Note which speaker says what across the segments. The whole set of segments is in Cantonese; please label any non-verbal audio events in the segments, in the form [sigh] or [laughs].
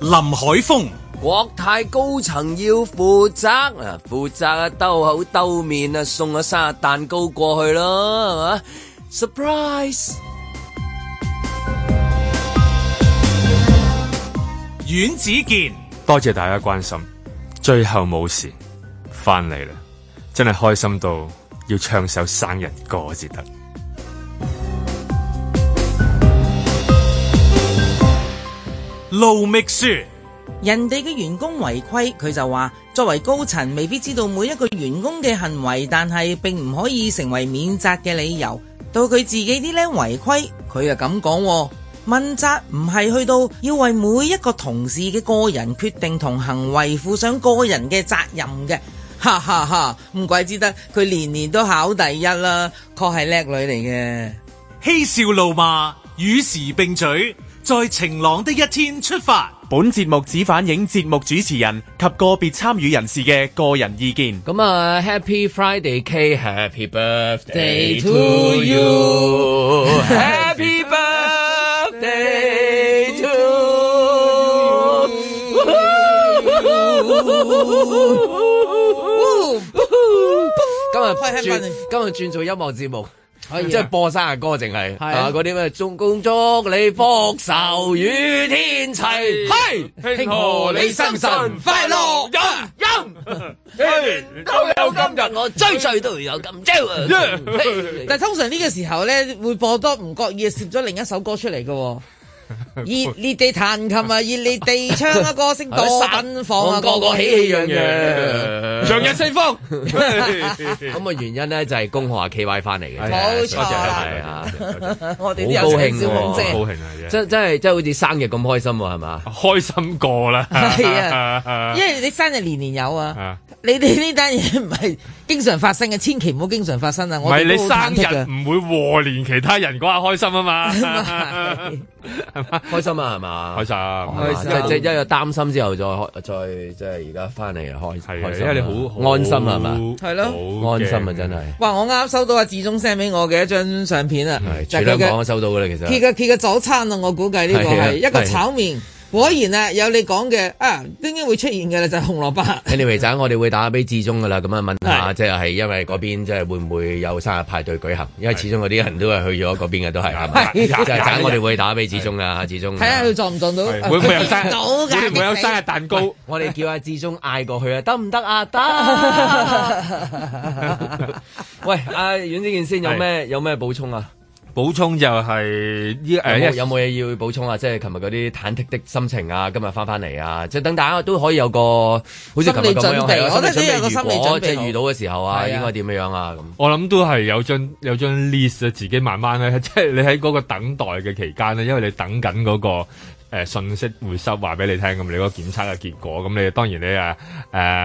Speaker 1: 林海峰、
Speaker 2: 國泰高層要負責啊，負責啊兜口兜面啊，送個生日蛋糕過去咯，係嘛？surprise！
Speaker 1: 阮子健、
Speaker 3: 多謝大家關心，最後冇事，翻嚟啦，真係開心到要唱首生日歌至得。
Speaker 1: 盧覓雪、
Speaker 4: 人哋嘅員工違規，佢就話作為高層未必知道每一個員工嘅行為，但係並唔可以成為免責嘅理由。到佢自己啲僆違規，佢又咁講喎。問責唔係去到要為每一個同事嘅個人決定同行為負上個人嘅責任嘅， [laughs] 哈哈哈！唔怪之得佢年年都考第一啦，確係叻女嚟嘅。
Speaker 1: 嬉笑怒罵，與時並舉，在晴朗的一天出發。
Speaker 5: 本節目只反映節目主持人及個別參與人士嘅個人意見。
Speaker 2: 咁啊，Happy Friday K，Happy Birthday to [laughs] you，Happy Birthday to you。今日轉今日轉做音樂節目。即係播生日歌，淨係啊嗰啲咩，仲恭祝你福壽與天齊，係慶賀你生辰快樂，飲飲，年都有今日，我追追都有今朝。
Speaker 4: 但係通常呢個時候咧，會播多唔覺意攝咗另一首歌出嚟嘅喎。熱烈地彈琴啊，熱烈地唱啊，歌聲多奔放啊，
Speaker 2: 個個喜氣洋
Speaker 3: [laughs]
Speaker 2: 洋，
Speaker 5: 長日四
Speaker 2: [laughs]
Speaker 5: 方。
Speaker 2: 咁嘅原因咧就係恭賀阿 K Y 翻嚟嘅，
Speaker 4: 冇錯
Speaker 2: 多謝係啊，
Speaker 4: 我哋都
Speaker 2: 好高
Speaker 4: 有
Speaker 2: 興
Speaker 4: 少少
Speaker 2: 喎
Speaker 4: 即
Speaker 3: 高興啊！真
Speaker 2: 真真係真係好似生日咁開心喎，係
Speaker 3: [laughs]
Speaker 2: 嘛？
Speaker 3: 開心過啦，
Speaker 4: [laughs] 係啊，因為你生日年年有啊
Speaker 3: [laughs] 啊，
Speaker 4: 你哋呢單嘢唔係經常發生嘅，千祈唔好經常發生啊！
Speaker 3: 唔
Speaker 4: 我
Speaker 3: 係
Speaker 4: 哋
Speaker 3: 你
Speaker 4: 都好
Speaker 3: 生
Speaker 4: 忐忑
Speaker 3: 日唔會和連其他人嗰下開心
Speaker 2: [laughs]
Speaker 3: 啊嘛， [laughs]
Speaker 4: 㗎。
Speaker 2: 開心啊，係嘛？
Speaker 3: 開心，
Speaker 2: 係嘛
Speaker 3: 開
Speaker 2: 即係即係因為擔心之後再開再即係而家翻嚟開
Speaker 3: 係
Speaker 2: 開
Speaker 3: 啊，
Speaker 2: 心
Speaker 3: 因
Speaker 2: 啊，
Speaker 3: 為你好
Speaker 2: 安心啊係嘛？
Speaker 4: 係咯
Speaker 2: 安心啊真係。
Speaker 4: [laughs] 哇！我啱收到阿志忠 send 俾我嘅一張相片啊，
Speaker 2: 係，全
Speaker 4: 就係
Speaker 2: 香
Speaker 4: 佢
Speaker 2: 港
Speaker 4: 嘅
Speaker 2: 都收到噶啦，
Speaker 3: 啊
Speaker 2: 其
Speaker 4: 佢
Speaker 2: 實。
Speaker 4: 嘅佢嘅早餐啊，我估計呢個
Speaker 2: 係啊
Speaker 4: 係一個
Speaker 2: 係
Speaker 4: 炒麵。果然啊，有你講嘅啊，應該會出現嘅啦，就係紅蘿蔔。
Speaker 3: 嗯
Speaker 2: anyway，陣 [laughs] 我哋會打俾志忠噶啦，咁啊問下，
Speaker 4: 係
Speaker 2: 即係因為嗰邊即係會唔會有生日派對舉行？因為始終嗰啲人都係去咗嗰邊嘅，都係係咪？
Speaker 4: [laughs] 係
Speaker 2: 就係陣我哋會打俾志忠啦，志忠。啊
Speaker 4: 睇下佢撞唔撞到，
Speaker 3: 會唔會有生
Speaker 4: [laughs]
Speaker 3: 日？
Speaker 4: 撞到㗎
Speaker 3: 會唔會有
Speaker 4: 激死
Speaker 3: 生日蛋 [laughs] 糕？
Speaker 2: 我哋叫阿志忠嗌過去啊，得唔得啊？
Speaker 4: [laughs]
Speaker 2: 得。喂，阿阮子健先有咩有咩補充啊？
Speaker 3: 補充就呃係
Speaker 2: 有冇
Speaker 3: 呢誒
Speaker 2: 有冇嘢要補充啊？即係琴日嗰啲忐忑的心情啊，今日翻翻嚟啊，即係等大家都可以有個好似琴日咁樣
Speaker 4: 心理準備
Speaker 2: 係啊
Speaker 4: 我覺
Speaker 2: 心
Speaker 4: 得
Speaker 2: 理
Speaker 4: 都有個
Speaker 2: 準備
Speaker 4: 心理準
Speaker 2: 如
Speaker 4: 備
Speaker 2: 果即
Speaker 4: 好
Speaker 2: 係遇到嘅時候啊，
Speaker 4: 係啊
Speaker 2: 應該點樣啊？咁
Speaker 3: 我諗都係有張有張 list 啊，自己慢慢咧，即 [laughs] 係你喺嗰個等待嘅期間咧，因為你等緊嗰、個誒、呃信息回收話俾你聽，咁你嗰個檢測嘅結果，咁你當然你啊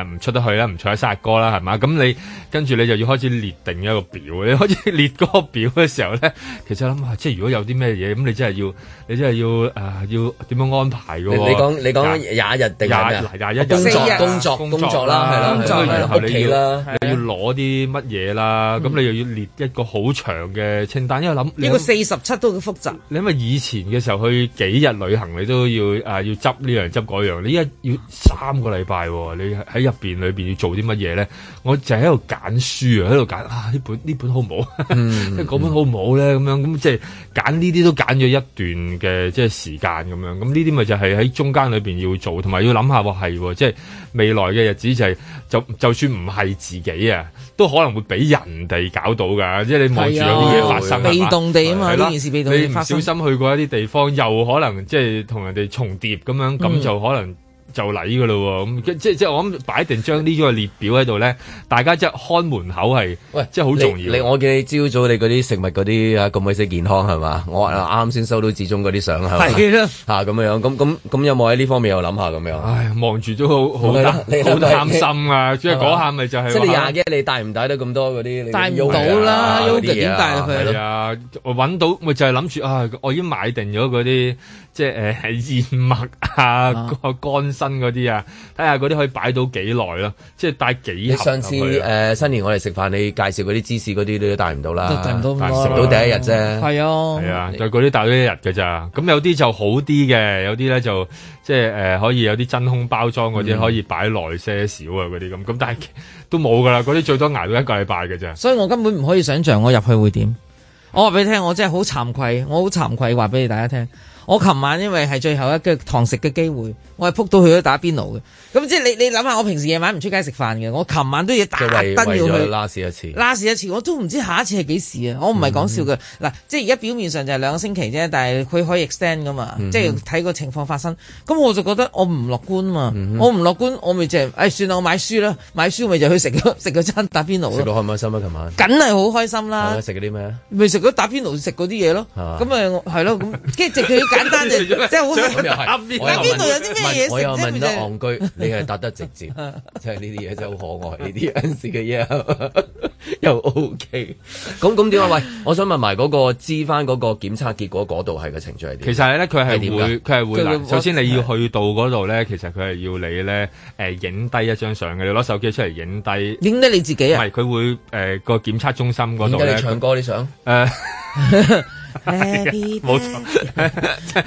Speaker 3: 誒唔出得去啦，唔唱生日歌啦，係嘛？咁你跟住你就要開始列定一個 [laughs] 表，你開始列嗰個表嘅時候咧，其實諗下，即係如果有啲咩嘢，咁你真係要你真係要誒、呃要點樣安排嘅
Speaker 2: 你
Speaker 3: 喎？
Speaker 2: 你講你講廿
Speaker 3: 廿
Speaker 2: 一日定係咩啊？
Speaker 3: 廿廿一日
Speaker 2: 工
Speaker 4: 四日
Speaker 2: 作工作工作啦，係啦，
Speaker 4: 工作
Speaker 2: 係啦
Speaker 3: 然後
Speaker 2: 屋企
Speaker 3: 你
Speaker 2: 啦
Speaker 3: 要。你要攞啲乜嘢啦，咁你又要列一個好長嘅清單，因為諗你
Speaker 4: 嗯呢個四十七都好複雜。
Speaker 3: 你因為以前嘅時候去幾日旅行，你都要啊要執呢樣執嗰樣，你依家要三個禮拜喎，你喺入邊裏邊要做啲乜嘢咧？我就喺度揀書啊，喺度揀啊呢本呢本好唔好？
Speaker 4: 嗯
Speaker 3: 即係 [laughs] 嗰本好唔好咧？咁樣咁即係揀呢啲都揀咗一段嘅即係時間咁樣，咁呢啲咪就係喺中間裏邊要做，同埋要諗下喎係喎，即係未來嘅日子就係、就就算唔係自己啊，都可能會俾人哋搞到㗎，即係你望住有啲嘢發生，
Speaker 4: 啊被
Speaker 3: 係嘛
Speaker 4: 動地啊嘛，
Speaker 3: 係啦
Speaker 4: 呢件事被動
Speaker 3: 你
Speaker 4: 地
Speaker 3: 唔
Speaker 4: 發
Speaker 3: 小
Speaker 4: 生。
Speaker 3: 心去過一啲地方，又可能即係同人哋重疊咁樣，咁
Speaker 4: 嗯
Speaker 3: 就可能就嚟噶咯喎。咁即即我諗擺定將呢個列表喺度咧，大家即係看門口係，
Speaker 2: 喂，
Speaker 3: 即係好重要
Speaker 2: 你你我見你朝早你嗰啲食物嗰啲啊，咁鬼死健康係嘛？我啱先收到志忠嗰啲相係嘛？
Speaker 4: 係啦，
Speaker 2: 嚇咁樣，咁咁咁有冇喺呢方面又諗下咁樣？
Speaker 3: 唉，望住都好好
Speaker 2: 係
Speaker 3: 擔
Speaker 2: 啦你
Speaker 3: 好擔
Speaker 2: [laughs]
Speaker 3: 心啊！即係嗰下咪就係
Speaker 2: 即係你
Speaker 3: 話
Speaker 2: 廿幾，你帶唔帶得咁多嗰啲？你
Speaker 4: 帶唔到啦
Speaker 2: yogurt 啊
Speaker 4: yogurt 點帶啊
Speaker 2: 嗰啲嘢
Speaker 4: 佢
Speaker 2: 係
Speaker 3: 係
Speaker 2: 咯
Speaker 3: 啊，我揾到咪就係諗住啊，我已經買定咗嗰啲即係誒燕麥啊、個乾新嗰啲啊，睇下嗰啲可以擺到幾耐咯，即係帶幾
Speaker 2: 你
Speaker 3: 盒
Speaker 2: 上次
Speaker 3: 入去
Speaker 2: 誒、
Speaker 3: 啊
Speaker 2: 呃新年我哋食飯，你介紹嗰啲芝士嗰啲，你都帶唔到啦，
Speaker 4: 都訂唔到咁
Speaker 3: 但係
Speaker 4: 多，
Speaker 3: 食到
Speaker 2: 第一日啫
Speaker 4: 係啊，
Speaker 3: 係啊，就嗰啲大咗一日嘅咋，咁有啲就好啲嘅，有啲咧就即係誒、呃可以有啲真空包裝嗰啲，可以擺耐些少啊嗰啲咁，咁但係 [laughs] 都冇噶啦，嗰啲最多捱到一個禮拜嘅咋。
Speaker 4: 所以我根本唔可以想象我入去會點。我話俾你聽，我真係好慚愧，我好慚愧話俾你大家聽。我琴晚因為係最後一個堂食嘅機會，我係撲到去咗打邊爐嘅。咁即係你你諗下，我平時夜晚唔出街食飯嘅，我琴晚都要
Speaker 2: 即
Speaker 4: 特
Speaker 2: 係為
Speaker 4: 登
Speaker 2: 為
Speaker 4: 要
Speaker 2: 咗
Speaker 4: 去。
Speaker 2: 拉屎一次。
Speaker 4: 拉屎一次，我都唔知下一次係幾時啊！我唔係講笑
Speaker 2: 嗯
Speaker 4: 嘅，嗱、即係而家表面上就係兩個星期啫，但係佢可以 extend 噶
Speaker 2: 嗯
Speaker 4: 嘛，即係睇個情況發生。咁我就覺得我唔樂觀嘛，
Speaker 2: 嗯
Speaker 4: 我唔樂觀，我咪就係、唉算啦，我買書啦，買書咪就去食個 [laughs] 食個餐打邊爐
Speaker 2: 食到
Speaker 4: 咯，
Speaker 2: 開唔開心啊？琴晚
Speaker 4: 梗係好開心
Speaker 2: 係咪
Speaker 4: 啦！
Speaker 2: 食嗰啲咩啊？
Speaker 4: 咪食咗打邊爐食嗰啲嘢咯，
Speaker 2: 係嘛
Speaker 4: 咁咪我係咯，咁
Speaker 3: [laughs]
Speaker 4: 跟住佢簡單就即係好
Speaker 2: 咁又係
Speaker 3: 打邊爐
Speaker 2: 我又問
Speaker 4: 打邊爐有啲咩嘢食啫
Speaker 2: 我又問得
Speaker 4: 咪就係
Speaker 2: 戇居，你係答得直接，即係呢啲嘢真係好可愛，呢啲有陣時嘅嘢 [laughs] 又 OK。咁咁點啊？喂，我想問埋嗰個知翻嗰個檢測結果嗰度係個程序係點？
Speaker 3: 其實咧，佢係
Speaker 2: 係點
Speaker 3: 會，
Speaker 2: 㗎
Speaker 3: 佢係會
Speaker 4: 佢會
Speaker 3: 嗱。首先你要去到嗰度咧，其實佢係要你咧，誒影低一張相嘅，你攞手機出嚟影低。
Speaker 4: 影得你自己
Speaker 3: 唔
Speaker 4: 啊！
Speaker 3: 係，佢會誒個檢測中心嗰
Speaker 2: 點
Speaker 3: 度
Speaker 2: 解
Speaker 3: 咧，
Speaker 2: 你唱歌你想？
Speaker 3: 誒
Speaker 4: [laughs]
Speaker 3: [laughs]
Speaker 4: Happy
Speaker 3: 冇錯，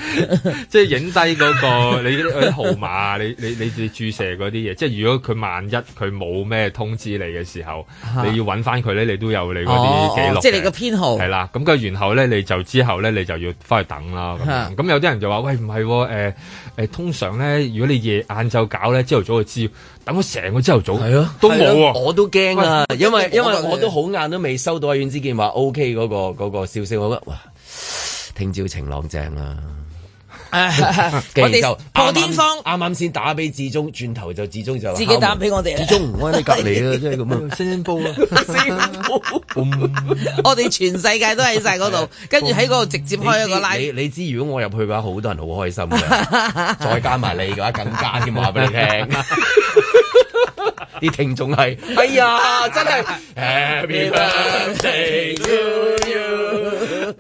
Speaker 3: 即係影低嗰個你嗰啲號碼，你你你你注射嗰啲嘢，即係如果佢萬一佢冇咩通知你嘅時候，你要揾翻佢咧，你都有你嗰啲記
Speaker 4: 啊
Speaker 3: 錄
Speaker 4: 哦哦
Speaker 3: 嘅。
Speaker 4: 即係你個編號
Speaker 3: 係啦，咁佢然後咧，你就之後咧，你就要翻去等啦。咁
Speaker 4: 嚇
Speaker 3: 樣咁有啲人就話：喂，唔係喎，誒誒，通常咧，如果你夜晏晝搞咧，朝頭早就知，等咗成個朝頭早，
Speaker 2: 係啊，
Speaker 3: 都冇喎
Speaker 2: 我都驚啊，因為因
Speaker 4: 因為
Speaker 2: 為
Speaker 4: 我
Speaker 2: 我都好晏都未收到阿阮之健話 O K 嗰個嗰個消息，我覺得哇，聽朝晴朗正啊！
Speaker 4: 我哋破天荒
Speaker 2: 啱啱先打俾志忠，轉頭就志忠就話
Speaker 4: 自己打俾我哋
Speaker 2: 志
Speaker 3: [laughs]
Speaker 4: 啊，
Speaker 2: 忠，我喺你隔離啊，即係咁啊，聲煲 [laughs] 啊，
Speaker 4: [laughs] 我哋全世界都喺晒嗰
Speaker 3: 啊
Speaker 4: 度，跟住喺嗰度直接開一個 live。
Speaker 2: 你你知如果我入去嘅話，好多人好開心 [laughs] 嘅，再加埋你嘅話，更加添啊話俾你 [laughs] 聽。啲聽眾係，哎呀，真係
Speaker 4: 哦
Speaker 2: Happy birthday to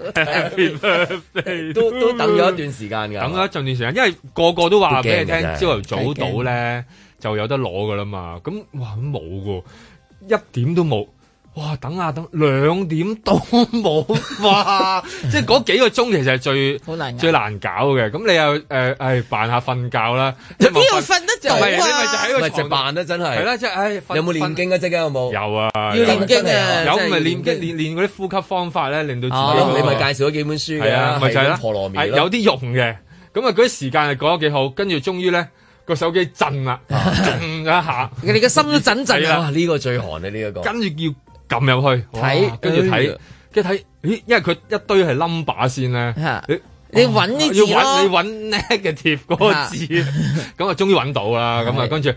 Speaker 2: you，都都等咗一段時間㗎，
Speaker 3: 等咗一陣段時間，因為個個都話俾你
Speaker 2: 啊都驚
Speaker 3: 聽
Speaker 2: 嘅，
Speaker 3: 朝頭早到咧就有得攞噶啦嘛。咁哇咁冇嘅喎，一點都冇。哇！等下等兩點都冇， [laughs] 哇！即係嗰幾個鐘其實係最
Speaker 4: 好難捱
Speaker 3: 最難搞嘅。咁你又誒誒扮下瞓覺啦，即係
Speaker 4: 邊度
Speaker 3: 望
Speaker 4: 瞓得
Speaker 3: 唔
Speaker 4: 到
Speaker 3: 係你咪就
Speaker 4: 啊？
Speaker 3: 喺
Speaker 2: 咪就
Speaker 3: 個床度
Speaker 2: 扮啦，真係
Speaker 3: 係。啦，即係唉，瞓
Speaker 2: 有冇
Speaker 3: 瞓
Speaker 2: 練經啊？即刻有冇？
Speaker 3: 有啊，
Speaker 4: 要
Speaker 3: 有
Speaker 4: 練經啊！
Speaker 3: 有唔係
Speaker 4: 真係
Speaker 3: 練經練練嗰啲呼吸方法咧，令到自己
Speaker 4: 哦
Speaker 2: 啊你咪介紹咗幾本書
Speaker 3: 係
Speaker 2: 嘅，
Speaker 3: 啊，咪就
Speaker 2: 係
Speaker 3: 係
Speaker 2: 咁
Speaker 3: 啦，
Speaker 2: 婆羅
Speaker 3: 係
Speaker 2: 面
Speaker 3: 有啲用嘅。咁啊，嗰啲時間係講得幾好，跟住終於咧個手機震啦，震咗一下，
Speaker 4: 你嘅心都震震
Speaker 3: 係
Speaker 4: 啊！
Speaker 3: 啦
Speaker 2: 哇！呢個最寒啊，呢一個。
Speaker 3: 跟住要撳入去哇
Speaker 4: 睇
Speaker 3: 跟住
Speaker 2: 哎呀
Speaker 3: 睇，跟住睇，咦？因為佢一堆係啊 number 先咧，
Speaker 4: 嚇
Speaker 3: 你
Speaker 4: 你揾啲
Speaker 3: 要
Speaker 4: 字
Speaker 3: 揾你
Speaker 4: 咯，
Speaker 3: 揾 negative 嗰個字，咁啊，終於揾到啦。咁啊，
Speaker 2: 係
Speaker 3: 跟住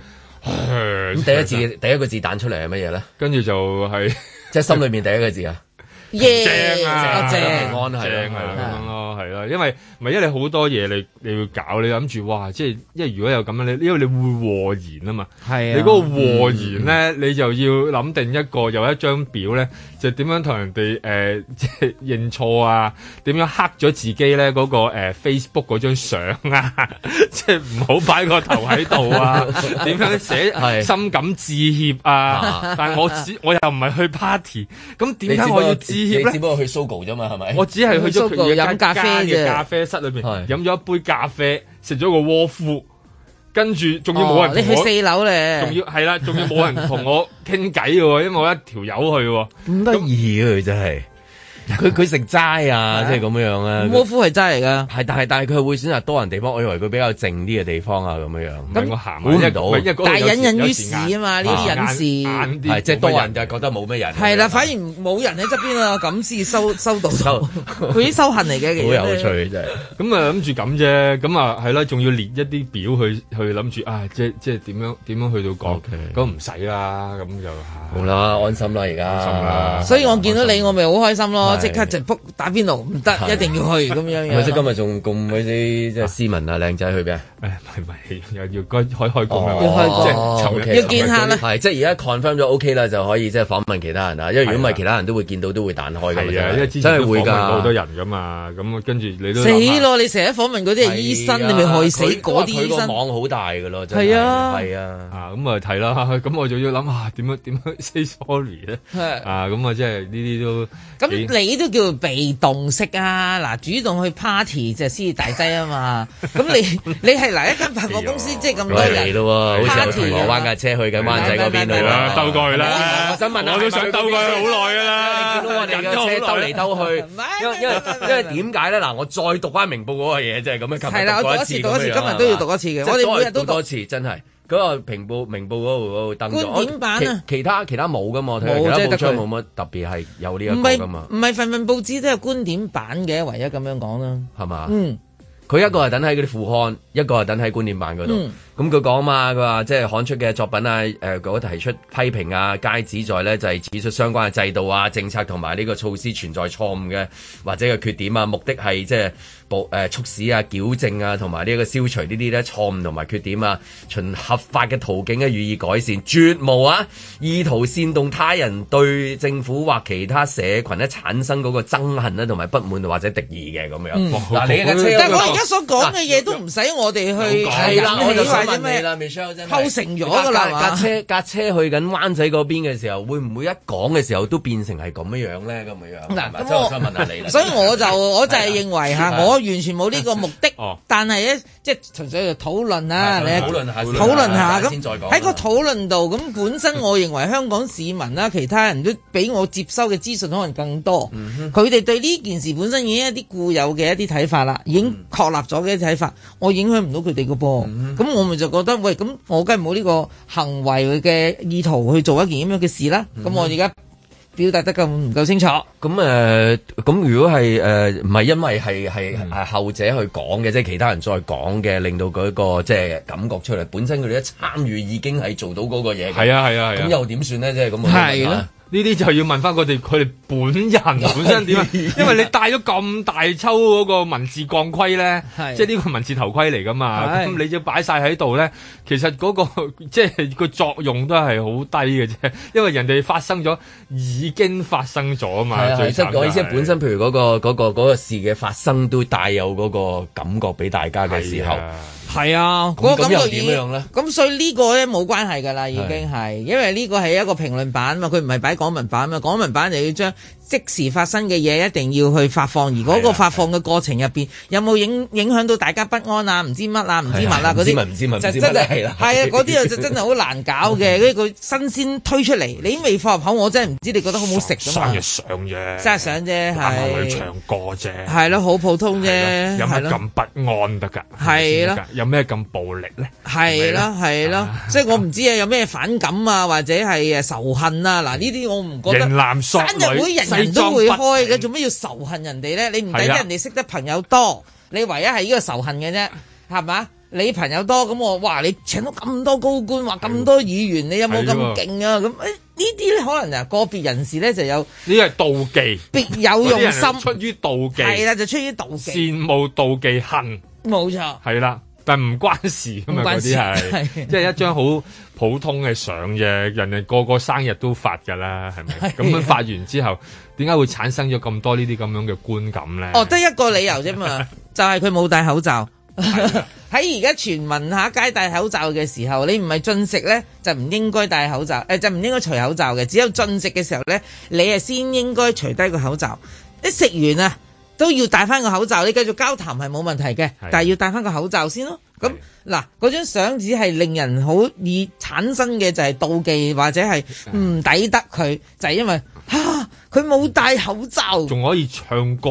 Speaker 2: 咁第一字第一個字彈出嚟係乜嘢咧？
Speaker 3: 跟住就係
Speaker 2: 即係心裏面第一個字啊！
Speaker 4: 耶
Speaker 3: 正啊，
Speaker 4: 正
Speaker 2: 平
Speaker 4: 正
Speaker 2: 安係
Speaker 3: 正
Speaker 2: 係
Speaker 3: 啊咁樣咯，係啦，因為咪因為你好多嘢你你要搞，你諗住哇，即係因為如果有咁樣，你因為你會禍言啊嗯嘛，
Speaker 4: 係
Speaker 3: 你嗰個禍言咧，你就要諗定一個有一張表咧，就點樣同人哋誒、呃即係認錯啊，點樣黑咗自己咧嗰、個、呃、Facebook 嗰張相啊， [laughs] 即係唔好擺個頭喺度 [laughs] 啊，點樣寫
Speaker 2: 係
Speaker 3: 深感致歉啊，但係我只我又唔係去 party，咁點解我要致歉
Speaker 2: 你
Speaker 3: 咧
Speaker 2: 只？不過去 Sogo 啫嘛，係咪？
Speaker 3: 我只係去咗佢嘅一間
Speaker 4: 飲咖啡啫
Speaker 3: 嘅咖啡室裏面，
Speaker 2: 係
Speaker 3: 飲咗一杯咖啡，食咗個窩夫，跟住仲要冇
Speaker 4: 哦你
Speaker 3: 人同
Speaker 4: 去
Speaker 3: 我，
Speaker 4: 四樓
Speaker 3: 仲
Speaker 4: 咧，
Speaker 3: 要係啦，仲要冇人同
Speaker 4: [laughs]
Speaker 3: 我傾偈嘅喎，因為我一條友去喎，
Speaker 2: 咁得意啊！佢真 [laughs] 係，佢佢食齋
Speaker 3: [laughs]
Speaker 2: 啊，即係咁樣樣
Speaker 4: 窩
Speaker 2: 啊。
Speaker 4: 夫係真係㗎，
Speaker 2: 係，但係但係佢會選擇多人地方，我以為佢比較靜啲嘅地方啊，咁樣樣。
Speaker 3: 唔係我行
Speaker 2: 估唔
Speaker 3: 埋一
Speaker 2: 到
Speaker 3: 唔係因為嗰度
Speaker 4: 但係
Speaker 3: 有時
Speaker 4: 隱隱於
Speaker 3: 有時
Speaker 4: 市啊嘛，
Speaker 3: 晏
Speaker 4: 呢啲隱
Speaker 3: 晏
Speaker 4: 事
Speaker 3: 晏
Speaker 2: 係
Speaker 3: 啲
Speaker 2: 即係
Speaker 3: 冇
Speaker 2: 多
Speaker 3: 乜
Speaker 2: 人就覺得冇咩人。
Speaker 4: 係啦，反而冇人喺側邊啊，咁
Speaker 2: [laughs]
Speaker 4: 先收收到，佢啲收恨嚟嘅，其
Speaker 2: 好
Speaker 4: 實
Speaker 2: 有趣真係。
Speaker 3: 咁啊諗住咁啫，咁啊係啦，仲要列一啲表去去諗住啊，即即係點樣點樣去到講
Speaker 2: OK，
Speaker 3: 咁唔使啦，咁就
Speaker 2: 好啦，安心啦，而家。
Speaker 3: 安心啦
Speaker 4: 所以我見到你，我咪好開心咯，我即刻就 book 打邊爐，唔得，一定要去咁樣
Speaker 2: 咪即係
Speaker 4: 樣。
Speaker 2: 今日仲咁鬼啲即係斯文啊靚仔去邊啊？
Speaker 3: 誒唔係唔係，又要開開開工啊！
Speaker 4: 哦要開工
Speaker 3: 即係尋日
Speaker 4: 要見下啦
Speaker 2: 哦係即係而家 confirm 咗 OK 啦，就可以即係訪問其他人啦。因為如果唔
Speaker 3: 係啊
Speaker 2: 係，其他人都會見到都會彈開嘅。
Speaker 3: 係啊，因為
Speaker 2: 真
Speaker 3: 之前
Speaker 2: 係
Speaker 3: 都
Speaker 2: 會
Speaker 3: 訪問
Speaker 2: 㗎，
Speaker 3: 過好多人噶嘛，咁跟住你都
Speaker 4: 死
Speaker 3: 諗下
Speaker 4: 咯！你成日訪問嗰啲係醫生，你咪害死嗰啲醫
Speaker 2: 啊佢個
Speaker 4: 生。
Speaker 2: 網好大㗎咯，真
Speaker 4: 係啊
Speaker 2: 係啊。
Speaker 3: 啊，咁啊睇啦， [laughs] 咁我就要諗下點樣點樣 [laughs] say sorry 咧，
Speaker 4: 係
Speaker 3: 啊，咁啊即係呢啲都
Speaker 4: 咁
Speaker 3: 幾
Speaker 4: 你都叫被動式啊！嗱，主動去 party 就先至大劑
Speaker 2: [laughs]
Speaker 4: 啊嘛。咁你你係嗱一間百貨公司，
Speaker 2: 啊
Speaker 4: 即係咁多
Speaker 2: 喂嚟
Speaker 4: 人，
Speaker 2: 咯喎，好似
Speaker 4: Party
Speaker 2: 有銅鑼灣架車去緊灣仔嗰邊
Speaker 4: 係
Speaker 2: 啦
Speaker 4: 啊，
Speaker 3: 兜過去啦，
Speaker 2: 我想問下
Speaker 3: 我都想兜過去好耐噶啦，
Speaker 2: 見到我哋嘅
Speaker 3: 忍咗好
Speaker 2: 車兜
Speaker 3: 耐
Speaker 2: 嚟
Speaker 3: 啦
Speaker 2: 兜
Speaker 4: [laughs]
Speaker 2: 去
Speaker 4: 唔係，
Speaker 2: 因為因為因為點解咧？嗱，我再讀翻明報嗰個嘢就係咁樣，琴日
Speaker 4: 係啦，我
Speaker 2: 讀過
Speaker 4: 讀一
Speaker 2: 次
Speaker 4: 次，讀一次，
Speaker 2: 咁樣啊
Speaker 4: 今日都要讀一次
Speaker 2: 係
Speaker 4: 嘅。
Speaker 2: 嘛
Speaker 4: 我哋每日
Speaker 2: 即係
Speaker 4: 都
Speaker 2: 多
Speaker 4: 讀。
Speaker 2: 次，啊真係嗰個明報明報嗰度嗰度登咗。
Speaker 4: 觀點版啊
Speaker 2: 我其其他其他冇噶嘛，我睇
Speaker 4: 冇
Speaker 2: 下其他
Speaker 4: 即係
Speaker 2: 報
Speaker 4: 得
Speaker 2: 章
Speaker 4: 佢
Speaker 2: 冇乜特別係有呢
Speaker 4: 唔
Speaker 2: 一個
Speaker 4: 係
Speaker 2: 噶嘛，
Speaker 4: 唔係份份報紙都有觀點版嘅，唯一咁樣講啦。
Speaker 2: 係嘛？
Speaker 4: 嗯，
Speaker 2: 佢一個係等喺嗰啲副刊，一個係等喺觀點版嗰度。
Speaker 4: 嗯
Speaker 2: 咁佢講嘛，佢話即係刊出嘅作品啊，誒、嗰提出批評啊，皆旨在咧就係、指出相關嘅制度啊、政策同埋呢個措施存在錯誤嘅或者嘅缺點啊，目的係即係保誒促使啊、矯正啊同埋呢個消除呢啲咧錯誤同埋缺點啊，循合法嘅途徑咧予以改善，絕無啊意圖煽動他人對政府或其他社群咧產生嗰個憎恨啦啊同埋不滿或者敵意嘅咁樣。嗱、你嘅車
Speaker 4: 但係我而家所講嘅嘢都唔使我哋去
Speaker 2: 係啦，我
Speaker 4: 引
Speaker 2: 就
Speaker 4: 起
Speaker 2: 想
Speaker 4: 或
Speaker 2: 問
Speaker 4: 者
Speaker 2: 你
Speaker 4: 咩
Speaker 2: 啦，Michelle 真係
Speaker 4: 構成咗㗎啦
Speaker 2: 架
Speaker 4: 嘛
Speaker 2: 架車架車去緊灣仔嗰邊嘅時候，會唔會一講嘅時候都變成係咁樣樣咧？咁樣樣係
Speaker 4: 嗱
Speaker 2: 咪
Speaker 4: 咁
Speaker 2: 真係
Speaker 4: 我
Speaker 2: 想問下你啦。
Speaker 4: 所以我
Speaker 2: [laughs] 啊
Speaker 4: 就我就係認為嚇，我完全冇呢個目的
Speaker 3: 哦，
Speaker 4: 但係咧即係純粹就討論啦，啊你
Speaker 2: 討論下先
Speaker 4: 討論下
Speaker 2: 先
Speaker 4: 咁
Speaker 2: 再講
Speaker 4: 喺個討論度咁本身，我認為香港市民啦，其他人都比我接收嘅資訊可能更多，佢哋對呢件事本身已經一啲固有嘅一啲睇法啦，已經確立咗嘅一啲睇法，我影響唔到佢哋嘅噃，咁我咪就覺得喂，咁我梗係冇呢個行為嘅意圖去做一件咁樣嘅事啦，咁我而家表達得咁唔夠清楚。
Speaker 2: 咁誒，咁如果係誒唔係因為係係係後者去講嘅，即係其他人再講嘅，令到嗰個即係感覺出嚟，本身佢哋一參與已經係做到嗰個嘢嘅。
Speaker 3: 係啊係啊係
Speaker 2: 咁
Speaker 3: 啊，
Speaker 2: 又點算咧？即係咁我
Speaker 4: 係咯
Speaker 2: 問下
Speaker 3: 呢啲就要問翻佢哋佢哋本
Speaker 2: [laughs]
Speaker 3: 人本身點啊，因為你戴咗咁大抽嗰個文字鋼盔咧，
Speaker 4: 係
Speaker 3: 即係呢個文字頭盔嚟噶嘛，
Speaker 4: 係
Speaker 3: 咁你就擺晒喺度咧，其實嗰、個 [laughs] 即係個作用都係好低嘅啫，因為人哋發生咗已經發生咗啊嘛，
Speaker 2: 係啊，
Speaker 3: 最
Speaker 2: 即
Speaker 3: 慘
Speaker 2: 係我意思
Speaker 3: 就係
Speaker 2: 係本身，譬如嗰個嗰個嗰個事嘅發生，都帶有嗰個感覺俾大家嘅時候
Speaker 3: 係。啊
Speaker 4: 係啊，
Speaker 2: 咁
Speaker 4: 嗰個
Speaker 2: 咁
Speaker 4: 感
Speaker 2: 又
Speaker 4: 覺已經
Speaker 2: 點樣呢
Speaker 4: 咁所以呢個咧冇關係㗎啦，已經係，因為呢個係一個評論版嘛，佢唔係擺港文版嘛，港文版就要將即時發生嘅嘢一定要去發放，而嗰
Speaker 2: 啊
Speaker 4: 個發放嘅過程入邊有冇影影響到大家不安啊、唔知乜啊、唔知物啊嗰
Speaker 2: 唔知
Speaker 4: 啲
Speaker 2: 物，唔知物唔知物
Speaker 4: 就真
Speaker 2: 係
Speaker 4: 係
Speaker 2: 啦
Speaker 4: 係啊，嗰啲就真係好難搞嘅，跟住佢新鮮推出嚟，你未放入口，我真係唔知你覺得好唔好食㗎嘛
Speaker 3: 生日，上啫，
Speaker 4: 真係想
Speaker 3: 啱
Speaker 4: 啫，
Speaker 3: 啱去
Speaker 4: 係
Speaker 3: 唱歌啫，
Speaker 4: 係咯，好普通啫，
Speaker 3: 有
Speaker 4: 係
Speaker 3: 乜
Speaker 4: 咯。
Speaker 3: 咁不安得㗎？
Speaker 4: 係啦，
Speaker 3: 有咩咁暴力咧？
Speaker 4: 係啦，係啦
Speaker 3: 啊，
Speaker 4: 即係我唔知啊，有咩反感啊，或者係誒仇恨啊，
Speaker 3: 嗯
Speaker 4: 嗱呢啲我唔覺
Speaker 3: 型
Speaker 4: 得。
Speaker 3: 男索
Speaker 4: 生
Speaker 3: 女，
Speaker 4: 日會人人都會開嘅，做咩要仇恨人哋咧？你唔
Speaker 3: 係啊
Speaker 4: 抵
Speaker 3: 啦
Speaker 4: 得人哋識得朋友多，你唯一係呢個仇恨嘅啫，係嘛？你朋友多咁我，哇！你請到咁多高官，話咁多議員，你有冇咁
Speaker 3: 係喎
Speaker 4: 勁啊？咁誒呢啲咧可能啊個別人士咧就有
Speaker 3: 呢個係妒忌，
Speaker 4: 別有
Speaker 3: 嗰啲
Speaker 4: 用
Speaker 3: 人
Speaker 4: 心，
Speaker 3: 出於妒
Speaker 4: 係
Speaker 3: 忌、
Speaker 4: 啦，就出於妒忌，
Speaker 3: 羨慕、妒忌、恨，
Speaker 4: 冇錯。
Speaker 3: 係啦，但唔關事咁嘛，
Speaker 4: 唔
Speaker 3: 嗰
Speaker 4: 關事
Speaker 3: 啲係
Speaker 4: 係
Speaker 3: 即係一張好普通嘅相啫，人哋個個生日都發㗎啦，係
Speaker 4: 啊
Speaker 3: 咪？咁樣發完之後，點解會產生咗咁多呢啲咁樣嘅觀感咧？
Speaker 4: 哦，得一個理由啫嘛，就係佢冇戴口罩。 [laughs] 喺而家全民下街戴口罩嘅時候，你唔係進食呢，就唔應該戴口罩，誒、就唔應該除口罩嘅。只有進食嘅時候呢，你係先應該除低個口罩。一食完啊，都要戴翻個口罩。你繼續交談係冇問題嘅
Speaker 3: 係，
Speaker 4: 但係要戴翻個口罩先咯。咁嗱，嗰張相只係令人好易產生嘅就係妒忌或者係唔抵得佢，就係、因為嚇佢冇戴口罩。
Speaker 3: 仲可以唱歌，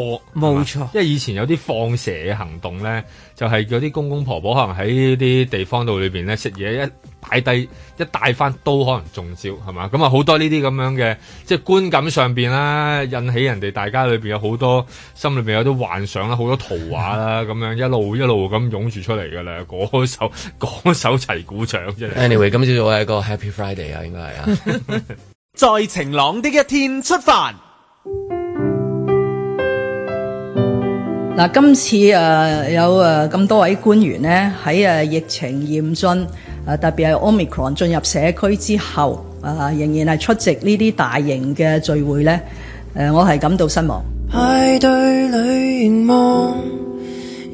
Speaker 3: 係
Speaker 4: 冇
Speaker 3: 嘛
Speaker 4: 錯
Speaker 3: 因為以前有啲放蛇嘅行動咧，就係嗰啲公公婆婆可能喺啲地方度裏邊咧食嘢一擺低一帶翻刀，可能中招係嘛？咁啊好多呢啲咁樣嘅即係觀感上邊啦，引起人哋大家裏邊有好多心裏邊有啲幻想啦，好多圖畫
Speaker 2: [laughs]
Speaker 3: 啦，咁樣一路一路咁湧住出嚟㗎啦，嗰首 [laughs] 嗰首齊鼓掌啫。
Speaker 2: [laughs] Anyway，今朝早係一個 Happy Friday 啊，應
Speaker 4: [laughs]
Speaker 2: 該係啊。
Speaker 5: 在晴朗的一天出發。
Speaker 6: 嗱，今次誒、呃有誒咁多位官員呢，喺誒疫情嚴峻誒、呃特別係 Omicron 進入社區之後，誒、仍然係出席呢啲大型嘅聚會呢，誒、呃我係感到失望。
Speaker 7: 派對裏凝望，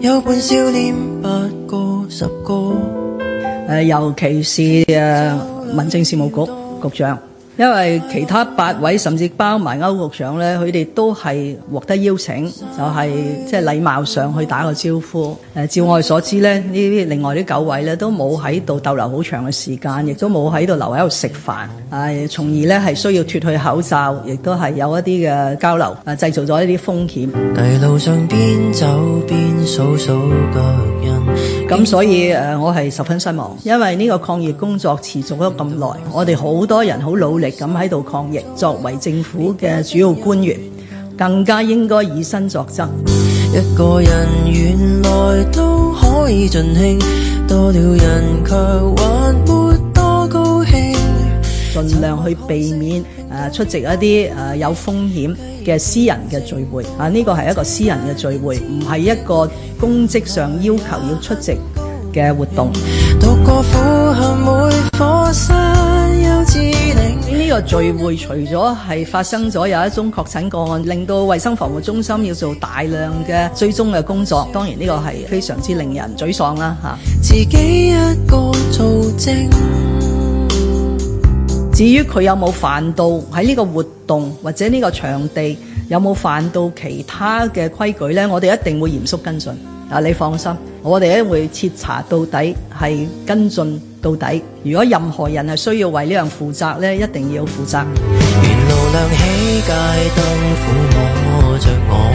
Speaker 7: 有半少年八個十個，
Speaker 6: 誒、呃尤其是誒、民政事務局局長，因為其他八位甚至包埋歐局長咧，佢哋都係獲得邀請，就係即係禮貌上去打個招呼。誒、照我哋所知咧，呢啲另外啲九位咧都冇喺度逗留好長嘅時間，亦都冇喺度留喺度食飯，誒、從而咧係需要脱去口罩，亦都係有一啲嘅交流，誒、啊製造咗一啲風險。
Speaker 7: 泥路上邊走邊數數腳印，
Speaker 6: 咁所以誒、呃我係十分失望，因為呢個抗疫工作持續咗咁耐，我哋好多人好努力咁喺度抗疫。作為政府嘅主要官員，更加應該以身作則。
Speaker 7: 一個人原來都可以盡興，多了人卻還沒多高興。
Speaker 6: 盡量去避免誒、呃出席一啲誒、呃有風險嘅私人嘅聚會啊！呢個係一個私人嘅聚會，唔係一個公職上要求要出席嘅活動。
Speaker 7: 獨個俯瞰每顆山丘之嶺。
Speaker 6: 呢個聚會除咗係發生咗有一宗確診個案，令到衞生防護中心要做大量嘅追蹤嘅工作，當然呢個係非常之令人沮喪啦嚇。
Speaker 7: 自己一個做精，
Speaker 6: 至於佢有冇犯到喺呢個活動或者呢個場地有冇犯到其他嘅規矩呢？我哋一定會嚴肅跟進。啊，你放心，我哋一定會徹查到底，係跟進到底。如果任何人係需要為呢樣負責呢，一定要負責。
Speaker 7: 沿路亮起街燈，撫摸着我，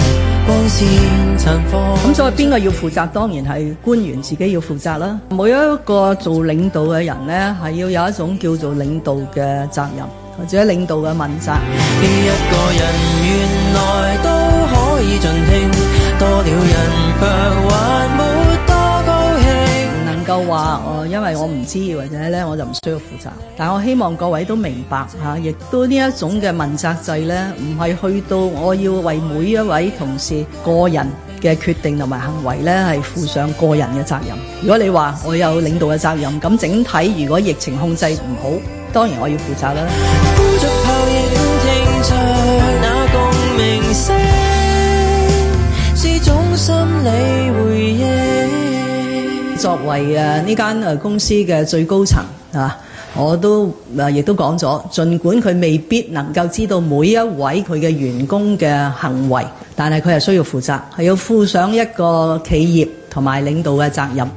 Speaker 7: 光線綻放。
Speaker 6: 咁所以邊個要負責？當然係官員自己要負責啦。每一個做領導嘅人呢，係要有一種叫做領導嘅責任，或者領導嘅問責。
Speaker 7: 一個人原來都可以盡興，多了人卻還沒多高興。
Speaker 6: 唔能夠話哦，因為我唔知或者咧，我就唔需要負責。但我希望各位都明白嚇，亦、都呢一種嘅問責制咧，唔係去到我要為每一位同事個人嘅決定同埋行為咧，係負上個人嘅責任。如果你話我有領導嘅責任，咁整體如果疫情控制唔好，當然我要負責啦。
Speaker 7: 呼着泡影，聽着那共鳴聲，是種心理回應。
Speaker 6: 作為誒呢間誒公司嘅最高層啊，我都誒亦都講咗，儘管佢未必能夠知道每一位佢嘅員工嘅行為，但係佢係需要負責，係要負上一個企業同埋領導嘅責任。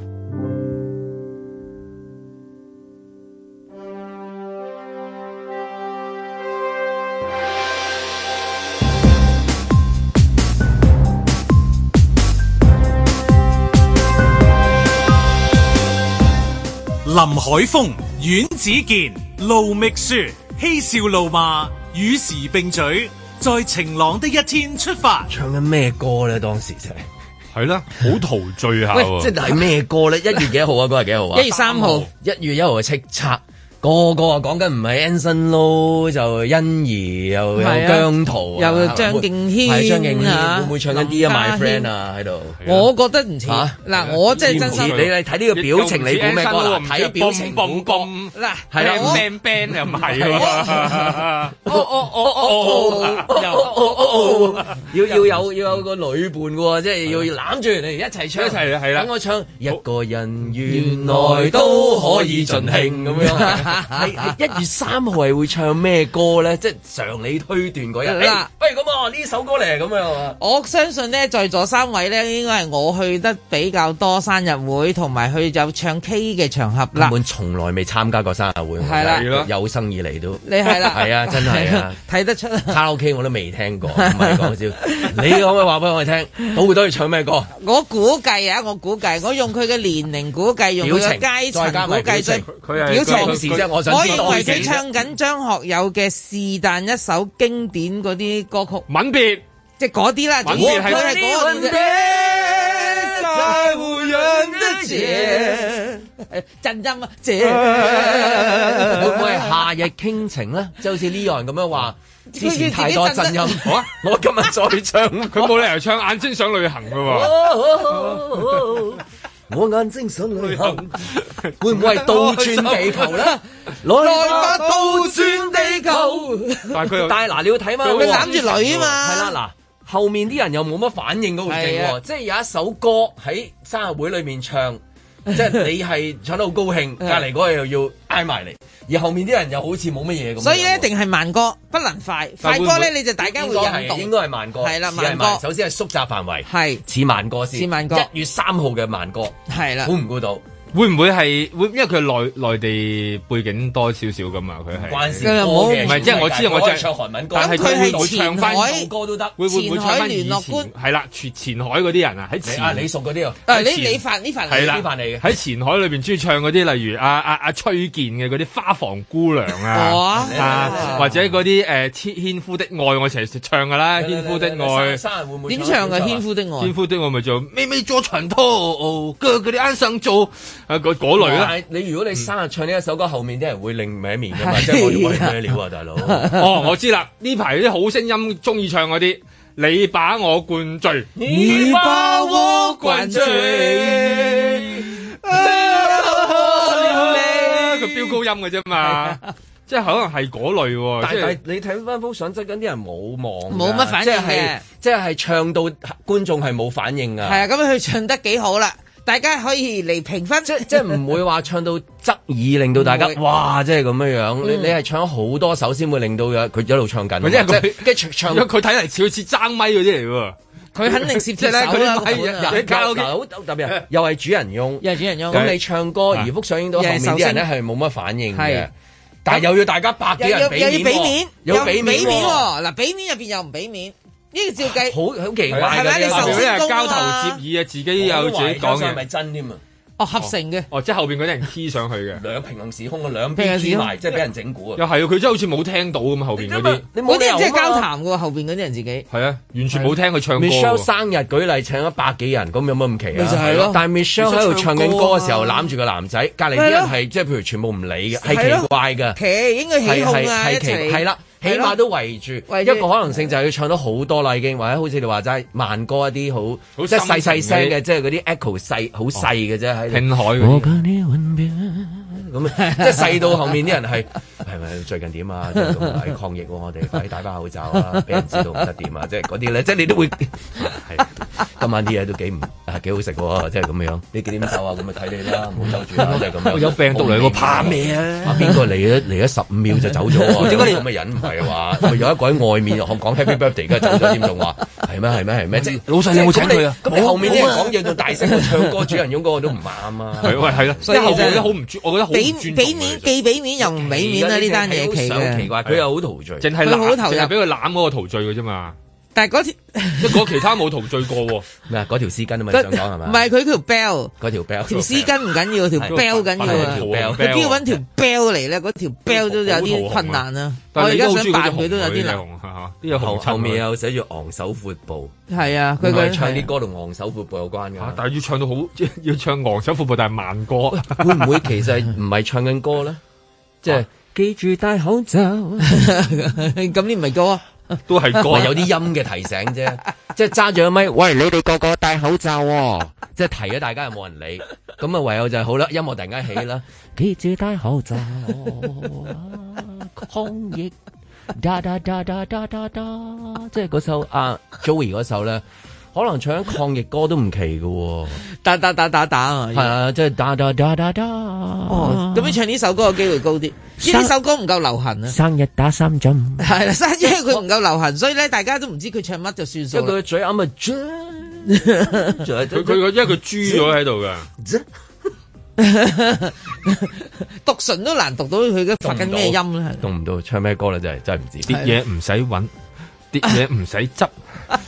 Speaker 1: 林海峰、阮子健、路觅雪，嬉笑怒罵，與時並举，在晴朗的一天出發。
Speaker 2: 唱緊咩歌咧？當時就係
Speaker 3: 係啦，好啊陶醉下
Speaker 2: 喂，
Speaker 3: 喎。
Speaker 2: 即係咩歌咧？一月幾號啊？嗰日幾號啊？
Speaker 4: 一月三號，
Speaker 2: 一月一號係叱咤。個個啊講緊唔係 Anson Lo 就欣宜又有
Speaker 4: 係啊
Speaker 2: 姜濤啊，
Speaker 4: 又張敬軒
Speaker 2: 係張敬軒
Speaker 4: 啊
Speaker 2: 會唔會唱緊啲啊
Speaker 4: 林家
Speaker 2: My
Speaker 4: 謙
Speaker 2: Friend 啊喺度？
Speaker 4: 我覺得唔似
Speaker 2: 嚇
Speaker 4: 嗱，我真係真
Speaker 2: 你
Speaker 4: 心
Speaker 3: 唔
Speaker 2: 你睇呢個表情，你估咩歌啦？
Speaker 3: 啊
Speaker 2: 睇表情估歌。
Speaker 4: 嗱，
Speaker 2: 係啦
Speaker 4: 我
Speaker 3: band band 又唔係喎，
Speaker 4: 我我我我我
Speaker 2: 哦哦哦哦要要有要有個女伴喎，即係要攬住你一齊唱
Speaker 3: 一齊係啦
Speaker 2: 等我唱一個人原來都可以盡興咁樣。你你一月三號係會唱咩歌咧？即係常理推斷嗰日。
Speaker 4: 嗱
Speaker 2: 誒不如咁啊，呢首歌嚟咁樣啊。
Speaker 4: 我相信咧，在座三位咧，應該係我去得比較多生日會，同埋去有唱 K 嘅場合
Speaker 2: 根
Speaker 4: 啦。
Speaker 2: 本從來未參加過生日會，我
Speaker 4: 係啦
Speaker 2: 真係有生以嚟都
Speaker 4: 你係啦，
Speaker 2: 係啊真係啊，
Speaker 4: [laughs] 睇得出啊。
Speaker 2: 卡拉 OK 我都未聽過，唔係講笑。你可唔可以話俾我聽，到底要唱咩歌？
Speaker 4: 我估計啊，我估計，我用佢嘅年齡估計，用佢嘅階
Speaker 2: 再加
Speaker 4: 層估
Speaker 2: 埋表
Speaker 4: 計，
Speaker 2: 情
Speaker 4: 再
Speaker 3: 佢係
Speaker 4: 表情
Speaker 2: 當時啫，我想
Speaker 4: 我
Speaker 2: 知
Speaker 4: 認
Speaker 2: 當
Speaker 4: 為
Speaker 2: 時
Speaker 4: 佢唱緊張學友嘅是但一首經典嗰啲歌曲，
Speaker 3: 吻別，
Speaker 4: 即係嗰啲啦。
Speaker 3: 吻
Speaker 4: 總
Speaker 3: 別
Speaker 4: 之
Speaker 3: 係
Speaker 4: 佢係嗰個年代
Speaker 2: 在乎人的
Speaker 4: 姐，震音啊，姐，
Speaker 2: Ờ. 會唔會係下夏日傾情咧，即係好似呢樣咁樣話，之前太多震音，好啊，我今日再唱。
Speaker 3: 佢冇理由唱眼睛想旅行噶喎，
Speaker 2: 我眼睛想旅行，會唔會係倒轉地球咧？來吧，倒轉地球。
Speaker 3: 但係
Speaker 2: [laughs]
Speaker 3: 佢又
Speaker 2: 但係嗱，你要睇翻
Speaker 3: 佢
Speaker 4: 攬住女啊嘛
Speaker 2: 係啦嗱，後面啲人又冇乜反應嗰回正
Speaker 4: 係
Speaker 2: 喎，
Speaker 4: 啊
Speaker 2: 即係有一首歌喺生日會裏面唱。即
Speaker 4: [laughs]
Speaker 2: 係你係唱得好高興，隔離嗰個又要挨埋嚟，而後面啲人又好似冇乜嘢咁樣喎。
Speaker 4: 所以咧，一定係慢歌，不能快。
Speaker 2: 但
Speaker 4: 快
Speaker 2: 會唔會
Speaker 4: 歌咧，你就大家會
Speaker 2: 應該係
Speaker 4: 引動
Speaker 2: 應。該係慢歌，
Speaker 4: 係啦
Speaker 2: 似
Speaker 4: 慢歌
Speaker 2: 首先係縮窄範圍，
Speaker 4: 係
Speaker 2: 似慢歌先，
Speaker 4: 似慢歌啊
Speaker 2: 一月三號嘅慢歌，
Speaker 4: 係啦
Speaker 2: 估，唔估到？唔
Speaker 3: 會唔會係會？因為佢內內地背景多少少咁啊，佢
Speaker 2: 關
Speaker 3: 係
Speaker 2: 事
Speaker 4: 佢
Speaker 2: 歌
Speaker 4: 又冇
Speaker 2: 嘅，
Speaker 3: 唔係即係我知我就係
Speaker 2: 可以唱韓文歌，
Speaker 3: 但係
Speaker 4: 佢係
Speaker 3: 會唱翻
Speaker 4: 前海
Speaker 2: 唱歌都得。
Speaker 3: 會會唔會唱翻以
Speaker 4: 前海聯絡官
Speaker 3: 前係啦？前前海嗰啲人啊，喺
Speaker 2: 你
Speaker 3: 前
Speaker 2: 啊，你熟嗰啲啊？
Speaker 3: 前
Speaker 4: 誒，你你發呢發
Speaker 3: 係
Speaker 2: 呢
Speaker 3: 啦
Speaker 2: 份嚟嘅，
Speaker 3: 喺前海裏邊中意唱嗰啲，例如阿阿阿崔健嘅嗰啲花房姑娘啊
Speaker 4: 哦，
Speaker 3: 啊或者嗰啲誒千千夫的愛，我成日唱噶啦，
Speaker 2: 嚟
Speaker 3: 千夫的
Speaker 2: 嚟嚟
Speaker 3: 愛
Speaker 2: 生。啊生日會唔會啊
Speaker 4: 點唱
Speaker 3: 啊
Speaker 4: 嘅《天
Speaker 2: 夫？
Speaker 4: 父的愛》？
Speaker 3: 千夫的愛咪做咩咩做長拖哦，跟住佢哋啱上做啊嗯嗰嗰類啦。
Speaker 2: 但係你如果你生日唱呢一首歌，後面啲人會另歪面㗎嘛，即係我要揾咩料啊，大
Speaker 3: [laughs]
Speaker 2: 佬。
Speaker 3: 哦，我知啦，呢排啲好聲音中意唱嗰啲，你把我灌醉，
Speaker 2: 你把我灌醉
Speaker 3: [laughs] 佢飆高音嘅啫嘛，即係可能係嗰類喎，
Speaker 2: 但
Speaker 3: 即係
Speaker 2: 係你睇翻幅相，即係跟啲人冇望㗎，
Speaker 4: 冇乜反應嘅
Speaker 2: 即係即係唱到觀眾係冇反應
Speaker 4: 係
Speaker 2: 啊！
Speaker 4: 啊，咁佢唱得幾好啦，大家可以嚟評分。即
Speaker 2: 即係唔會話唱到側耳，令到大家
Speaker 4: 唔會嗯
Speaker 2: 哇！即係咁樣樣，你你係唱好多首先會令到有佢一路唱緊啊嘛，
Speaker 3: 咪即係佢
Speaker 2: 即係跟住
Speaker 4: [laughs]
Speaker 2: 唱
Speaker 3: 因為佢睇嚟似好似爭咪嗰啲嚟喎。
Speaker 4: 佢肯定涉
Speaker 3: 即係
Speaker 4: 鐵
Speaker 3: 咧
Speaker 4: 手啦，
Speaker 3: 佢啲咪
Speaker 4: 根本啊
Speaker 2: [laughs]
Speaker 3: 人你卡拉 OK
Speaker 2: 好特別啊，又係主人翁，
Speaker 4: 又係主人翁，
Speaker 2: 咁你唱歌
Speaker 3: 啊
Speaker 2: 而幅相影到後面啲人咧係冇乜反應嘅
Speaker 4: 係，
Speaker 2: 但係又要大家百幾
Speaker 4: 又
Speaker 2: 人
Speaker 4: 要又要
Speaker 2: 俾
Speaker 4: 俾面
Speaker 2: 面，，
Speaker 4: 又
Speaker 2: 有
Speaker 4: 要
Speaker 2: 俾
Speaker 4: 俾面
Speaker 2: 面喎，
Speaker 4: 喎。嗱，俾面入邊又唔俾面，呢個照計
Speaker 2: 好好奇怪
Speaker 4: 係
Speaker 2: 㗎
Speaker 4: 咪你
Speaker 2: 呢個
Speaker 4: 首
Speaker 3: 因
Speaker 4: 先
Speaker 3: 為
Speaker 4: 公
Speaker 3: 交
Speaker 4: 啊
Speaker 3: 頭接耳啊，自己有自己
Speaker 2: 我
Speaker 3: 講
Speaker 2: 都懷疑係咪
Speaker 3: 嘅。
Speaker 2: 真添啊？
Speaker 4: 哦合成嘅。
Speaker 3: 哦，即係後邊嗰啲人 key 上去嘅。
Speaker 2: 兩平行時空嘅兩
Speaker 4: 平
Speaker 2: 邊
Speaker 4: 行時
Speaker 2: 黐
Speaker 4: 空
Speaker 2: 埋，即係俾人整蠱啊！
Speaker 3: [laughs] 又係啊，佢真係好似冇聽到咁後邊嗰啲。
Speaker 2: 你
Speaker 4: 嗰
Speaker 2: 冇
Speaker 4: 啲
Speaker 2: 理由
Speaker 4: 人真係交
Speaker 2: 啊嘛。
Speaker 4: 談嘅喎，後邊嗰啲人自己。
Speaker 3: 係啊，完全冇聽佢唱歌
Speaker 2: Michelle
Speaker 3: 喎。
Speaker 2: 生日舉例請咗百幾人，咁有乜咁奇啊？
Speaker 4: 咪就係咯
Speaker 2: 但係 Michelle 喺度唱緊歌嘅時候
Speaker 4: 唱歌啊
Speaker 2: 攬住個男仔，隔離啲人係即係譬如全部唔理嘅，係奇怪嘅，
Speaker 4: 騎應該起
Speaker 2: 係
Speaker 4: 哄
Speaker 2: 係
Speaker 4: 啊，一
Speaker 2: 係奇
Speaker 4: 齊
Speaker 2: 係啦。起
Speaker 4: 係咯
Speaker 2: 碼都圍住
Speaker 4: 圍
Speaker 2: 一
Speaker 4: 住
Speaker 2: 個可能性就係佢唱得好多啦，已經或者好似你話齋慢歌一啲好
Speaker 3: 好
Speaker 2: 即係細細聲
Speaker 3: 深
Speaker 2: 嘅，
Speaker 3: 沉
Speaker 2: 即係嗰啲 echo 細好細嘅啫喺度。
Speaker 3: 聽海嗰
Speaker 2: 我
Speaker 3: 啲。
Speaker 2: 怕你吻別 [laughs] 咁啊即係細到後面啲人係係咪最近點啊？即係咁啊抗疫喎，我哋快啲戴翻口罩啊！俾人知道唔得 [laughs] 點啊！即係嗰啲咧，即係你都會係今晚啲嘢都幾唔啊幾好食喎！即係咁樣，你幾點走啊？咁咪睇你 [laughs] 啦，唔好走住啦，即係 [laughs] 咁樣。
Speaker 3: 有病毒
Speaker 2: 我
Speaker 3: 嚟喎
Speaker 2: 唔明
Speaker 3: 怕咩啊？
Speaker 2: 啊邊個嚟咗嚟咗十五秒就走咗喎？ [laughs] 點解你咁嘅人唔係 [laughs] 話？喂有一個喺外面講講 Happy Birthday，而家走咗，點仲 [laughs] 話係咩係咩係咩？即係
Speaker 3: 老細你有冇請佢啊
Speaker 2: 咁你後面啲人講嘢仲大聲過唱 [laughs] 歌，主人翁嗰個都唔啱啊！
Speaker 3: 係喂係啦，即
Speaker 4: 所以
Speaker 3: 係後
Speaker 4: 真
Speaker 3: 邊
Speaker 4: 係
Speaker 3: 嗰啲好唔尊，我覺得好
Speaker 4: 俾
Speaker 3: 唔尊重佢
Speaker 4: 俾面，
Speaker 3: 其實
Speaker 4: 既俾面又唔俾
Speaker 2: 啊
Speaker 4: 面啦，呢單嘢奇
Speaker 2: 奇
Speaker 4: 嘅。
Speaker 2: 怪，佢又好陶醉。
Speaker 3: 淨係
Speaker 4: 佢好
Speaker 3: 攬，
Speaker 4: 投入
Speaker 3: 淨係俾佢攬嗰個陶醉嘅啫嘛，
Speaker 4: 但係嗰條
Speaker 3: 即係嗰其他冇陶醉過
Speaker 4: [laughs]
Speaker 3: 喎。
Speaker 2: 嗱，嗰條絲巾啊嘛，你想講係咪？
Speaker 4: 唔係佢條 bell
Speaker 2: 嗰條 bell，
Speaker 4: 條絲巾唔緊要，條
Speaker 2: 係
Speaker 4: bell 緊要啊
Speaker 2: 條。
Speaker 3: 係
Speaker 2: bell
Speaker 4: 佢邊度揾條 bell 嚟咧？嗰條 bell 都有啲困難啊！我
Speaker 3: 但係
Speaker 4: 而
Speaker 3: 你
Speaker 4: 家
Speaker 3: 都好
Speaker 4: 想
Speaker 3: 中意
Speaker 4: 扮
Speaker 3: 嗰
Speaker 4: 佢都有啲難。
Speaker 3: 啲紅，呢個
Speaker 2: 後
Speaker 3: 紅
Speaker 2: 後面
Speaker 3: 啊！
Speaker 2: 又寫住昂首闊步，
Speaker 4: 係啊，
Speaker 2: 佢
Speaker 4: 佢個
Speaker 2: 佢唱啲歌同昂首闊步有關
Speaker 3: 嚇
Speaker 2: 㗎。
Speaker 3: 但係要唱到好， [laughs] 要唱昂首闊步，但係慢歌。 [laughs]
Speaker 2: 會唔會其實唔係唱緊歌咧？即係記住戴口罩。
Speaker 4: 咁你唔係歌啊？
Speaker 3: 都係歌
Speaker 2: 我，哦有啲音嘅提醒啫， [laughs] 即係揸住個咪，喂，你哋個個戴口罩喎、 [laughs] 即係提咗大家又冇人理，咁啊唯有就係好啦，音樂突然間起啦， [laughs] 記住戴口罩啊，抗疫，da da da da da da da，即係嗰首啊 Joey 嗰首咧。可能唱緊抗疫歌都唔奇嘅喎，
Speaker 4: 打打打打打啊！
Speaker 2: 係啊，即係打打打打打，
Speaker 4: 哦，咁樣唱呢首歌嘅機會高啲，因為呢首歌唔夠流行啊。
Speaker 2: 生日打三針，
Speaker 4: 係啦，生因為佢唔夠流行，所以咧大家都唔知佢唱乜就算
Speaker 2: 即係
Speaker 4: 數
Speaker 2: 佢
Speaker 4: 啦。
Speaker 2: 嘅嘴
Speaker 4: [laughs]
Speaker 2: 啱啊，
Speaker 3: 佢佢因為佢豬咗喺度㗎，
Speaker 4: 讀唇都難讀到佢嘅發緊咩音啦。
Speaker 2: 動唔到唱咩歌啦，真係真係唔知。
Speaker 3: 啲嘢唔使揾，啲嘢唔使執，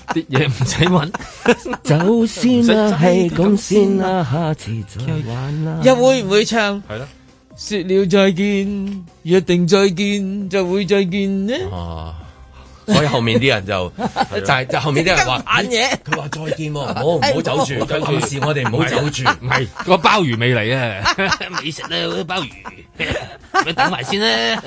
Speaker 3: 啲嘢唔使揾。
Speaker 7: 走先
Speaker 3: 啦係咁
Speaker 7: 先啦，下次再玩啦
Speaker 4: 又會唔會唱？
Speaker 3: 係咯，
Speaker 4: 說了再見，約定再見，就會再見呢？
Speaker 2: 啊，所以後面啲人 [laughs] 就就係就後面啲人話哎
Speaker 4: 眼嘢
Speaker 2: 佢話再 [laughs] 見喎，唔哎好唔好走 [laughs] 住，啊佢暗示我哋唔好走 [laughs] 住。
Speaker 3: 唔係個鮑魚未嚟 [laughs] 啊！
Speaker 8: 美食啦，嗰啲鮑魚，咪等埋先啦。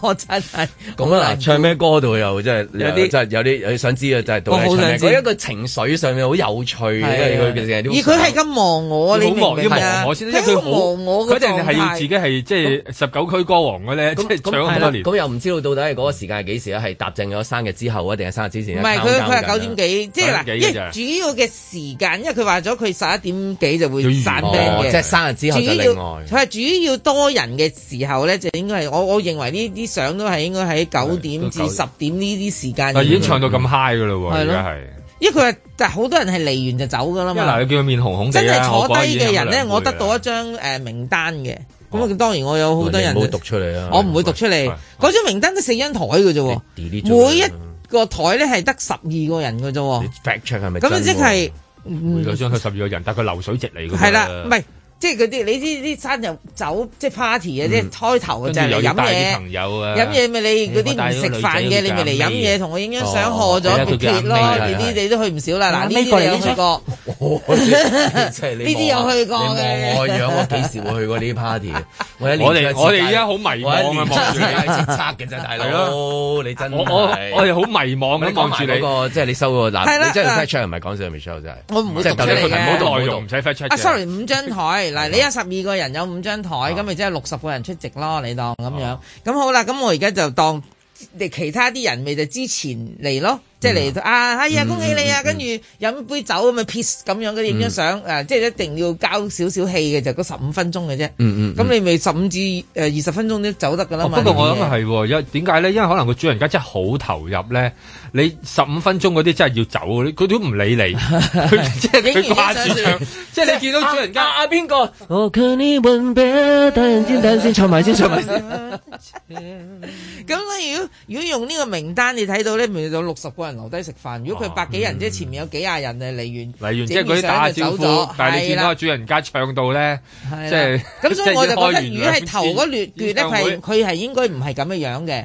Speaker 4: 我真係
Speaker 2: 咁啊嗱，唱咩歌度又真係有
Speaker 7: 有啲
Speaker 2: 啲，真係有啲有啲想知啊，真係到
Speaker 4: 我
Speaker 2: 底
Speaker 4: 好
Speaker 2: 唱咩
Speaker 4: 想知
Speaker 2: 歌？一個情緒上面好有趣，因為佢其實
Speaker 4: 而
Speaker 2: 有啲
Speaker 4: 佢係咁忙我，你
Speaker 3: 好
Speaker 4: 明唔
Speaker 3: 忙
Speaker 4: 明
Speaker 3: 要
Speaker 4: 啊？
Speaker 3: 忙我先，因為佢好
Speaker 4: 忙我
Speaker 3: 佢
Speaker 4: 嘅
Speaker 3: 一定
Speaker 4: 狀
Speaker 3: 係要
Speaker 4: 態
Speaker 3: 自己係即係十九區歌王嘅咧，即係唱咗咁多年。
Speaker 2: 咁又唔知道到底係嗰個時間係幾時啊咧？係搭正咗生日之後啊，啊定係生日之前？
Speaker 4: 唔係佢佢係九點
Speaker 2: 幾。
Speaker 4: 幾，即係嗱，
Speaker 3: 九
Speaker 4: 因
Speaker 3: 點幾
Speaker 4: 為
Speaker 3: 嘅咋
Speaker 4: 主要嘅時間，因為佢話咗佢十一點幾就會
Speaker 3: 要完
Speaker 4: 散 b
Speaker 2: 哦，
Speaker 4: 嘅。
Speaker 2: 即係生日之後就
Speaker 4: 主
Speaker 2: 另
Speaker 4: 要
Speaker 2: 外
Speaker 4: 佢。係主要多人嘅時候咧，就應該係我我認為呢啲相都係應該喺九點至
Speaker 3: 都九
Speaker 4: 十點呢啲時間
Speaker 3: 但。已經唱到咁 high 噶啦喎，
Speaker 4: 係
Speaker 3: 而
Speaker 4: 咯
Speaker 3: 家係。
Speaker 4: 因為佢話，但係好多人係嚟完就走㗎啦
Speaker 3: 因為嗱，
Speaker 4: 嘛。
Speaker 3: 你叫佢面紅紅
Speaker 4: 真
Speaker 3: 地
Speaker 4: 係
Speaker 3: 啊，
Speaker 4: 坐
Speaker 3: 嗰日已
Speaker 4: 低
Speaker 3: 經
Speaker 4: 嘅
Speaker 3: 有
Speaker 4: 人咧，
Speaker 3: 兩啊
Speaker 4: 我
Speaker 3: 杯
Speaker 4: 得
Speaker 3: 啦
Speaker 4: 到一張誒名單嘅。
Speaker 3: 哦
Speaker 4: 咁啊，當然我有好多人
Speaker 2: 你唔好讀出嚟啊！
Speaker 4: 我唔會讀出嚟
Speaker 3: 係。
Speaker 4: 嗰張名單得四張台嘅啫喎，
Speaker 2: delete 咗佢啊
Speaker 4: 每一個台咧係得十二個人嘅啫喎
Speaker 2: 你。fact check 係咪真喎？
Speaker 4: 咁啊，即係
Speaker 3: 每
Speaker 4: 嗯
Speaker 3: 個張佢十二個人，但係佢流水席嚟㗎。
Speaker 4: 係啦，唔係即係嗰啲你知啲生日酒即係 party 啊，即係開頭
Speaker 3: 嗯跟住
Speaker 4: 嘅就係
Speaker 3: 又
Speaker 4: 嚟
Speaker 3: 要
Speaker 4: 飲
Speaker 3: 帶啲
Speaker 4: 嘢。
Speaker 3: 朋友啊，
Speaker 4: 飲嘢咪你嗰啲唔食飯嘅，你咪嚟飲嘢同我影張相，
Speaker 3: 哦
Speaker 4: 賀
Speaker 3: 啊
Speaker 4: 咗撇撇咯。你啲你都去唔少啦。嗱，呢啲有去過，
Speaker 2: 我即係你
Speaker 4: [laughs] 呢啲有去過
Speaker 2: 望
Speaker 4: 嘅
Speaker 2: 我你望我樣，我幾時會去過呢啲
Speaker 3: [laughs]
Speaker 2: party？我一年
Speaker 3: 我哋
Speaker 2: 只係
Speaker 3: 我哋
Speaker 2: 設計
Speaker 3: 而家好迷惘啊
Speaker 2: 我一年 [laughs]
Speaker 3: 望住你
Speaker 2: 只係設測哎嘅啫，大
Speaker 3: 係
Speaker 2: 佬，你嗯真係
Speaker 3: 我我我哋好迷惘咁望住
Speaker 2: 你講埋
Speaker 3: 你，
Speaker 2: 嗰個，即係你收嗰個
Speaker 4: 係
Speaker 2: 嗱，
Speaker 4: 啦啊
Speaker 2: 你真係 fact check 唔係講笑，Michelle 真係。
Speaker 4: 我唔會
Speaker 2: 即
Speaker 4: 讀
Speaker 2: 係
Speaker 4: 出
Speaker 2: 特別
Speaker 4: 嚟
Speaker 2: 佢
Speaker 3: 唔
Speaker 2: 唔
Speaker 4: 嘅。
Speaker 3: 好啊
Speaker 2: 好
Speaker 3: 內容唔使 fact check 啫
Speaker 4: 啊，sorry，五張
Speaker 3: [laughs]
Speaker 4: 台嗱，你有十二個人有五張台，
Speaker 3: 啊
Speaker 4: 咁咪即係六十個人出席咯，你當咁樣。咁好啦，咁我而家就當你其他啲人咪就之前嚟
Speaker 3: 嗯
Speaker 4: 咯，即係嚟到啊，哎呀，恭喜你啊，跟住飲杯酒咁咪 peace 咁樣嘅影張相，誒，
Speaker 3: 嗯
Speaker 4: 即係一定要交少少氣嘅，就嗰十五分鐘嘅啫。
Speaker 2: 嗯嗯
Speaker 4: 咁你咪十五至誒二十分鐘都走得㗎啦
Speaker 3: 哦
Speaker 4: 嘛。
Speaker 3: 不過我
Speaker 4: 呢啲嘢
Speaker 3: 諗係喎，有點解咧？因為可能個主人家真係好投入咧，你十五分鐘嗰啲真係要走嗰啲，佢都唔
Speaker 4: [laughs]
Speaker 3: 理你，佢即係佢
Speaker 4: 影完
Speaker 3: 掛
Speaker 4: 啲
Speaker 3: 住
Speaker 4: 相
Speaker 3: 唱，即係你見到主人家
Speaker 2: 啊邊個？
Speaker 7: 我看你吻別，等陣先，等陣先，坐埋先，坐埋先。
Speaker 4: 咁所以如果如果用呢個名單，你睇到咧，咪有六十個人留低食飯。如果佢百幾
Speaker 3: 哦嗯
Speaker 4: 人，即係前面有幾廿人誒嚟
Speaker 3: 嚟
Speaker 4: 完，
Speaker 3: 完即係嗰啲打下招
Speaker 4: 整完相就走
Speaker 3: 呼
Speaker 4: 咗，
Speaker 3: 但係你見到
Speaker 4: 係
Speaker 3: 個主人家唱到咧，
Speaker 4: 啦
Speaker 3: 即係
Speaker 4: 咁，所以我就覺得，如
Speaker 3: 如
Speaker 4: 果係頭嗰劣劣咧，係佢係應該唔係咁嘅樣嘅，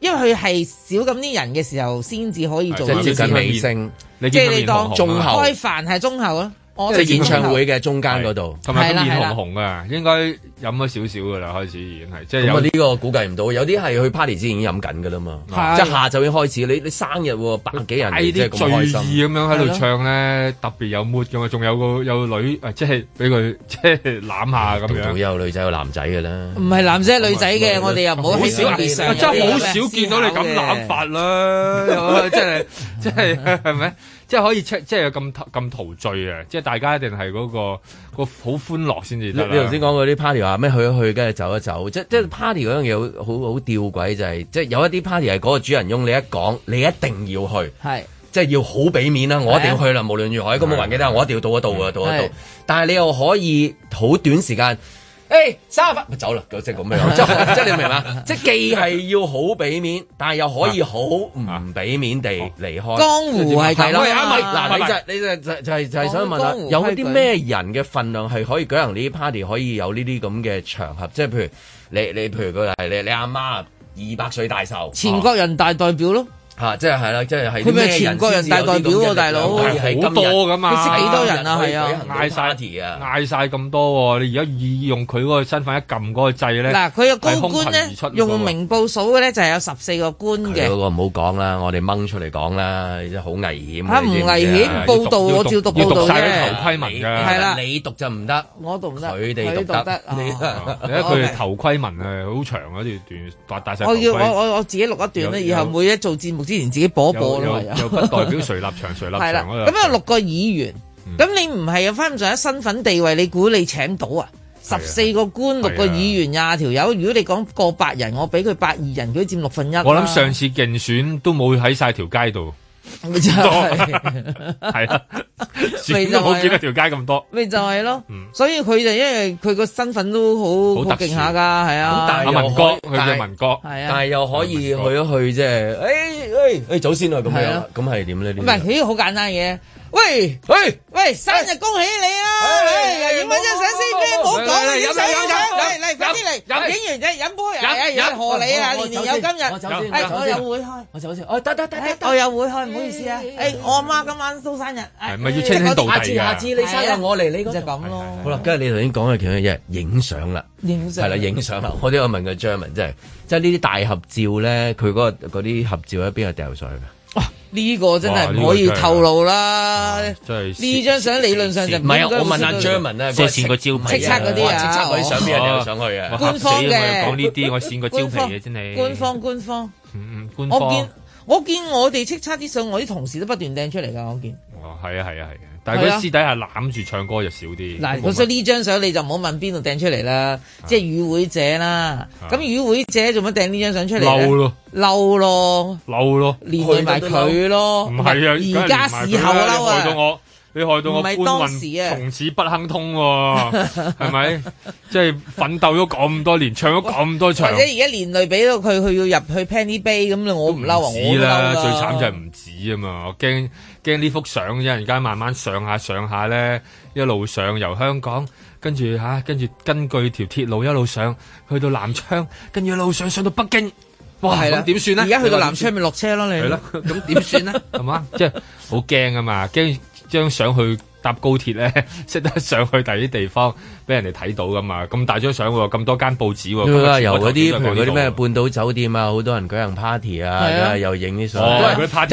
Speaker 4: 因為佢係少咁啲人嘅時候，先至可以做
Speaker 2: 即
Speaker 4: 呢
Speaker 2: 係
Speaker 3: 啊
Speaker 2: 接近
Speaker 4: 件事。
Speaker 2: 尾聲，
Speaker 3: 你
Speaker 4: 即
Speaker 3: 見
Speaker 4: 係
Speaker 3: 佢
Speaker 4: 你
Speaker 3: 面紅
Speaker 4: 當
Speaker 3: 紅
Speaker 2: 中
Speaker 3: 啊
Speaker 2: 後
Speaker 4: 開飯係中後啦，我
Speaker 2: 即
Speaker 4: 哋
Speaker 2: 係演
Speaker 4: 中
Speaker 2: 唱
Speaker 4: 後
Speaker 2: 會嘅中間嗰度。
Speaker 3: 同埋
Speaker 4: 係
Speaker 3: 佢
Speaker 4: 啦
Speaker 3: 面
Speaker 4: 係啦
Speaker 3: 紅紅噶，應該飲咗少少噶啦，開始已經係即係
Speaker 2: 咁
Speaker 3: 有
Speaker 2: 啊呢個估計唔到，有啲係去 party 之前已經飲緊㗎啦嘛，
Speaker 4: 係
Speaker 2: 即係下晝已經開始。你你生日喎，百幾人
Speaker 3: 嗌
Speaker 2: 嚟，即係
Speaker 3: 啲
Speaker 2: 咁開心。
Speaker 3: 醉意啊咁樣喺度唱咧，特別有 mood 噶嘛，仲有個有女啊，即係俾佢 [laughs] 即係攬下咁
Speaker 2: 度
Speaker 3: 樣
Speaker 2: 度。有女仔有男仔嘅啦。
Speaker 4: 唔係男仔女仔嘅，我哋又唔好喺
Speaker 2: 少
Speaker 4: 表面
Speaker 3: 啊
Speaker 4: 上，
Speaker 3: 真係好少見到你咁攬法 [laughs] 啦，真係即係係咪？即係可以即係咁咁陶醉啊！即係大家一定係嗰個個好歡樂先至
Speaker 2: 你
Speaker 3: 得
Speaker 2: 你
Speaker 3: 啦。
Speaker 2: 頭先講嗰啲 party 話咩去一去，跟住走一走，即即係 party 嗰樣嘢好好好吊詭就係、即係有一啲 party 係嗰個主人翁你一講，你一定要去，
Speaker 4: 係。
Speaker 2: 即係要好俾面啦，我一定要去啦，無論如何喺咁嘅環境底下，我一定要到一到啊，到一
Speaker 4: 係
Speaker 2: 到。但係你又可以好短時間。誒三十分咪走啦，即係咁樣，即係即係你明嘛？即係既係要好俾面，但係又可以好唔俾面地離開。
Speaker 4: 江湖係咁
Speaker 2: 啦，
Speaker 4: 啊嘛
Speaker 2: 嗱，你就你就就就係就係想問
Speaker 4: 江
Speaker 2: 啦
Speaker 4: 湖，規矩
Speaker 2: 有啲咩人嘅份量係可以舉行呢啲 party，可以有呢啲咁嘅場合？即係譬如你你譬如佢係你你阿媽二百歲大壽，哦
Speaker 4: 前國人大代表咯，
Speaker 2: 嚇，即係係啦，即係係
Speaker 4: 佢咪
Speaker 2: 咩
Speaker 4: 全國人大代表喎大佬
Speaker 2: 係
Speaker 3: 好多噶嘛，
Speaker 4: 你識幾多人啊係啊
Speaker 3: 嗌晒
Speaker 2: party 啊！
Speaker 3: 嗌晒咁多喎！你而家以用佢嗰個身份一撳嗰個掣咧，
Speaker 4: 嗱，佢個高
Speaker 3: 係
Speaker 4: 官
Speaker 3: 空群而出嗰
Speaker 4: 咧
Speaker 3: 個
Speaker 4: 用名報數嘅咧就係有十四個官
Speaker 2: 佢
Speaker 4: 嘅
Speaker 2: 嗰，個唔好講啦，我哋掹出嚟講啦，真係好危險。
Speaker 4: 嚇
Speaker 2: 你
Speaker 4: 唔
Speaker 2: 知知
Speaker 4: 危險，
Speaker 3: 啊
Speaker 4: 報道我照讀
Speaker 3: 要
Speaker 4: 報道
Speaker 3: 讀晒
Speaker 4: 嘅
Speaker 3: 啲，頭盔文㗎，
Speaker 4: 係啦
Speaker 2: 你讀就唔得，
Speaker 4: 我讀唔得，
Speaker 2: 佢哋
Speaker 4: 讀
Speaker 2: 讀得
Speaker 3: [laughs]
Speaker 4: 得，哦
Speaker 3: 啊你睇佢
Speaker 4: Okay
Speaker 3: 頭盔紋係好長嗰段段，戴戴晒頭
Speaker 4: 我
Speaker 3: 盔
Speaker 4: 要。我我我自己錄一段
Speaker 3: 有
Speaker 4: 咧，以後
Speaker 3: 有
Speaker 4: 每一做節目之前自己播一播
Speaker 3: 又
Speaker 4: 啦
Speaker 3: 又
Speaker 4: 嘛，
Speaker 3: 又不代表誰立
Speaker 4: [laughs]
Speaker 3: 場誰立
Speaker 4: 係啦，
Speaker 3: 場嗰度
Speaker 4: 咁有啊六個議員，
Speaker 3: 嗯
Speaker 4: 咁你唔係有翻咁上下身份地位，你估你請到啊？十
Speaker 3: 啊
Speaker 4: 四個官，六個
Speaker 3: 係啊
Speaker 4: 議員，廿條友。如果你講過百人，我俾佢百二人，佢都佔六分一啦。
Speaker 3: 我諗上次競選都冇喺晒條街
Speaker 4: [laughs]
Speaker 3: 度，
Speaker 4: 咪就係
Speaker 3: 係啊，
Speaker 4: 咪
Speaker 3: 選 [laughs]
Speaker 4: 就係
Speaker 3: 都
Speaker 4: 啊咯
Speaker 3: 冇見到條街咁多。
Speaker 4: 咪就係咯。所以佢就因為佢個身份都好
Speaker 3: 嗯好
Speaker 4: 好
Speaker 3: 特殊
Speaker 4: 勁下㗎，係
Speaker 2: 咁但
Speaker 4: 啊，
Speaker 2: 係
Speaker 3: 阿
Speaker 2: 又
Speaker 3: 文哥，
Speaker 2: 可
Speaker 3: 佢
Speaker 2: 但
Speaker 3: 叫
Speaker 2: 係
Speaker 3: 文哥，
Speaker 4: 係
Speaker 2: 但
Speaker 4: 啊
Speaker 2: 係。又可以去一去即係，誒誒誒，早先啊咁
Speaker 4: 係
Speaker 2: 樣
Speaker 4: 啊，
Speaker 2: 咁係點咧？呢啲哎
Speaker 4: 唔係，佢好簡單嘅。喂
Speaker 2: 喂，
Speaker 4: 喂，生日恭喜你啊！喂，影翻張相先，唔好講啦，影相影相，嚟嚟快啲嚟，影完就飲杯，哎呀，賀你
Speaker 2: 哦
Speaker 4: 啊，年年有今日，哎係我哎有會開，
Speaker 7: 我走先，哦得得得得
Speaker 4: 我有會開，唔好意思啊，誒，我阿媽今晚都生日，哎
Speaker 3: 係咪要稱兄道
Speaker 7: 下次
Speaker 3: 弟
Speaker 2: 啊
Speaker 7: 下
Speaker 3: 噶
Speaker 7: 次？你生日我嚟你嗰
Speaker 4: 啊就
Speaker 7: 度。
Speaker 4: 咁咯，
Speaker 2: 好啦，跟住你頭先講嘅其中一樣影相啦，
Speaker 4: 影相
Speaker 2: 係啦，影相啦，我都有問過 Jeremy，即係即係呢啲大合照咧，佢嗰個嗰啲合照喺邊度掉上去㗎？
Speaker 4: 呢個真係唔可以透露啦。
Speaker 3: 真係
Speaker 4: 呢張相理論上就
Speaker 2: 唔係啊，我問下 Jeremy 啊，
Speaker 8: 即係線個招
Speaker 4: 叱
Speaker 8: 牌
Speaker 4: 咤嗰啲啊
Speaker 2: 叱咤嗰啲相邊度掉上去啊嘅？
Speaker 3: 我嚇
Speaker 4: 官方嘅
Speaker 3: 死我講呢啲我線過招
Speaker 4: 官
Speaker 3: 皮
Speaker 4: 方
Speaker 3: 嘅真係。
Speaker 4: 官方官方，
Speaker 3: 嗯，嗯官方。
Speaker 4: 我見我見我哋叱咤啲相，我啲同事都不斷掟出嚟㗎，我見。
Speaker 3: 哦，係啊，係啊，係啊，但係佢
Speaker 4: 係啊
Speaker 3: 私底下攬住唱歌就少啲。
Speaker 4: 嗱，
Speaker 3: 冇
Speaker 4: 咁所以
Speaker 3: 乜啊
Speaker 4: 呢張相你就唔好問邊度掟出嚟啦，即係與會者啦。咁與會者做乜掟呢張相出嚟
Speaker 3: 嬲
Speaker 4: 咧？
Speaker 3: 咯，
Speaker 4: 嬲咯，
Speaker 3: 嬲咯，
Speaker 4: 連累埋佢咯。
Speaker 3: 唔係啊，
Speaker 4: 而家
Speaker 3: 梗係連埋佢啦
Speaker 4: 事後嬲
Speaker 3: 你害到
Speaker 4: 啊！
Speaker 3: 我。你害到我
Speaker 4: 唔
Speaker 3: 搬
Speaker 4: 係當時
Speaker 3: 運
Speaker 4: 啊
Speaker 3: 從此不亨通
Speaker 4: [laughs]
Speaker 3: 喎，係咪？即係奮鬥咗咁多年，唱咗咁多
Speaker 4: 或
Speaker 3: 場
Speaker 4: 者，而家連累俾到佢，佢要入去 Penny Bay 咁，我唔嬲啊！我
Speaker 3: 止
Speaker 4: 都嬲
Speaker 3: 啦，
Speaker 4: 啦，
Speaker 3: 最慘就係唔止啊嘛！我驚驚呢幅相，一陣間慢慢上下上下咧，一路上由香港，跟住吓、啊跟住根據條鐵路一路上去到南昌，跟住一路上上到北京，哇！
Speaker 4: 係啦
Speaker 3: 啊咁點算咧？
Speaker 4: 而家去到
Speaker 3: 你話
Speaker 4: 南
Speaker 3: 點
Speaker 4: 昌
Speaker 3: 算
Speaker 4: 咪落車咯，你
Speaker 3: 係啦，咁點算咧？ [laughs] 係嘛，即係好驚啊嘛，驚張相去搭高鐵咧， [laughs] 識得上去第啲地方俾人哋睇到噶嘛，咁大張相喎，咁多間報紙喎，咁啊
Speaker 2: 由嗰啲譬
Speaker 3: 全部
Speaker 2: 如
Speaker 3: 頭
Speaker 2: 嗰
Speaker 3: 先
Speaker 2: 啲
Speaker 3: 都係
Speaker 2: 咩
Speaker 3: 講呢
Speaker 2: 半島酒店啊，好多人舉行 party 啊，又影啲相。
Speaker 3: 哦
Speaker 2: 即係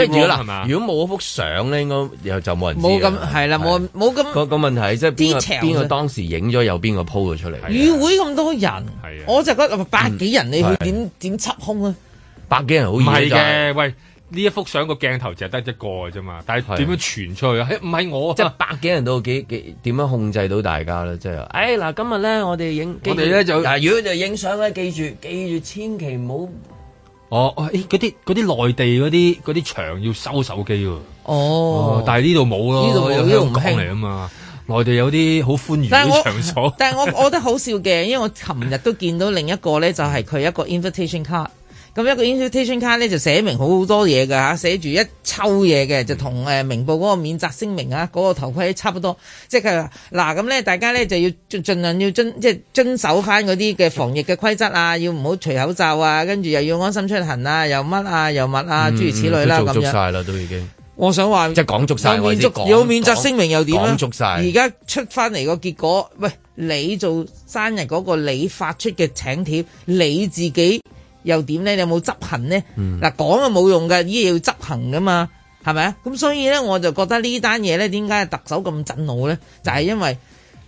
Speaker 2: 如啊果嗱，如果冇幅相咧，應該又就冇人知。
Speaker 4: 冇咁
Speaker 3: 啊
Speaker 4: 係啦，冇冇咁啊
Speaker 2: 個個問題即係邊個邊個當時影咗，有邊個 po 咗出嚟？
Speaker 4: 與會咁多人
Speaker 3: 係啊，
Speaker 4: 我就覺得百幾人你
Speaker 2: 係
Speaker 4: 去點點緝空啊？
Speaker 2: 百幾人好
Speaker 3: 唔係
Speaker 2: 易㗎，
Speaker 3: 嘅，喂，呢一幅相個鏡頭就係得一個嘅啫嘛，但係點樣傳出去啊？嘿唔係我，
Speaker 2: 即係百幾人到幾幾點樣控制到大家咧？即係，哎嗱，今日咧我哋影，
Speaker 3: 我哋呢就
Speaker 2: 嗱，如果就影相咧，記住記住，千祈唔
Speaker 3: 哦，哦咦嗰啲嗰啲內地嗰啲嗰啲場要收手機喎，
Speaker 4: 哦
Speaker 3: 哦，，但係呢度冇咯，
Speaker 4: 呢度冇
Speaker 3: 因為
Speaker 4: 呢度唔
Speaker 3: 香港
Speaker 4: 興
Speaker 3: 嚟啊嘛，內地有啲好歡愉
Speaker 4: 但係
Speaker 3: 嘅
Speaker 4: 我
Speaker 3: 場所。
Speaker 4: 但係我我覺得好笑嘅，因為我琴日都見到另一個咧，就係佢一個 invitation card。咁一個 invitation card 咧就寫明好多嘢㗎嚇，寫住一抽嘢嘅，就同誒明報嗰個免責聲明啊，嗰、個頭盔差不多。即係佢話嗱咁咧，大家咧就要盡盡量要遵即係遵守翻嗰啲嘅防疫嘅規則啊，要唔好除口罩啊，跟住又要安心出行啊，又乜啊又乜啊，諸如此類啦
Speaker 2: 做
Speaker 4: 咁
Speaker 2: 足
Speaker 4: 樣。
Speaker 2: 晒嗯啦，都已經
Speaker 4: 我想話
Speaker 2: 即係講足晒。
Speaker 4: 有
Speaker 2: 我意
Speaker 4: 免
Speaker 2: 思
Speaker 4: 責
Speaker 2: 講
Speaker 4: 有免責聲明又點啊
Speaker 2: 講？足晒
Speaker 4: 而家出翻嚟個結果，喂，你做生日嗰、個你發出嘅請帖，你自己又點呢？你有冇執行呢？
Speaker 2: 嗯
Speaker 4: 嗱、講啊冇用㗎，依嘢要執行㗎嘛，係咪啊？咁所以呢，我就覺得呢單嘢呢，點解特首咁震怒呢？就係、因為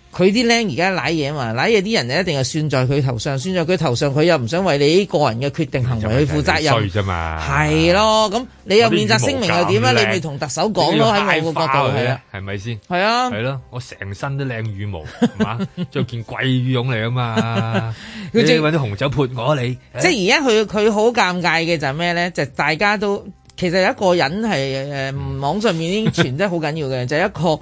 Speaker 4: 佢啲僆而家舐嘢嘛，舐嘢啲人就一定係算在佢頭上，算在佢頭上，佢又唔想為你個人嘅決定行為去負責任。
Speaker 3: 衰啫嘛，
Speaker 4: 係咯，咁你有免責聲明又點啊？
Speaker 3: 啊嗰啲羽毛
Speaker 4: 你
Speaker 3: 咁靚
Speaker 4: 咪同特首講咯，喺我個角度係
Speaker 3: 咧
Speaker 4: 啊，，
Speaker 3: 係咪先？
Speaker 4: 係啊。
Speaker 3: 係咯，我成身都靚羽毛，係
Speaker 4: [laughs]
Speaker 3: 嘛？着件貴羽絨嚟啊嘛，你
Speaker 4: 佢正
Speaker 3: 揾啲紅酒潑我啊你，
Speaker 4: 即係而家佢佢好尷尬嘅就係咩咧？就大家都其實有一個人係誒、呃、網上面已經傳得好緊要嘅，就係一個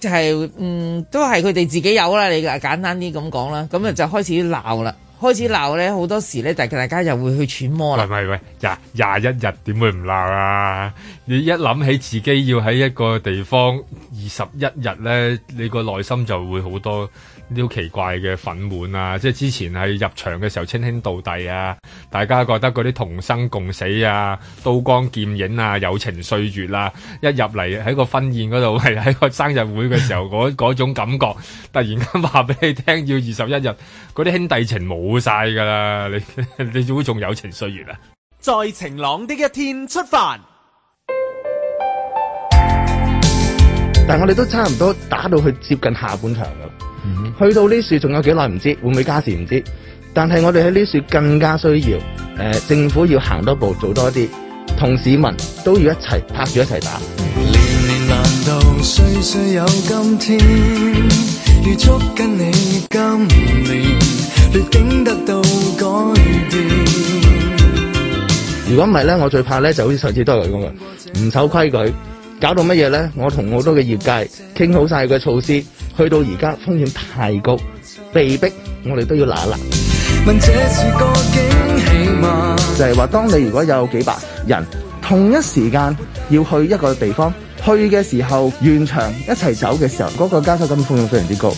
Speaker 4: 就係、嗯都係佢哋自己有啦。你簡單啲咁講啦，咁啊就開始鬧啦，開始鬧咧好多時咧，大大家又會去揣摩
Speaker 3: 喂
Speaker 4: 啦。
Speaker 3: 喂喂，廿廿一日點會唔鬧啊？你一諗起自己要喺一個地方二十一日咧，你個內心就會好多呢啲奇怪嘅憤懣啊！即係之前係入場嘅時候稱兄道弟啊，大家覺得嗰啲同生共死啊、刀光劍影啊、友情歲月啊，一入嚟喺個婚宴嗰度， [laughs] 係喺個生日會嘅時候嗰嗰種感覺，突然間話俾你聽要二十一日，嗰啲兄弟情冇晒㗎啦！ [laughs] 你你會仲友情歲月啊？
Speaker 5: 在晴朗的一天出發。
Speaker 9: 但係我哋都差唔多打到去接近下半場噶啦。去到呢樹仲有幾耐唔知，會唔會加時唔知。但係我哋喺呢樹更加需要，誒、呃政府要行多步，做多啲，同市民都要一齊拍住一齊打。
Speaker 7: 年年難道歲歲有今天？預祝緊你今年劣境得到改變。
Speaker 9: 如果唔係咧，我最怕咧就好似上次都係咁啊，唔守規矩，搞到乜嘢咧？我同好多嘅業界傾好晒嘅措施，去到而家風險太高，被逼我哋都要嗱嗱。
Speaker 7: 問這是個驚喜嗎？
Speaker 9: 就係話，當你如果有幾百人同一時間要去一個地方，去嘅時候，現場一齊走嘅時候，嗰、個交收金費用非常之高。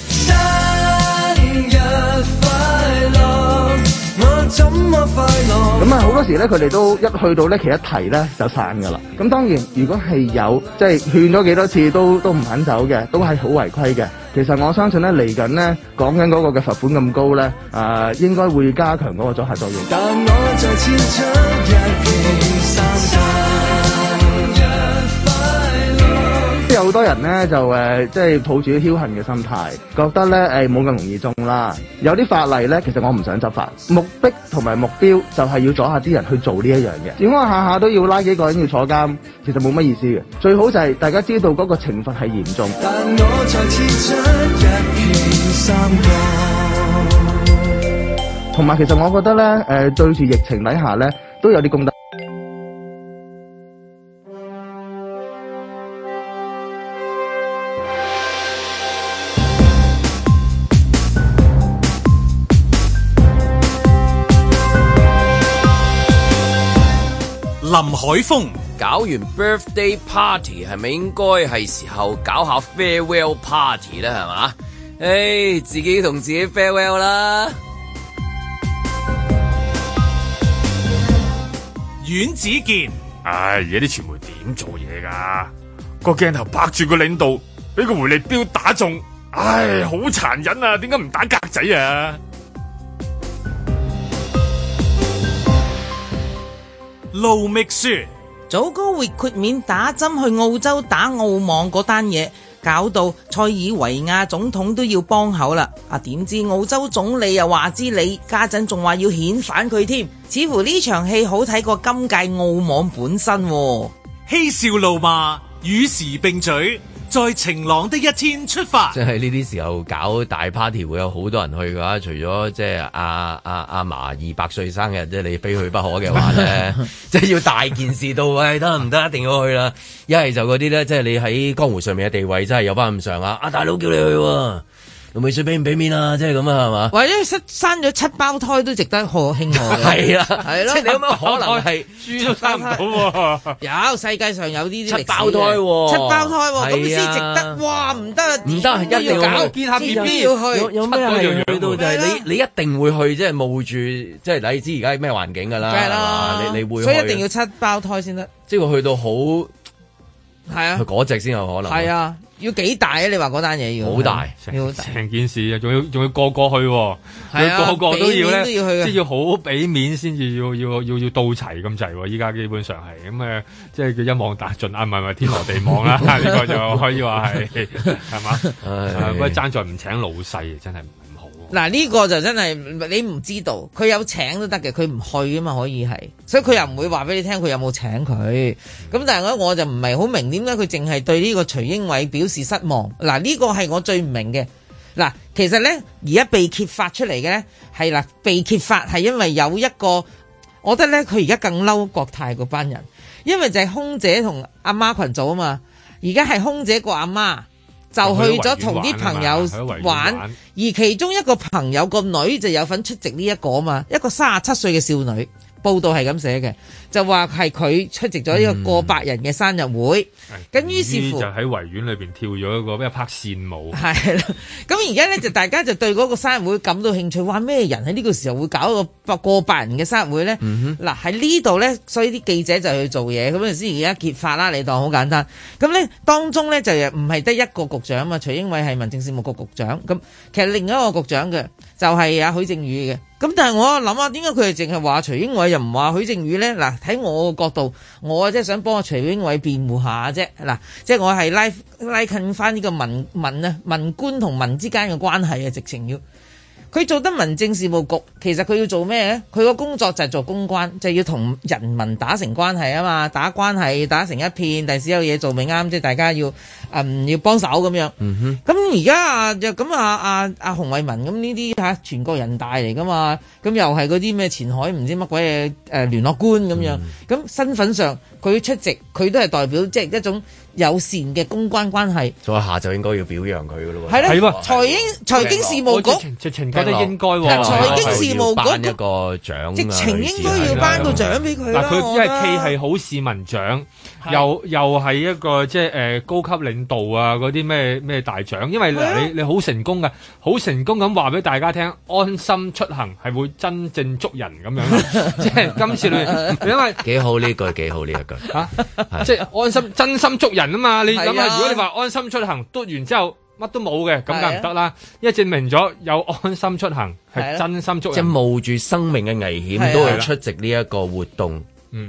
Speaker 9: 咁啊，好多時咧，佢哋都一去到咧，其實一提咧就散噶啦。咁當然，如果係有即係勸咗幾多次都都唔肯走嘅，都係好違規嘅。其實我相信咧，嚟緊咧講緊嗰個嘅罰款咁高咧，啊、應該會加強嗰個阻嚇作用。
Speaker 7: 但我在千出一片三
Speaker 9: 即係有好多人咧就誒、呃即係抱住僥倖嘅心態，覺得咧誒冇咁容易中啦。有啲法例咧，其實我唔想執法，目的同埋目標就係要阻下啲人去做呢一樣嘢。如果我下下都要拉幾個人要坐監，其實冇乜意思嘅。最好就係大家知道嗰個懲罰係嚴重。
Speaker 7: 但我在千出一片三角。
Speaker 9: 同埋其實我覺得咧，誒、呃、對住疫情底下咧，都有啲公德。
Speaker 1: 林海峰
Speaker 2: 搞完 birthday party 係咪應該係時候搞下 farewell party 咧？係嘛？誒、自己同自己 farewell 啦。
Speaker 1: 阮子健、
Speaker 10: 唉，而家啲傳媒點做嘢㗎？個鏡頭拍住個領導，俾個回力鏢打中，唉，好殘忍啊！點解唔打格仔啊？
Speaker 1: 路觅雪，
Speaker 11: 早高會豁免打針去澳洲打澳網嗰單嘢，搞到塞爾維亞總統都要幫口啦。啊，點知澳洲總理又話知你，家陣仲話要遣返佢添。似乎呢場戲好睇過今屆澳網本身喎、
Speaker 1: 嬉笑怒罵，與時並舉，在晴朗的一天出發
Speaker 2: 即。係呢啲時候搞大 party 會有好多人去嘅話，除咗即係阿阿阿嫲二百歲生日，即係你非去不可嘅話咧， [laughs] 即係要大件事到位得唔得？一定要去啦！一係就嗰啲咧，即係你喺江湖上面嘅地位真係有翻咁上下。阿大佬叫你去喎，用美水俾唔俾面啊？即係咁啊，係嘛？
Speaker 4: 或者生生咗七胞胎都值得賀慶賀
Speaker 11: [laughs]
Speaker 4: 嘅。
Speaker 2: 係啦，
Speaker 4: 係咯，
Speaker 2: 即係你有乜可能係
Speaker 4: 豬
Speaker 11: 啊
Speaker 4: 都生唔
Speaker 10: 到
Speaker 4: 喎？有世界上有呢啲
Speaker 2: 七胞胎喎
Speaker 4: 七胞胎喎，咁
Speaker 11: 啊
Speaker 4: 先值
Speaker 2: 係
Speaker 4: 得。哇，唔得，
Speaker 2: 唔得，一定要去
Speaker 4: 見下 B B 要去。
Speaker 2: 有有咩
Speaker 4: 七個
Speaker 2: 係
Speaker 4: 樣
Speaker 2: 去到就係你你一定會去，即係冒住即係你知而家咩環境㗎啦，
Speaker 4: 梗係
Speaker 2: 係
Speaker 4: 啦
Speaker 2: 啊嘛，你你會
Speaker 4: 所以
Speaker 2: 去啊
Speaker 4: 一定要七胞胎先得。
Speaker 2: 即係會去到好
Speaker 4: 係啊
Speaker 2: [laughs] 佢，嗰只先有可能。
Speaker 4: 係，啊，要幾大啊？你話嗰單嘢要
Speaker 2: 好大
Speaker 4: 要好大。
Speaker 3: 成件事啊，仲要仲要個個去喎，
Speaker 4: 係啊
Speaker 3: 要個個都要
Speaker 4: 俾
Speaker 3: 咧，
Speaker 4: 面都要去啊
Speaker 3: 即係要好俾面先至要要要要到齊咁滯喎。依家基本上係咁誒，即係叫一網打盡啊，唔係唔係天羅地網啦，呢個就可以話係係嘛？啊不過爭在唔請老細，啊真係唔好。
Speaker 4: 哎嗱呢個就真係你唔知道，佢有請都得嘅，佢唔去啊嘛，可以係，所以佢又唔會話俾你聽佢有冇請佢。咁但係咧，我就唔係好明點解佢淨係對呢個徐英偉表示失望。嗱呢個係我最唔明嘅。嗱，其實咧而家被揭發出嚟嘅咧係嗱被揭發係因為有一個，我覺得咧佢而家更嬲國泰嗰班人，因為就係空姐同阿媽群組啊嘛，而家係空姐個阿媽就去咗同啲朋友
Speaker 3: 去咗維園玩啊嘛
Speaker 4: 玩。而其中一個朋友個女就有份出席呢一個啊嘛，一個三十七歲嘅少女，報道係咁寫嘅，就話係佢出席咗呢個過百人嘅生日會，咁、於是乎
Speaker 3: 就。喺維園裏邊跳咗一個咩拍線舞，
Speaker 4: 係啦，咁而家咧就大家就對嗰個生日會感到興趣，話咩人喺呢個時候會搞一個百過百人嘅生日會咧？嗱喺呢度咧，所以啲記者就去做嘢，咁啊先而家揭發啦，你當好簡單。咁咧當中咧就唔係得一個局長啊嘛，徐英偉係民政事務局局長，咁其實另一個局長嘅就係阿許正宇嘅。咁但係我諗下，點解佢哋淨係話徐英偉又唔話許正宇咧？嗱，喺我個角度，我即係想幫阿徐英偉辯護下啫。嗱，即係我係拉拉近翻呢個民民啊民官同民之間嘅關係啊，直情要。佢做得民政事務局，其實佢要做咩咧？佢個工作就係做公關，就係要同人民打成關係啊嘛，打關係打成一片，第時有嘢做咪啱，即係大家要嗯要幫手咁樣。咁而家啊，就咁啊啊啊洪偉文咁呢啲嚇全國人大嚟噶嘛，咁又係嗰啲咩前海唔知乜鬼嘢誒聯絡官咁樣，咁、身份上佢出席佢都係代表即係一種友善嘅公關關係。
Speaker 2: 所以下晝應該要表揚佢噶咯喎。
Speaker 4: 係咯，財經財經事務
Speaker 3: 啊我直
Speaker 4: 局
Speaker 3: 情直情覺得應該喎，
Speaker 4: 係財經事務局
Speaker 2: 要頒一個獎啊，
Speaker 4: 直情應該
Speaker 2: 類似係
Speaker 4: 要頒個獎俾佢
Speaker 3: 嗱，
Speaker 4: 啦。
Speaker 3: 佢因
Speaker 4: 我
Speaker 3: 為
Speaker 4: 覺得
Speaker 3: K 係好市民獎，又又係一個即係誒高級領導啊嗰啲咩咩大獎，因為嗱你你好成功嘅，好成功咁話俾大家聽，安心出行係會真正捉人咁
Speaker 4: [laughs]
Speaker 3: 樣，即係今次你因為。
Speaker 2: 幾好呢句，幾好呢一
Speaker 4: [laughs]
Speaker 2: 句。
Speaker 3: 即係安心真心捉人啊嘛！你諗
Speaker 2: 係
Speaker 3: 下，
Speaker 2: 啊
Speaker 3: 如果你話安心出行嘟完之後乜都冇嘅，咁梗係唔得啦，因為證明咗有安心出行係真心捉
Speaker 2: 即係
Speaker 3: 人。
Speaker 2: 冒住生命嘅危
Speaker 3: 係啊
Speaker 2: 險都去出席呢一個活動。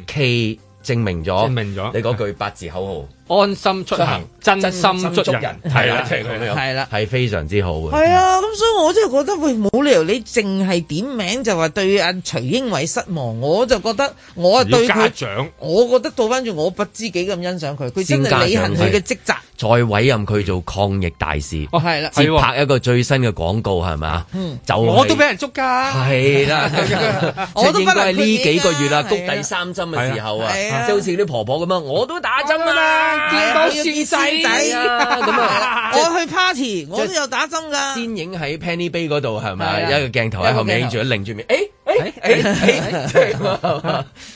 Speaker 2: K 證明咗，證
Speaker 3: 明咗
Speaker 2: 你嗰句八字口
Speaker 3: 安心出
Speaker 2: 出
Speaker 3: 行
Speaker 2: 行，
Speaker 3: 真
Speaker 2: 真
Speaker 3: 心
Speaker 2: 心
Speaker 3: 捉
Speaker 2: 捉
Speaker 3: 人
Speaker 2: 人，
Speaker 3: 係啦，
Speaker 2: 係啦
Speaker 4: 係啦
Speaker 2: 號，係非常之好嘅。
Speaker 4: 係啊，咁所以我真係覺得喂，冇理由你淨係點名就話對阿徐英偉失望，我就覺得我啊對
Speaker 2: 要家
Speaker 4: 佢
Speaker 3: 長，
Speaker 4: 我覺得倒翻轉我不知幾咁欣賞佢，佢真係履行佢嘅職責。
Speaker 2: 再委任佢做抗疫大使，
Speaker 4: 哦係啦
Speaker 2: 接
Speaker 4: 係喎
Speaker 2: 拍一個最新嘅廣告係咪啊？
Speaker 4: 嗯
Speaker 2: 就係
Speaker 3: 我都俾人捉㗎。
Speaker 2: 係啦，
Speaker 4: [laughs]
Speaker 2: 即係應該
Speaker 4: 我都不能
Speaker 2: 係呢幾個月啦，
Speaker 4: 豁
Speaker 2: 谷
Speaker 4: 免啊
Speaker 2: 第三針嘅時候啊，
Speaker 4: 係啊
Speaker 2: 即係好似啲婆婆咁啊，我都打針㗎啦，
Speaker 4: 係啊我要見
Speaker 2: 仔啊咁
Speaker 4: [laughs]
Speaker 3: [laughs]
Speaker 2: 啊，
Speaker 4: 我去 party 我都有打針㗎。
Speaker 2: 先影喺 Penny Bay 嗰度係咪？
Speaker 4: 係啊
Speaker 2: 有一個鏡頭喺後面影住，擰住面，
Speaker 4: 哎
Speaker 2: 誒誒誒誒即係咁 [laughs]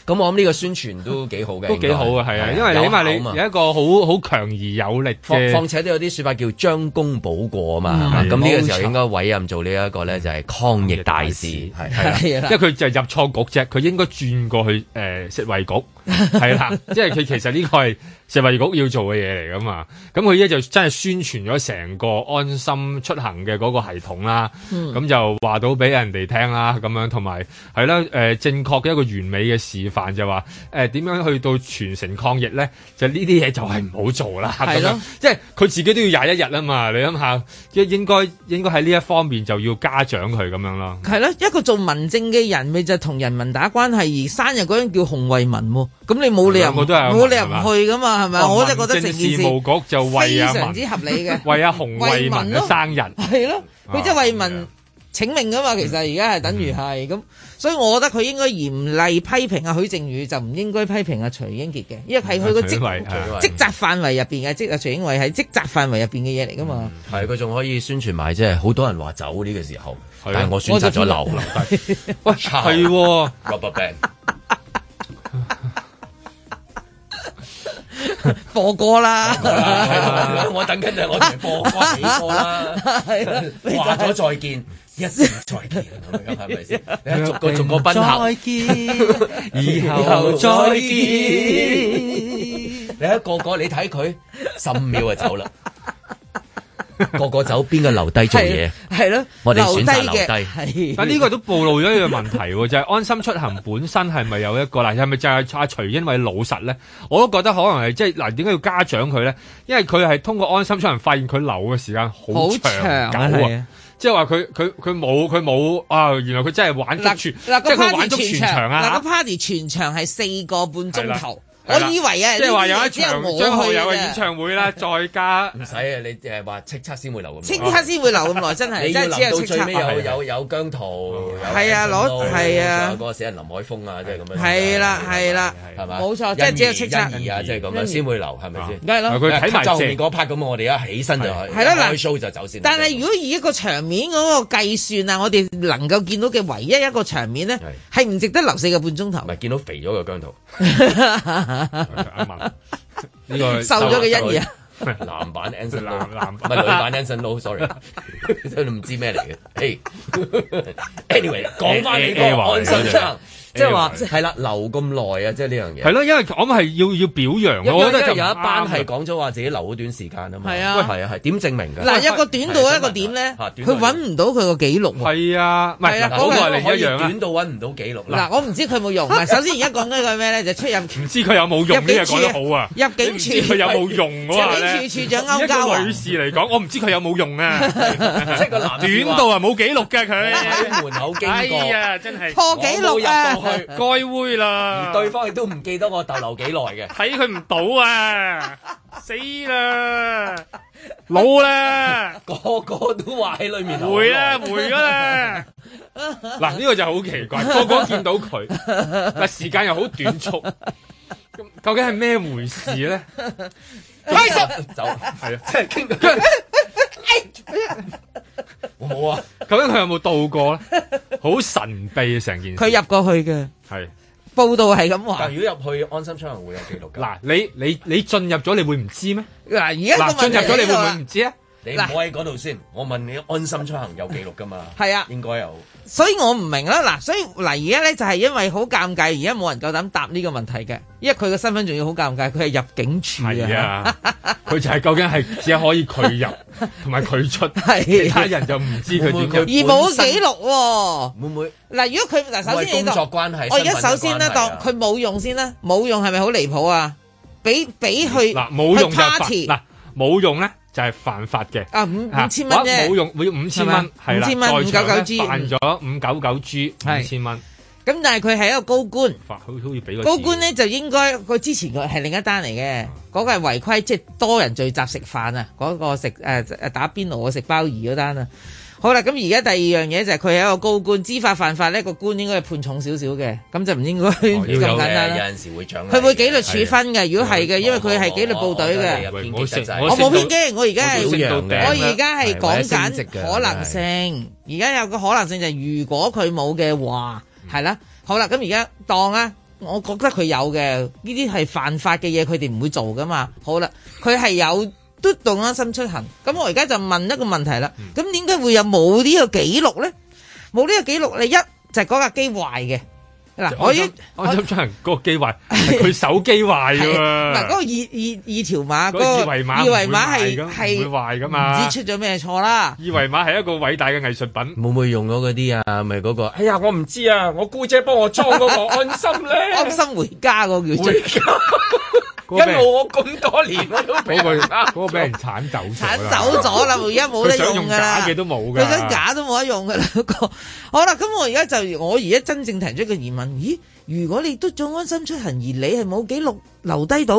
Speaker 2: 咁我諗呢個宣傳都幾好嘅，
Speaker 3: 都幾好啊，係啊，因為
Speaker 2: 有
Speaker 3: 起碼
Speaker 2: 效啊嘛
Speaker 3: 你有一個好好強而有力
Speaker 2: 況
Speaker 3: 嘅。
Speaker 2: 況且都有啲説法叫將功補過啊嘛，
Speaker 3: 嗯
Speaker 2: 咁呢個時
Speaker 3: 冇
Speaker 2: 候
Speaker 3: 錯
Speaker 2: 應該委任做呢一個咧就係抗疫大使，係啊
Speaker 3: 係啦，因為佢就入錯局啫，佢應該轉過去誒、呃食衞局， [laughs] 係啦，因為佢其實呢個係食衞局要做嘅嘢嚟噶嘛，咁佢依家就真係宣傳咗成個安心出行嘅嗰個系統啦，
Speaker 10: 嗯
Speaker 3: 咁、就話到俾人哋聽啦，咁樣同埋係啦，誒、呃正確嘅一個完美嘅示範就話誒點樣去到全城抗疫咧，就呢啲嘢就係唔好做啦，咁
Speaker 10: 係咯
Speaker 3: 樣，即係佢自己都要廿一日啊嘛，你諗下，應應該應該喺呢一方面就要嘉獎佢咁樣咯。
Speaker 4: 係咯，一個做民政嘅人，咪就同人民打關係，而生日嗰人叫洪為民喎，咁你冇理由
Speaker 3: 兩個都係
Speaker 4: 冇理由
Speaker 3: 係
Speaker 4: 唔
Speaker 3: 嘛
Speaker 4: 去噶嘛，係咪？
Speaker 3: 哦
Speaker 4: 我真係覺得成件
Speaker 3: 民政事務局就為阿
Speaker 4: 非常
Speaker 3: 民
Speaker 4: 之合
Speaker 3: [laughs]
Speaker 4: 理嘅 [laughs]
Speaker 3: 為阿洪為民
Speaker 4: 為民咯
Speaker 3: 嘅生日，
Speaker 4: 係咯，
Speaker 3: 啊
Speaker 4: 佢 [laughs] 即係為民請命噶嘛，其
Speaker 3: 嗯
Speaker 4: 實而家係等於係咁，所以我覺得佢應該嚴厲批評阿許正宇，就唔應該批評阿徐英傑嘅，因為
Speaker 3: 嗯
Speaker 4: 係佢個
Speaker 2: 徐
Speaker 4: 職
Speaker 2: 英偉
Speaker 3: 啊
Speaker 2: 係
Speaker 4: 職責範圍入邊嘅，即係徐英偉喺職責範圍入邊嘅嘢嚟噶
Speaker 3: 嗯
Speaker 4: 嘛。
Speaker 2: 係佢仲可以宣傳埋，即係好多人話走呢個時候，
Speaker 3: 係啊
Speaker 2: 但係我選擇咗留
Speaker 3: [laughs] 我
Speaker 2: 留
Speaker 3: 就
Speaker 2: 低。
Speaker 3: 喂，係喎
Speaker 2: Rubberband
Speaker 4: 播歌啦，
Speaker 2: 我等緊就係我同你播歌幾歌啦，話咗再見，一時再見咁樣係咪先？你逐個逐個賓客，
Speaker 4: 再
Speaker 2: 見，
Speaker 4: 以
Speaker 2: 以
Speaker 4: 後
Speaker 2: 後
Speaker 4: 再
Speaker 2: 再
Speaker 4: 見
Speaker 2: 見。你一個個你睇佢十五秒就走啦，個個走邊個留低做嘢？
Speaker 4: 係咯，
Speaker 2: 我哋選
Speaker 4: 留低
Speaker 2: 擇留
Speaker 4: 嘅
Speaker 2: 低
Speaker 4: 係
Speaker 3: 但呢個都暴露咗一個問題喎，就係安心出行本身係咪有一個嗱，係咪就係阿徐英偉老實咧？我都覺得可能係即係嗱，點解要嘉獎佢咧？因為佢係通過安心出行發現佢留嘅時間好
Speaker 4: 好長啊
Speaker 3: 長久
Speaker 4: 係
Speaker 3: 啊。
Speaker 4: 啊
Speaker 3: 即係話佢佢佢冇佢冇啊！原來佢真係玩足
Speaker 4: 嗱
Speaker 3: 全，即
Speaker 4: 嗱個
Speaker 3: 係佢玩
Speaker 4: party
Speaker 3: 足全
Speaker 4: 全
Speaker 3: 場
Speaker 4: 場嗱
Speaker 3: 啊
Speaker 4: 個！party 全場係四個半鐘頭，我
Speaker 2: 係啦
Speaker 4: 以為啊，
Speaker 2: 即係話
Speaker 4: 呢啲
Speaker 2: 有一
Speaker 4: 嘢只有
Speaker 2: 場張
Speaker 4: 我
Speaker 2: 學
Speaker 4: 去
Speaker 2: 友
Speaker 4: 嘅
Speaker 2: 嘅
Speaker 4: 啫
Speaker 2: 演
Speaker 3: 唱會啦，再加
Speaker 2: 唔使啊！你誒話叱咤先會留咁耐，
Speaker 4: 即刻先會留咁耐，真係
Speaker 2: [laughs] 你要
Speaker 4: 真係只
Speaker 2: 留
Speaker 4: 有
Speaker 2: 到
Speaker 4: 叱
Speaker 2: 最尾有
Speaker 4: 咤。
Speaker 2: 有有姜濤，
Speaker 4: 係啊攞係啊
Speaker 2: 嗰個死人林海峰啊，即係咁樣。
Speaker 4: 係啦係啦，
Speaker 2: 係嘛？
Speaker 4: 冇錯，即係只有叱咤。
Speaker 2: 欣宜啊，即係咁
Speaker 4: 欣
Speaker 2: 樣
Speaker 4: 宜啊
Speaker 2: 先會留，係咪先？
Speaker 4: 梗係啦
Speaker 3: 佢睇埋
Speaker 2: 就後
Speaker 3: 正
Speaker 2: 面嗰 part 咁，我哋一起身就係
Speaker 4: 係啦嗱
Speaker 2: 開 show 就走先。
Speaker 4: 但係如果以一個場面嗰個計算啊，我哋能夠見到嘅唯一一個場面咧，係唔值得留四個半鐘頭。
Speaker 2: 唔係見到肥咗個姜濤， [laughs]
Speaker 3: 呢個
Speaker 4: 瘦咗嘅欣宜啊
Speaker 2: 男版 Anson
Speaker 3: 男
Speaker 2: 男
Speaker 3: 男
Speaker 2: 唔係女版 Anson
Speaker 4: [laughs]
Speaker 2: Lo，sorry，真係唔知咩嚟嘅。嘿 [laughs] anyway，講翻你個
Speaker 3: Anyway，
Speaker 2: 安心出行
Speaker 3: anyway，
Speaker 2: 即係話
Speaker 3: anyway
Speaker 2: 係啦，留咁耐啊，即係呢樣嘢。
Speaker 3: 係咯，因為我諗係要要表
Speaker 2: 因
Speaker 3: 揚，我覺得
Speaker 2: 因
Speaker 3: 就
Speaker 2: 為有一班係
Speaker 3: 係
Speaker 2: 講咗話自己留好短時間啊嘛，
Speaker 4: 係啊
Speaker 2: 喂係啊係點證明㗎？
Speaker 4: 嗱，一個短到一個點咧，
Speaker 2: 嚇啊短
Speaker 4: 佢揾唔到佢個記錄喎。
Speaker 3: 係啊，唔係
Speaker 4: 係啊
Speaker 3: 嗱嗰個係
Speaker 2: 可
Speaker 3: 另
Speaker 2: 以
Speaker 3: 一樣啊
Speaker 2: 短。到揾唔到記錄啦
Speaker 4: 嗱，。我唔知佢有冇用。嗱，首先而家講緊個咩咧，就
Speaker 2: [laughs]
Speaker 4: 出入
Speaker 3: 唔知佢有冇用呢？又講得好啊！
Speaker 4: 入境處
Speaker 3: 你唔知佢有冇用嗰下咧？
Speaker 4: 入境處處長歐家
Speaker 3: 一個
Speaker 4: 華
Speaker 3: 女士嚟講，我唔知佢有
Speaker 2: [laughs]
Speaker 3: 冇用啊！
Speaker 2: 即係個男士話
Speaker 3: 短到啊，冇記錄嘅佢
Speaker 2: 喺門口 [laughs] 經過
Speaker 3: 哎
Speaker 2: [laughs]
Speaker 3: 呀，真係
Speaker 4: 破紀錄啊
Speaker 2: 我冇入
Speaker 3: 到去，該會啦。
Speaker 2: 而對方亦都唔記得我逗留幾耐嘅。
Speaker 3: 睇佢唔到啊！死啦，老啦，
Speaker 2: 個個都話喺裏面留好耐
Speaker 3: 回啦，回咗啦。嗱，呢個就好奇怪，個個見到佢，但時間又好短促，咁究竟係咩回事咧？
Speaker 2: 開心走，
Speaker 3: 係啊，即係傾到。我冇啊，究竟佢有冇到過咧？好神秘啊成件事。
Speaker 4: 佢入過去嘅
Speaker 3: 係。
Speaker 4: 報道係咁話。
Speaker 2: 如果入去安心出行會有記錄㗎。
Speaker 3: 嗱，你你你進入咗，你會唔知咩？
Speaker 4: 嗱，而家
Speaker 3: 嗱
Speaker 4: 個問
Speaker 3: 進
Speaker 4: 題
Speaker 3: 入咗，你
Speaker 4: 喺度
Speaker 3: 會唔
Speaker 4: 啦
Speaker 3: 會唔知啊？
Speaker 2: 你唔好喺嗰度先，我問你安心出行有記錄㗎嘛？
Speaker 4: 係啊
Speaker 2: 應該有。
Speaker 4: 所以我唔明啦，嗱，所以嗱，而家咧就係因為好尷尬，而家冇人夠膽答呢個問題嘅，因為佢嘅身份仲要好尷尬，佢係入境處
Speaker 3: 係
Speaker 4: 啊，
Speaker 3: 啊，佢就係究竟係只可以佢入同埋佢出，其他人就唔知佢點
Speaker 4: 而
Speaker 3: 樣。
Speaker 4: 冇記錄喎。
Speaker 2: 會唔會？
Speaker 4: 嗱，如果佢嗱，首
Speaker 2: 為
Speaker 4: 先你
Speaker 2: 工
Speaker 4: 當
Speaker 2: 作關係
Speaker 4: 我而家
Speaker 2: 身份
Speaker 4: 首先咧
Speaker 2: 關係
Speaker 4: 當
Speaker 2: 啊
Speaker 4: 佢冇用先啦，冇用係咪好離譜啊？俾俾去
Speaker 3: 嗱冇用就
Speaker 4: 去
Speaker 3: 犯
Speaker 4: party
Speaker 3: 嗱冇用咧就係犯法嘅。
Speaker 4: 啊，五
Speaker 3: 啊
Speaker 4: 五千蚊
Speaker 3: 或者
Speaker 4: 啫，
Speaker 3: 冇用每五千
Speaker 4: 係嘛
Speaker 3: 蚊係啦，
Speaker 4: 五千蚊
Speaker 3: 在場呢
Speaker 4: 599G
Speaker 3: 犯咗五九九 G
Speaker 4: 係
Speaker 3: 五千蚊，
Speaker 4: 咁但係佢係一個高官。
Speaker 3: 罰好好似俾個
Speaker 4: 高官咧就應該佢之前個係另一單嚟嘅，嗰、個係違規，即係多人聚集食飯啊，嗰、個食誒、呃打邊爐啊食鮑魚嗰單啊。好啦，咁而家第二樣嘢就係佢係一個高官，知法犯法咧，個官應該係判重少少嘅，咁就唔應該 [laughs] 咁
Speaker 2: 有
Speaker 4: 簡單
Speaker 2: 有啊
Speaker 4: 啦。
Speaker 2: 陣時會獎勵
Speaker 4: 佢會紀律處分嘅，如果係
Speaker 2: 啊
Speaker 4: 嘅，因為佢係紀律部隊
Speaker 2: 我
Speaker 4: 嘅。
Speaker 2: 我我我
Speaker 3: 我食
Speaker 2: 哦我
Speaker 4: 我冇偏
Speaker 3: 激，
Speaker 4: 激，我而家係
Speaker 3: 我食到頂啦
Speaker 4: 我而家係講
Speaker 2: 係或者升
Speaker 4: 緊
Speaker 2: 職嘅
Speaker 4: 可能性，而家有個可能性就係如果佢冇嘅話，
Speaker 3: 嗯
Speaker 4: 係啦，好啦，咁而家當啊，我覺得佢有嘅，呢啲係犯法嘅嘢，佢哋唔會做噶嘛。好啦，佢係有嘟動安心出行，咁我而家就問一個問題啦，
Speaker 3: 嗯
Speaker 4: 咁點解會有冇呢個記錄咧？冇呢個記錄，你一就係嗰架機壞嘅，嗱，我
Speaker 3: 安
Speaker 4: 已
Speaker 3: 心
Speaker 4: 經
Speaker 3: 安心出行 [laughs] 嗰個機壞，係佢手機壞㗎
Speaker 4: 嗱嗰個
Speaker 3: 喎。
Speaker 4: 二二二條碼，
Speaker 3: 啊嗰
Speaker 4: 嗰
Speaker 3: 個
Speaker 4: 個
Speaker 3: 二維碼唔會
Speaker 4: 二維碼係
Speaker 3: 壞㗎
Speaker 4: 係
Speaker 3: 唔會壞㗎嘛
Speaker 4: 唔知出咗咩錯啦。
Speaker 3: 二維碼係一個偉大嘅藝術品。
Speaker 2: 會唔會用咗嗰啲啊？咪嗰個
Speaker 3: 哎呀，我唔知啊，我姑姐幫我裝嗰個 [laughs] 安心
Speaker 4: [laughs] 安
Speaker 3: 咧。
Speaker 4: 心回家嗰個叫做
Speaker 3: 嗰個咩
Speaker 2: 我咁多年我都
Speaker 3: 嗰 [laughs] 個啊嗰個俾人鏟走咗
Speaker 4: 鏟
Speaker 3: 啦
Speaker 4: 走咗啦，而家冇得
Speaker 3: 佢想
Speaker 4: 用
Speaker 3: 用
Speaker 4: 噶
Speaker 3: 假
Speaker 4: 啦
Speaker 3: 嘅。都冇㗎。
Speaker 4: 佢想假都冇得用噶啦，嗰個好啦，咁我而家就我而家真正提出個疑問，咦？如果你都做安心出行，而你係冇記錄留低到，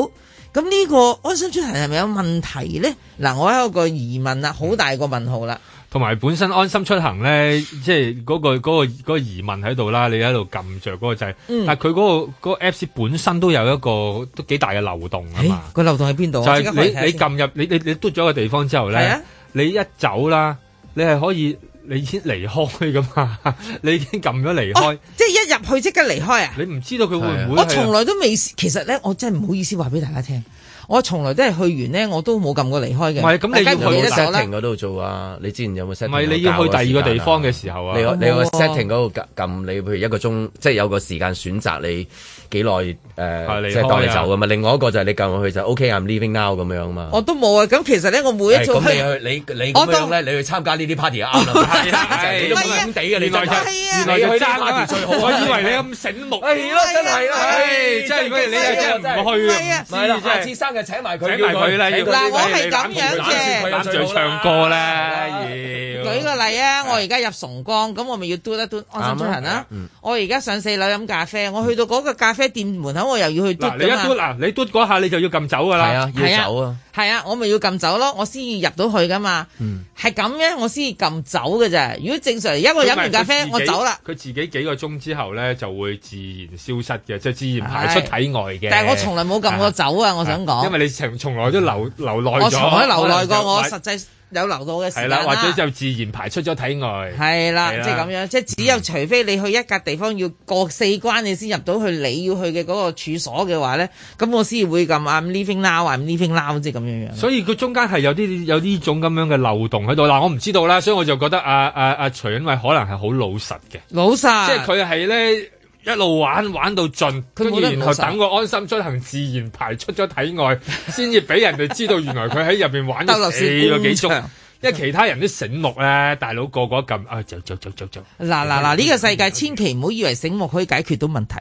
Speaker 4: 咁呢個安心出行係咪有問題咧？嗱，我有一個疑問啦，好大個問號啦。
Speaker 3: 同埋本身安心出行咧，即係嗰、個嗰、個嗰、個疑問喺度啦，你喺度撳着嗰個掣，
Speaker 4: 嗯
Speaker 3: 但係佢嗰個嗰、個 Apps 本身都有一個都幾大嘅漏洞啊嘛，
Speaker 4: 個漏洞喺邊度
Speaker 3: 就
Speaker 4: 啊？
Speaker 3: 係
Speaker 4: 即刻
Speaker 3: 你
Speaker 4: 可以睇下
Speaker 3: 你
Speaker 4: 先
Speaker 3: 撳入你你你嘟咗個地方之後
Speaker 4: 係
Speaker 3: 咧
Speaker 4: 啊，
Speaker 3: 你一走啦，你係可以你先離開噶嘛， [laughs] 你已經撳咗離開，
Speaker 4: 哦即係一入去即刻離開啊！
Speaker 3: 你唔知道佢會唔會係
Speaker 4: 我從來都未試，其實咧，我真係唔好意思話俾大家聽，我從來都係去完咧，我都冇撳過離開嘅。
Speaker 3: 唔係咁你
Speaker 4: 大家唔
Speaker 3: 要去
Speaker 2: 有
Speaker 4: 記得
Speaker 2: 冇
Speaker 4: 咗啦
Speaker 2: setting。嗰度做啊？你之前有冇 setting？
Speaker 3: 唔係你要去第二個地方嘅時候啊
Speaker 2: 你有你有個
Speaker 4: 哦
Speaker 2: setting 嗰度撳撳你，譬如一個鐘，即係有個時間選擇你幾耐誒，
Speaker 3: 離
Speaker 2: 呃即
Speaker 3: 開啊
Speaker 2: 係當你走噶嘛。另外一個就係你撳落去就 OK，I'm leaving now 咁樣嘛。
Speaker 4: 我都冇啊！咁其實咧，我每一
Speaker 2: 係
Speaker 4: 次去
Speaker 2: 咁你去你你咁樣咧，你去參加呢啲 party 就啱啦。
Speaker 3: 係啊係啊
Speaker 2: 你都懵懵地嘅，你
Speaker 3: 原來
Speaker 2: 真
Speaker 3: 就
Speaker 2: 係
Speaker 3: 原來就
Speaker 2: 你
Speaker 3: 爭
Speaker 2: 去呢個
Speaker 3: 啊
Speaker 2: 地方最好啊
Speaker 3: 我以為你咁醒目，
Speaker 2: 係咯，真係啦，
Speaker 3: 唉，真係如果你係真係唔去
Speaker 4: 係
Speaker 3: 啊
Speaker 4: 啊，
Speaker 3: 唔
Speaker 2: 唔
Speaker 3: 知
Speaker 2: 係啦，
Speaker 3: 真
Speaker 2: 下
Speaker 3: 係
Speaker 2: 次生日請埋佢，
Speaker 3: 請埋佢啦，
Speaker 2: 叫
Speaker 3: 要
Speaker 4: 嗱我係咁樣嘅
Speaker 3: 攬住唱歌
Speaker 4: [laughs]
Speaker 3: 咧，
Speaker 4: 舉
Speaker 3: 要。
Speaker 4: 個例啊，我而家入崇光，咁我咪要嘟一嘟安心出行啦。
Speaker 3: 嗯
Speaker 4: 我而家上四樓飲咖啡，我去到嗰個咖啡店門口，我又要去嘟
Speaker 3: 嗱，你一
Speaker 4: 㗎
Speaker 3: 嘟
Speaker 4: 嘛。
Speaker 3: 嗱，你嘟嗰下你就要撳走噶
Speaker 2: 係
Speaker 3: 啦。
Speaker 2: 啊，要走啊。
Speaker 4: 係啊，我咪要撳走咯，我先入到去噶嘛。
Speaker 3: 嗯
Speaker 4: 係咁咧，我先撳走嘅啫。如果正常，而家我飲完咖啡，我走啦。
Speaker 3: 佢自己幾個鐘之後咧，就會自然消失嘅，即係自然排出體外嘅。
Speaker 4: 但係我從來冇撳過走啊！我想
Speaker 3: 因
Speaker 4: 講，
Speaker 3: 為你從從來都留留耐咗，
Speaker 4: 我從來留耐過，我實際有留到嘅時
Speaker 3: 係
Speaker 4: 間
Speaker 3: 啦，
Speaker 4: 啦。
Speaker 3: 或者就自然排出咗體外。
Speaker 4: 係啦，
Speaker 3: 係啦
Speaker 4: 即係咁樣，即係只有除非你去一笪地方要過四關，你先入到去你要去嘅嗰個處所嘅話咧，咁我先會咁 I'm leaving now，I'm leaving now，即係咁樣樣。
Speaker 3: 所以佢中間係有啲有呢種咁樣嘅漏洞喺度。嗱，我唔知道啦，所以我就覺得阿阿阿徐恩偉可能係好老實嘅。
Speaker 4: 老實，
Speaker 3: 即係佢係咧一路玩玩到盡，
Speaker 4: 佢
Speaker 3: 跟住
Speaker 4: 冇得
Speaker 3: 然後
Speaker 4: 唔手
Speaker 3: 等個安心出行自然排出咗體
Speaker 4: [laughs]
Speaker 3: 外，先至俾人哋知道原來佢喺入邊玩
Speaker 4: 逗留
Speaker 3: 咗
Speaker 4: 時
Speaker 3: 四個幾
Speaker 4: 工
Speaker 3: 鐘
Speaker 4: 場。
Speaker 3: 因為其他人都醒目咧，大佬個個撳啊，走走走走走，
Speaker 4: 嗱嗱嗱，呢個世界千祈唔好以為醒目可以解決到問題，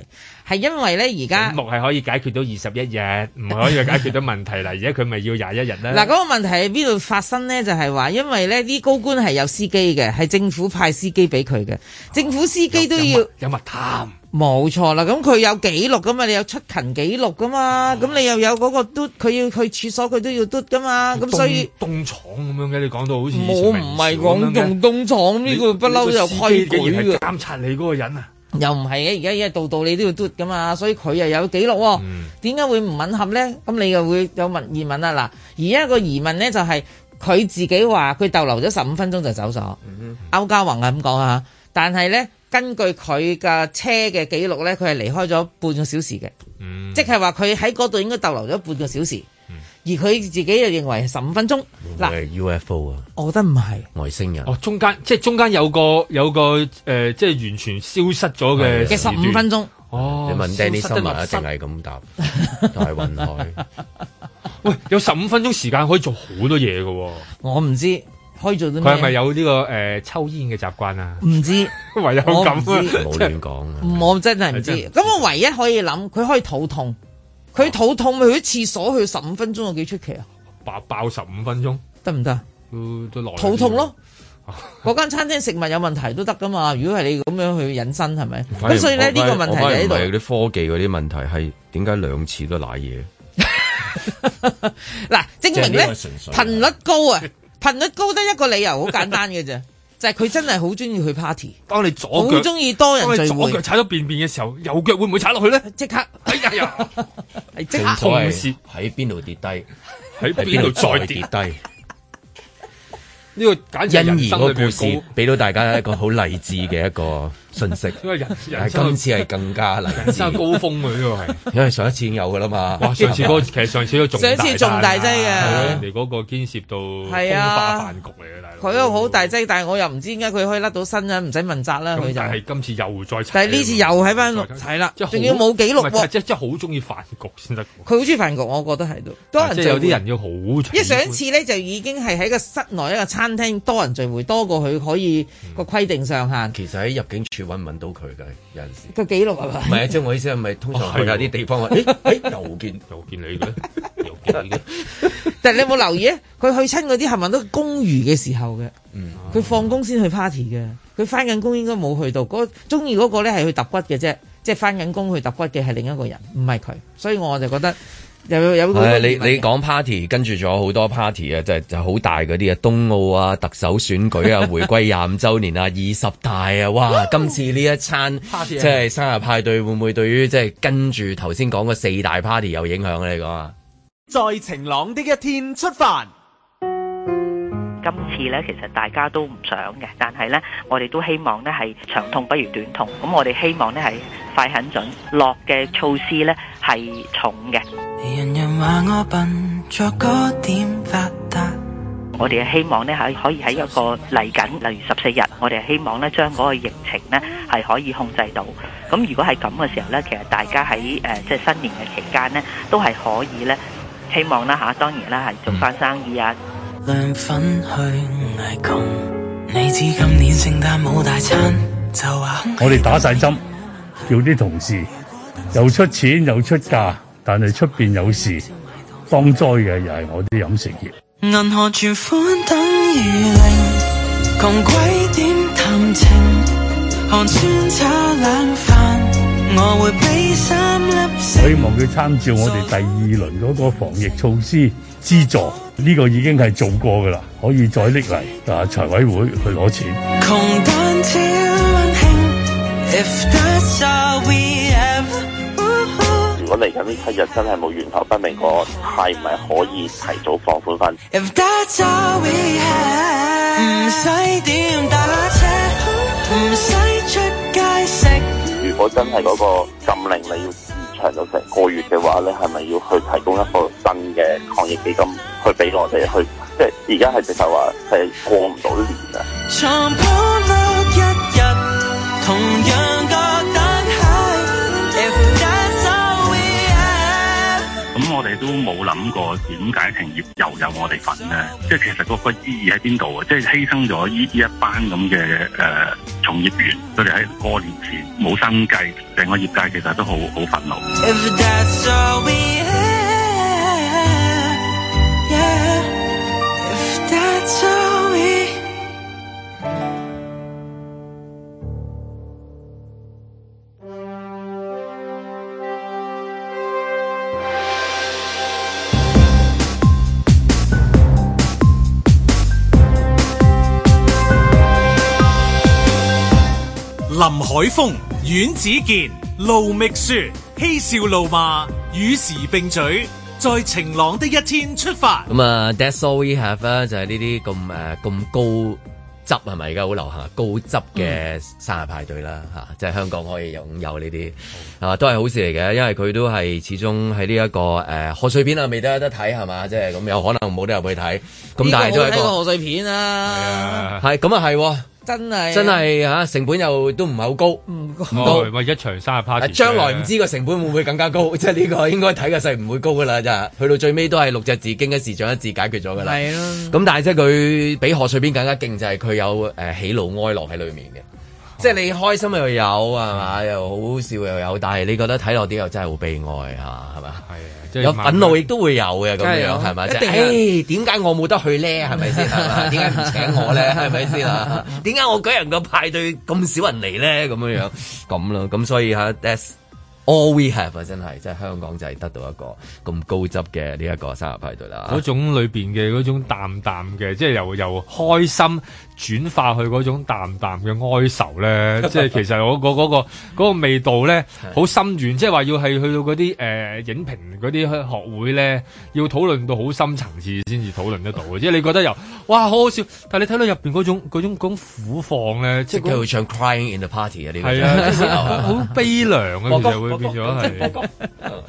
Speaker 4: 係因為咧而家
Speaker 3: 醒目係可以解決到二十一日，唔可以解決到問題啦。而家佢咪要廿一日咧？
Speaker 4: 嗱，嗰個問題喺邊度發生呢？就係話，因為呢啲高官係有司機嘅，係政府派司機俾佢嘅，政府司機都要
Speaker 3: 有密探，
Speaker 4: 冇錯啦。咁佢有記錄噶嘛？你有出勤記錄噶
Speaker 3: 哦
Speaker 4: 嘛？咁你又有嗰個嘟，佢要去廁所，佢都要嘟噶嘛？啊咁所以
Speaker 3: 東東廠咁樣嘅，你講到好似以前
Speaker 4: 冇
Speaker 3: 明
Speaker 4: 唔係
Speaker 3: 朝咁樣
Speaker 4: 講
Speaker 3: 嘅
Speaker 4: 動東廠呢個不嬲有規
Speaker 3: 你個司機
Speaker 4: 矩
Speaker 3: 竟然係
Speaker 4: 嘅，
Speaker 3: 監察你嗰個人啊！
Speaker 4: 又唔係嘅，而家因為度度你都要嘟噶嘛，所以佢又有記錄喎。
Speaker 3: 嗯
Speaker 4: 點解、會唔吻合咧？咁你又會有問疑問啦。嗱，而家個疑問咧就係、佢自己話佢逗留咗十五分鐘就走咗。
Speaker 3: 嗯
Speaker 4: 歐家宏係咁講啊，但係咧根據佢嘅車嘅記錄咧，佢係離開咗半個小時嘅，
Speaker 2: 嗯
Speaker 4: 即係話佢喺嗰度應該逗留咗半個小時，而佢自己就認為十五分鐘。嗱，
Speaker 2: UFO 啊，
Speaker 4: 我覺得唔係
Speaker 2: 外星人。
Speaker 3: 哦，中間即係中間有個有個誒、呃即係完全消失咗嘅
Speaker 4: 嘅
Speaker 3: 時段
Speaker 4: 15分鐘
Speaker 2: 啊
Speaker 3: 哦，
Speaker 2: 你問 Danny
Speaker 3: 消失得
Speaker 2: Summer 啊
Speaker 3: 密
Speaker 2: 一
Speaker 3: 室
Speaker 2: 定係咁答，就係雲
Speaker 3: [laughs]
Speaker 2: 海。
Speaker 3: 喂，有十五分鐘時間可以做好多嘢嘅喎。
Speaker 4: 我唔知可以做到咩？
Speaker 3: 佢係咪有呢、個誒抽煙嘅習慣啊？ [laughs]
Speaker 4: 唔知，
Speaker 3: 唯有
Speaker 4: 我唔
Speaker 3: 咁啊，
Speaker 4: 知
Speaker 3: 冇
Speaker 2: 亂講。啊
Speaker 4: 我真係唔知。咁我唯一可以諗，佢可以肚痛，佢肚痛咪去廁所去十五分鐘，有幾出奇啊？
Speaker 3: 爆爆十五分鐘
Speaker 4: 得唔得？
Speaker 3: 都都耐咗啲
Speaker 4: 肚痛。咯。 [laughs] 嗰間餐廳食物有問題都得噶嘛？如果係你咁樣去引申，係咪？咁所以咧呢個問題就
Speaker 2: 我
Speaker 4: 喺
Speaker 2: 反而唔
Speaker 4: 度。
Speaker 2: 係啲科技嗰啲問題係點解兩次都賴嘢？
Speaker 4: 嗱，證明
Speaker 2: 即係呢
Speaker 4: 咧
Speaker 2: 個純
Speaker 3: [laughs]
Speaker 2: 粹
Speaker 4: 頻率高啊，頻率高得一個理由好簡單嘅啫， [laughs] 就係佢真係好中意去 party。
Speaker 3: 當你左腳
Speaker 4: 好鍾意多人聚會
Speaker 3: 當你左腳踩到便便嘅時候，右腳會唔會踩落去咧？
Speaker 4: 即刻，
Speaker 3: 哎呀 [laughs] 呀！
Speaker 4: 即
Speaker 2: 正所謂
Speaker 3: 同時
Speaker 2: 喺邊度跌低，喺
Speaker 3: 邊度再跌
Speaker 2: 低。
Speaker 3: 呢個簡直係
Speaker 2: 欣
Speaker 3: [laughs] 人
Speaker 2: 怡
Speaker 3: 生
Speaker 2: 嗰個
Speaker 3: 裏面
Speaker 2: 故
Speaker 3: 嘅
Speaker 2: 事
Speaker 3: 高
Speaker 2: 俾到大家一個好勵志嘅一個信息，
Speaker 3: 因 [laughs] 為人
Speaker 2: 但
Speaker 3: 人
Speaker 2: 係
Speaker 3: 生
Speaker 2: 今次係更加勵
Speaker 3: 人
Speaker 2: 志，
Speaker 3: 生高峰啊！呢個係。
Speaker 2: 因為上一次已經有噶啦嘛。
Speaker 3: [laughs] 哇！上次嗰個其實上次都仲
Speaker 4: 上次仲大劑嘅
Speaker 3: 人哋啊嗰個牽涉到
Speaker 4: 係
Speaker 3: 風
Speaker 4: 啊
Speaker 3: 化飯局嚟嘅，大佬。
Speaker 4: 佢又好大劑，但係我又唔知點解佢可以甩到身啊，唔使問責啦，佢
Speaker 3: 哦咁
Speaker 4: 就
Speaker 3: 但。係今次又再踩
Speaker 4: 但係呢次又喺翻六，係啦，
Speaker 3: 即係好
Speaker 4: 仲要冇記錄
Speaker 3: 唔係
Speaker 4: 喎。
Speaker 3: 即係即係好中意飯局先得喎。
Speaker 4: 佢好中意飯局，我覺得喺度多人
Speaker 3: 即
Speaker 4: 聚
Speaker 3: 係有啲
Speaker 4: 會。
Speaker 3: 人要好
Speaker 4: 因為上一次咧就已經係喺個室內一個餐廳多人聚會多過佢可以個
Speaker 3: 嗯
Speaker 4: 規定上限。
Speaker 2: 其實喺入境處揾唔揾到佢㗎，有陣時。
Speaker 4: 個記錄係
Speaker 2: 唔
Speaker 4: 咪？
Speaker 2: 係啊，即係我意思係咪通常
Speaker 3: 哦
Speaker 2: 去
Speaker 3: 係喎
Speaker 2: 有啲地方話，誒誒又見
Speaker 3: 又見你嘅，又
Speaker 5: [laughs]
Speaker 3: 見你嘅，
Speaker 4: 但係你有冇留意啊？佢去親嗰啲係咪都公餘嘅時候嘅？
Speaker 2: 嗯，
Speaker 4: 佢放工先去 party 嘅，佢翻緊工應該冇去到。嗰中意嗰個咧係去揼骨嘅啫，即係翻緊工去揼骨嘅係另一個人，唔係佢。所以我就覺得有有個
Speaker 2: 係你你講 party，跟住仲有好多 party 啊，就係就係好大嗰啲啊，冬奧啊、特首選舉啊、回歸廿五週年啊、 [laughs] 二十大啊，哇！今次呢一餐
Speaker 3: Party
Speaker 2: 即
Speaker 3: 啊
Speaker 2: 係生日派對，會唔會對於即係跟住頭先講嘅四大 party 有影響咧？你講啊？
Speaker 5: 在晴朗的一天出發。
Speaker 12: 今次呢，其實大家都唔想嘅，但係呢，我哋都希望呢係長痛不如短痛。咁我哋希望呢係快狠準落嘅措施呢係重嘅。
Speaker 7: 人人話我笨，作歌點發達？
Speaker 12: 我哋希望呢係可以喺一個嚟緊，例如十四日，我哋希望呢將嗰個疫情呢係可以控制到。咁如果係咁嘅時候呢，其實大家喺誒、呃即係新年嘅期間呢，都係可以呢，希望啦嚇，當然啦係做翻生意啊。
Speaker 7: 亮粉去捱窮，你知今年聖誕冇大餐，就話
Speaker 13: 我哋打晒針，叫啲同事又出錢又出價，但係出邊有事當災嘅又係我啲飲食業。
Speaker 7: 銀河存款等於零，窮鬼點談情？寒酸炒冷飯，我會俾三粒星。
Speaker 13: 我希望佢參照我哋第二輪嗰個防疫措施資助，呢、個已經係做過噶啦，可以再拎嚟啊財委會去攞錢。
Speaker 7: 窮單挑溫馨，If that's all we have。
Speaker 14: 如果嚟緊呢七日真係冇源頭不明個案，係咪可以提早放寬翻？
Speaker 7: If that's all we have，唔使點打車，唔使出街食。
Speaker 14: 如果真係嗰個禁令你要延長到成個月嘅話咧，係咪要去提供一個新嘅抗疫基金去俾我哋去？即係而家係直頭話係過唔到年啊！
Speaker 7: 床鋪碌一日，同樣覺得嗨。If that's all we have，
Speaker 15: 咁我哋都冇諗過點解停業又有我哋份咧？即係其實嗰個意義喺邊度啊？即係犧牲咗呢呢一班咁嘅誒從業員，佢哋喺過年前冇生計，成個業界其實都好好憤怒。
Speaker 7: If that's all we have, yeah. If that's all we
Speaker 1: 林海峰、阮子健、盧覓雪，嬉笑怒罵，與時並舉，在晴朗的一天出發。
Speaker 2: 咁啊，that's all we have 啦，就係呢啲咁誒咁高質係咪？而家好流行高質嘅生日派對啦，嚇、即係香港可以擁有呢啲啊，都係好事嚟嘅，因為佢都係始終喺呢一個誒賀歲片啊，未得得睇係嘛，即係咁有可能冇得入去睇，咁但係都係一
Speaker 4: 呢個好睇過
Speaker 2: 個
Speaker 4: 賀歲片啊，
Speaker 2: 係咁啊係喎。
Speaker 4: 真係
Speaker 2: 真係嚇成本又都唔係好高，唔高。
Speaker 3: 哦喂，一場生日 party，
Speaker 2: 啊將來唔知個成本會唔會更加高，即係呢個應該睇嘅勢唔會高噶啦，就係去到最尾都係六隻字，經一事長一智解決咗噶啦。
Speaker 4: 係咯
Speaker 2: 咁但係即係佢比賀歲片更加勁，就係佢有誒喜怒哀樂喺裡面嘅。即係你開心又有係嘛，
Speaker 3: 嗯
Speaker 2: 又好笑又有，但係你覺得睇落啲又真係好悲哀嚇，係嘛？
Speaker 3: 即係
Speaker 2: 有憤
Speaker 3: 慢慢
Speaker 2: 怒亦都會有嘅咁
Speaker 3: 梗係有
Speaker 2: 樣係咪？
Speaker 3: 一
Speaker 2: 即
Speaker 3: 定
Speaker 2: 係
Speaker 3: 有
Speaker 2: 誒點解我冇得去咧？係咪先係
Speaker 3: [laughs]
Speaker 2: 嘛？點解唔請我咧？係咪先啊？點解我舉人個派對咁少人嚟咧？咁樣樣咁咯，咁所以嚇 that's。All we have 啊，真係，即係香港就係得到一個咁高質嘅呢一個生日派對啦。
Speaker 3: 嗰種裏邊嘅嗰種淡淡嘅，即係由由開心轉化去嗰種淡淡嘅哀愁
Speaker 2: [laughs]
Speaker 3: 咧，即係其實我嗰嗰個嗰個味道咧，好深遠，即係話要係去到嗰啲誒影評嗰啲學會咧，要討論到好深層次先至討論得到嘅，即係你覺得由哇好好笑，但係你睇到入邊嗰種嗰種嗰種苦況咧，
Speaker 2: 即
Speaker 3: 即係
Speaker 2: 係
Speaker 3: 嗰
Speaker 2: 會唱 Crying in the Party 啊，呢個
Speaker 3: 係 [laughs] 啊，即係
Speaker 2: [laughs]
Speaker 3: 好好悲涼啊，其實會變咗係。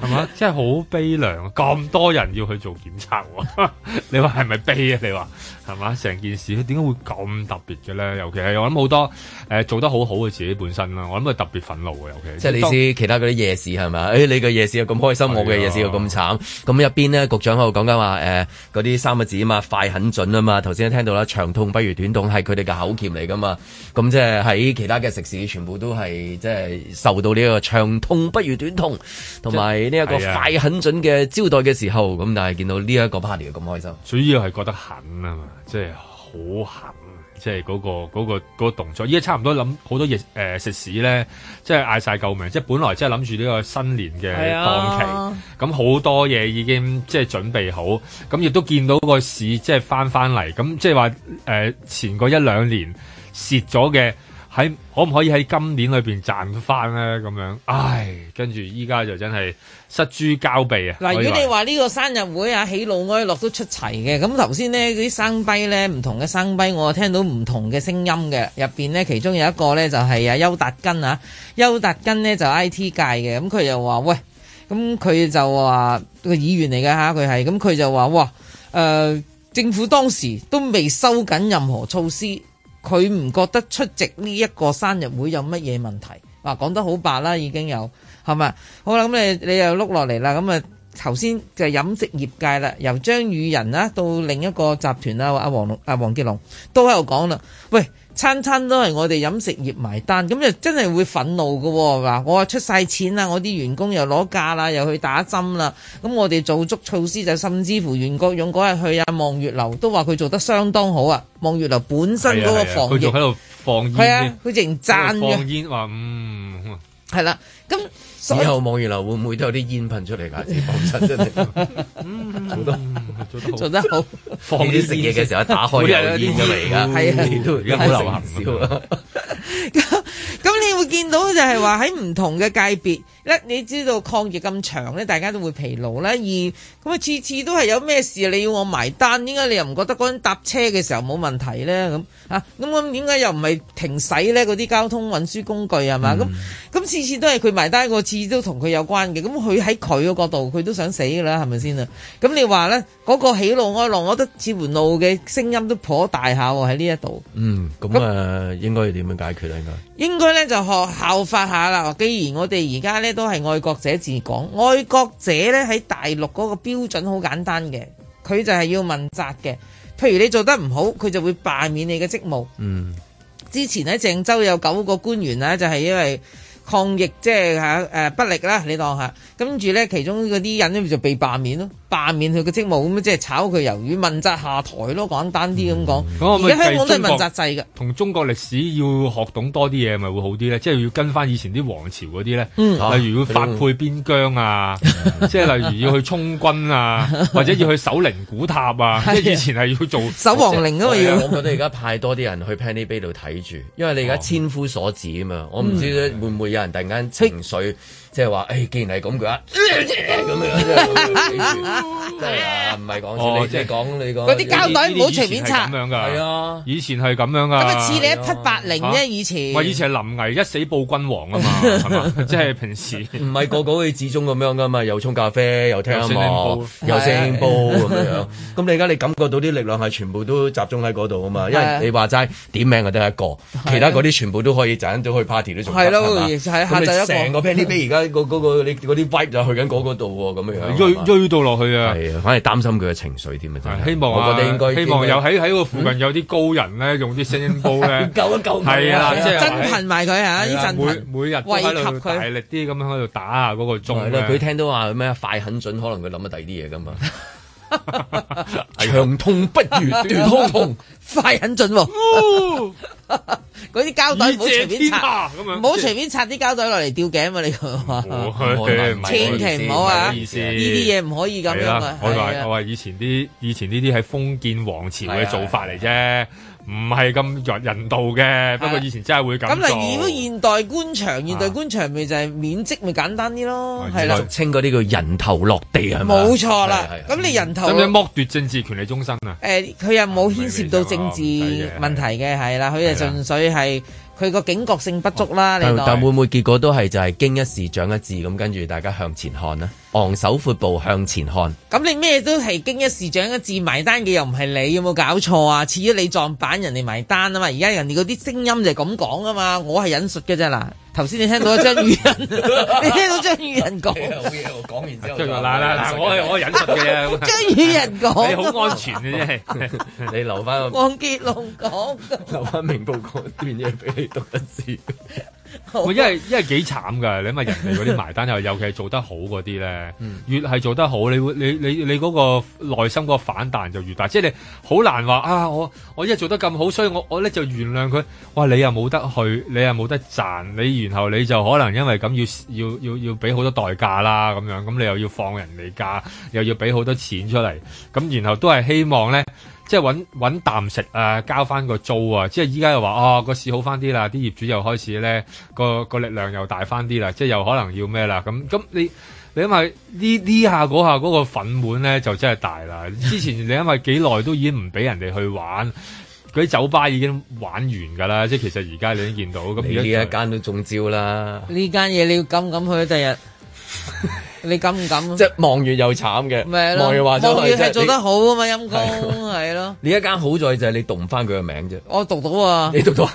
Speaker 3: 係嘛？即係好悲涼，啊咁多人要去做檢測喎。 [laughs] 你話係咪悲啊？你話係嘛？成件事點解會咁特別嘅咧？尤其係我諗好多誒、呃做得好好嘅自己本身啦，我諗佢特別憤怒嘅，尤其
Speaker 2: 即係你知其他嗰啲夜市 [laughs] 係咪？誒、你嘅夜市又咁開心，我嘅夜市又咁慘。咁一邊呢，局長喺度講緊話誒嗰啲三個字啊嘛， [laughs] 快狠準啊嘛。頭先聽到啦，長痛不如短痛係佢哋嘅口訣嚟噶嘛。 [laughs] 咁即係喺其他嘅食肆，全部都係即係受到呢個長痛不如短痛，同埋呢一個
Speaker 3: 係啊
Speaker 2: 快狠準嘅招待嘅時候，咁但係見到呢一個 party 咁開心，
Speaker 3: 主要係覺得狠啊嘛，即係好狠，即係嗰、個嗰、個嗰、個動作。依家差唔多諗好多嘢誒、呃食肆咧，即係嗌晒救命，即係本來即係諗住呢個新年嘅
Speaker 10: 係
Speaker 3: 檔期。
Speaker 10: 啊
Speaker 3: 咁好多嘢已經即係準備好，咁亦都見到個市即係翻翻嚟，咁即係話誒前嗰一兩年蝕咗嘅，喺可唔可以喺今年裏邊賺翻咧？咁樣，唉，跟住依家就真係失諸交臂啊！
Speaker 4: 嗱，
Speaker 3: 可以
Speaker 4: 如果你話呢個生日會啊，喜怒哀樂都出齊嘅，咁頭先呢，嗰啲生坯呢，唔同嘅生坯，我聽到唔同嘅聲音嘅，入邊呢，其中有一個呢，就 [laughs] 係啊邱達根啊，邱達根呢，就 I T 界嘅，咁佢又話喂，咁佢就話個議員嚟嘅吓，佢係，咁佢就話哇，誒、政府當時都未收緊任何措施，佢唔覺得出席呢一個生日會有乜嘢問題。話講得好白啦，已經有係咪？好啦，咁你你又碌落嚟啦，咁啊頭先就飲食業界啦，由張宇人啦到另一個集團啦，阿黃龍阿黃傑龍都喺度講啦，喂。餐餐都係我哋飲食業埋單，咁就真係會憤怒嘅喎、嗱，我話出晒錢啦，我啲員工又攞假啦，又去打針啦，咁我哋做足措施就甚至乎袁國勇嗰日去啊望月樓都話佢做得相當好啊，望月樓本身嗰
Speaker 3: 係
Speaker 4: 個
Speaker 3: 啊係啊
Speaker 4: 防
Speaker 3: 佢
Speaker 4: 疫
Speaker 3: 仲喺度放煙
Speaker 4: 係啊
Speaker 3: 添，
Speaker 4: 佢仲
Speaker 3: 喺
Speaker 4: 讚
Speaker 3: 度
Speaker 4: 嘅
Speaker 3: 放。煙話嗯。
Speaker 4: 係啦，咁所以
Speaker 2: 以後望月樓會唔會都有啲煙噴出嚟㗎？自己講
Speaker 3: [laughs]
Speaker 2: 真真係，
Speaker 3: 做得
Speaker 4: 做得好，
Speaker 2: 放啲食嘢嘅時候一打開有煙出嚟㗎，
Speaker 4: 係啊
Speaker 2: 都而家好流行燒啊！
Speaker 4: 咁你會見到就係話喺唔同嘅界別咧，你知道抗疫咁長咧，大家都會疲勞啦。而咁啊，次次都係有咩事你要我埋單，點解你又唔覺得嗰陣搭車嘅時候冇問題咧？咁啊，咁咁點解又唔係停駛咧？嗰啲交通運輸工具啊係嘛？咁咁次次都係佢埋單，個次次都同佢有關嘅。咁佢喺佢個角度，佢都想死㗎啦，係咪先啊？咁你話咧，嗰、個喜怒哀樂，我覺得似乎怒嘅聲音都頗大下喎喺呢一度。
Speaker 2: 嗯，咁啊，應該要點樣解決啊咧？應該
Speaker 4: 應該咧就學效法下啦。既然我哋而家咧都係愛國者治港，愛國者咧喺大陸嗰個標準好簡單嘅，佢就係要問責嘅。譬如你做得唔好，佢就會罷免你嘅職務。
Speaker 2: 嗯，
Speaker 4: 之前喺鄭州有九個官員啊咧，就係因為抗疫即係嚇誒不力啦，你當下，跟住咧其中嗰啲人咧就被罷免咯。罷免佢嘅職務，咁即係炒佢魷魚，問責下台咯，簡單啲咁
Speaker 3: 嗯咁
Speaker 4: 講。
Speaker 3: 可唔可
Speaker 4: 而
Speaker 3: 以
Speaker 4: 家香港都係
Speaker 3: 繼中
Speaker 4: 問
Speaker 3: 國
Speaker 4: 責制嘅。
Speaker 3: 同中國歷史要學懂多啲嘢，咪會好啲咧？即係要跟翻以前啲王朝嗰啲咧，
Speaker 2: 啊
Speaker 4: 嗯
Speaker 3: 例如要發配邊疆啊， [laughs] 即係例如要去充軍 [laughs] 啊，或者要去守靈古塔啊，即係以前係 [laughs] 要做
Speaker 4: 啊
Speaker 2: 啊
Speaker 3: 啊
Speaker 2: 我覺得而家派多啲人去 Penny Bay 度睇住，因為你而家千夫所指啊嘛。我唔知咧會唔會有人突然間情緒，即係話，誒，既然係咁嘅話，咁樣即係咁樣睇住真係啊，唔係講笑。
Speaker 3: 哦
Speaker 2: 你即係講你講
Speaker 4: 嗰啲膠袋唔好隨便拆
Speaker 3: 以前係咁樣㗎，
Speaker 2: 係啊，
Speaker 3: 以前係咁啊樣㗎。
Speaker 4: 咁咪似你一匹八零
Speaker 3: 啊
Speaker 4: 啫，以前。
Speaker 3: 喂，以前係臨危一死報君王啊 [laughs] 嘛，係嘛？即係平時
Speaker 2: 唔係個個好似始終咁樣噶嘛，又沖咖啡，又聽音樂，
Speaker 3: 又
Speaker 2: 又
Speaker 3: 食
Speaker 2: 聲
Speaker 3: 麵
Speaker 2: 煲
Speaker 3: 煲
Speaker 2: 咁
Speaker 3: [laughs]
Speaker 2: 樣。咁你而家你感覺到啲力量係全部都集中喺嗰度啊嘛，因為你話齋點名就得一個，其他嗰啲全部都可以陣到去 party 都仲得
Speaker 4: 係咯
Speaker 2: 嘛
Speaker 4: 亦係
Speaker 2: 咁你
Speaker 4: 限制一個
Speaker 2: 成個 Penny Bay 而家嗰嗰個你嗰啲 vibe 就去緊嗰個度喎，咁樣
Speaker 3: 追
Speaker 2: 樣。
Speaker 3: 追到落去啊！
Speaker 2: 係啊，反而擔心佢嘅情緒添啊！真係
Speaker 3: 希望啊
Speaker 2: 我覺得應該嗯
Speaker 3: 希望
Speaker 2: 應
Speaker 3: 又
Speaker 2: 該
Speaker 3: 喺喺個附近有啲高人咧，用啲聲音煲
Speaker 2: [laughs]
Speaker 3: 咧，
Speaker 2: 救一救佢
Speaker 3: 係
Speaker 2: 係
Speaker 3: 啊，
Speaker 2: 啊
Speaker 3: 即係
Speaker 4: 真頻埋佢嚇，
Speaker 3: 係啊
Speaker 4: 呢
Speaker 3: 啦
Speaker 4: 啊陣
Speaker 3: 每
Speaker 4: 頻
Speaker 3: 每日都
Speaker 4: 惠
Speaker 3: 喺
Speaker 4: 及
Speaker 3: 度大
Speaker 4: 佢。
Speaker 3: 力啲咁樣喺度打下嗰個
Speaker 2: 係
Speaker 3: 鐘
Speaker 2: 啦
Speaker 3: 咧，
Speaker 2: 佢聽到話咩快很準，可能佢諗咗第二啲嘢噶 [laughs] 嘛。長痛 [laughs] 不如短痛 [laughs] 痛，
Speaker 4: 快很準喎！ [laughs] 嗰啲膠袋唔好隨便
Speaker 3: 哦哎以
Speaker 4: 拆，
Speaker 3: 謝天下咁樣哦
Speaker 4: 唔好隨便拆啲膠袋落嚟吊頸啊！你
Speaker 3: 唔
Speaker 4: 話
Speaker 3: 好
Speaker 4: 千祈唔好啊！
Speaker 3: 唔係嗰意思
Speaker 4: 呢啲嘢唔可以咁
Speaker 3: 係
Speaker 4: 樣
Speaker 3: 啦
Speaker 4: 啊！，
Speaker 3: 我
Speaker 4: 係
Speaker 3: 話
Speaker 4: 啊
Speaker 3: 我話以前啲以前呢啲係封建王朝
Speaker 4: 係
Speaker 3: 嘅
Speaker 4: 啊
Speaker 3: 做法嚟啫，唔係咁人人道嘅。不過以前真係會咁
Speaker 4: 啊咁嗱，如果
Speaker 3: 做。
Speaker 4: 現代官
Speaker 3: 啊
Speaker 4: 場，現代官場咪就係免職咪簡單啲咯，係啦
Speaker 2: 俗，稱嗰啲叫人頭落地係咪？啊
Speaker 4: 冇錯啦
Speaker 2: 係係。
Speaker 4: 咁你人頭
Speaker 3: 使唔使剝奪政治權利終身啊？
Speaker 4: 誒，佢又冇牽涉到政治問題嘅，係啦，佢就純粹係佢個警覺性不足啦。你
Speaker 2: 但但
Speaker 4: 當
Speaker 2: 會唔會結果都係就係經一事長一智咁，跟住大家向前看呢？昂首闊步向前看，
Speaker 4: 咁你咩都係經一事長一智埋單嘅，又唔係你，有冇搞錯啊？似咗你撞板，人哋埋單啊嘛！而家人哋嗰啲聲音就係咁講啊嘛，我係引述嘅啫嗱。頭先你聽到一張語人，你聽到張語人講。
Speaker 2: 講完之
Speaker 3: 即係話嗱
Speaker 2: [laughs]
Speaker 3: 嗱嗱，我 [laughs] 係我引述
Speaker 4: [laughs]
Speaker 3: 嘅啫。
Speaker 4: 張宇人講，
Speaker 3: 你好安全嘅啫。
Speaker 2: 你留翻
Speaker 4: [laughs]
Speaker 2: 個
Speaker 4: 黃傑龍講，
Speaker 2: 留翻明報嗰段嘢俾你讀一次。
Speaker 4: 啊
Speaker 3: 喂因為因為幾慘㗎，你咪人哋嗰啲埋單又尤其係做得好嗰啲咧，越係做得好，你會你你你嗰個內心嗰個反彈就越大，即係你好難話啊！我我一做得咁好，所以我我咧就原諒佢。哇！你又冇得去，你又冇得賺，你然後你就可能因為咁要要要要俾好多代價啦，咁樣咁你又要放人哋假，又要俾好多錢出嚟，咁然後都係希望咧。即係揾揾啖食啊，交翻個租啊！即係依家又話哦，個市好翻啲啦，啲業主又開始咧個個力量又大翻啲啦，即係又可能要咩啦咁咁你你諗下呢呢下嗰下嗰個粉碗咧就真係大
Speaker 4: [laughs]
Speaker 3: 啦！之前你因為幾耐都已經唔俾人哋去玩，嗰啲酒吧已經玩完㗎啦，即係其實而家你已經見到咁
Speaker 2: 你
Speaker 3: 而
Speaker 2: 呢
Speaker 3: 家
Speaker 2: 一間都中招啦，
Speaker 4: 呢間嘢你要敢唔敢去？第日你敢唔敢？
Speaker 2: 即係望完又慘嘅，
Speaker 4: 咪係咯
Speaker 2: 望完話
Speaker 4: 望
Speaker 2: 咗
Speaker 4: 月
Speaker 2: 去
Speaker 4: 係做得。
Speaker 2: 即係
Speaker 4: 好啊嘛，陰公係咯，
Speaker 2: 你呢一間好在就係你讀唔翻佢嘅名啫，
Speaker 4: 我讀到啊，
Speaker 2: 你讀到啊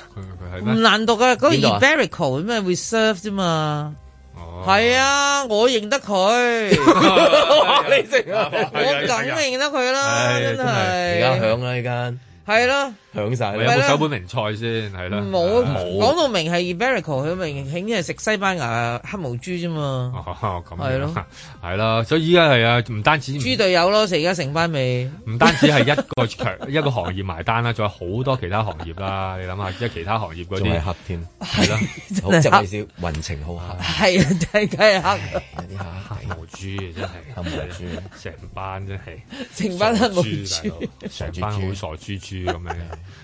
Speaker 4: 唔難讀啊，嗰個
Speaker 2: 邊度啊
Speaker 4: Iberico 咩 reserve 啫嘛。
Speaker 3: 哦
Speaker 4: 係啊，我認得佢，
Speaker 2: 哎你識啊
Speaker 4: 我梗認得佢啦，
Speaker 3: 唉
Speaker 4: 真
Speaker 3: 真係
Speaker 2: 而家
Speaker 4: 係，
Speaker 2: 響啦呢間，
Speaker 4: 係咯，
Speaker 2: 響晒
Speaker 3: 有
Speaker 2: 啦。
Speaker 3: 冇首本名菜先係啦？
Speaker 4: 冇
Speaker 3: 啊
Speaker 4: 講到明係 Iberico，佢明顯係食西班牙黑毛豬啫嘛，
Speaker 3: 哦咁樣
Speaker 4: 係咯，
Speaker 3: 係啦，所以依家係啊，唔單止唔
Speaker 4: 豬隊友咯，而家成班未。
Speaker 3: 唔單止係一個強 [laughs] 一個行業埋單啦，仲有好多其他行業啦。 [laughs] 你諗下，即係其他行業嗰
Speaker 2: 仲係
Speaker 3: 啲
Speaker 2: 黑添，
Speaker 3: 係啦，
Speaker 4: 真
Speaker 2: 好即
Speaker 4: 係
Speaker 2: 係
Speaker 4: 黑
Speaker 2: 少運程好黑，
Speaker 4: 係啊，真係梗係黑，
Speaker 3: 黑毛豬真係黑毛豬，成班真係
Speaker 4: 成班黑毛豬
Speaker 3: 傻大佬成班好傻豬豬咁樣。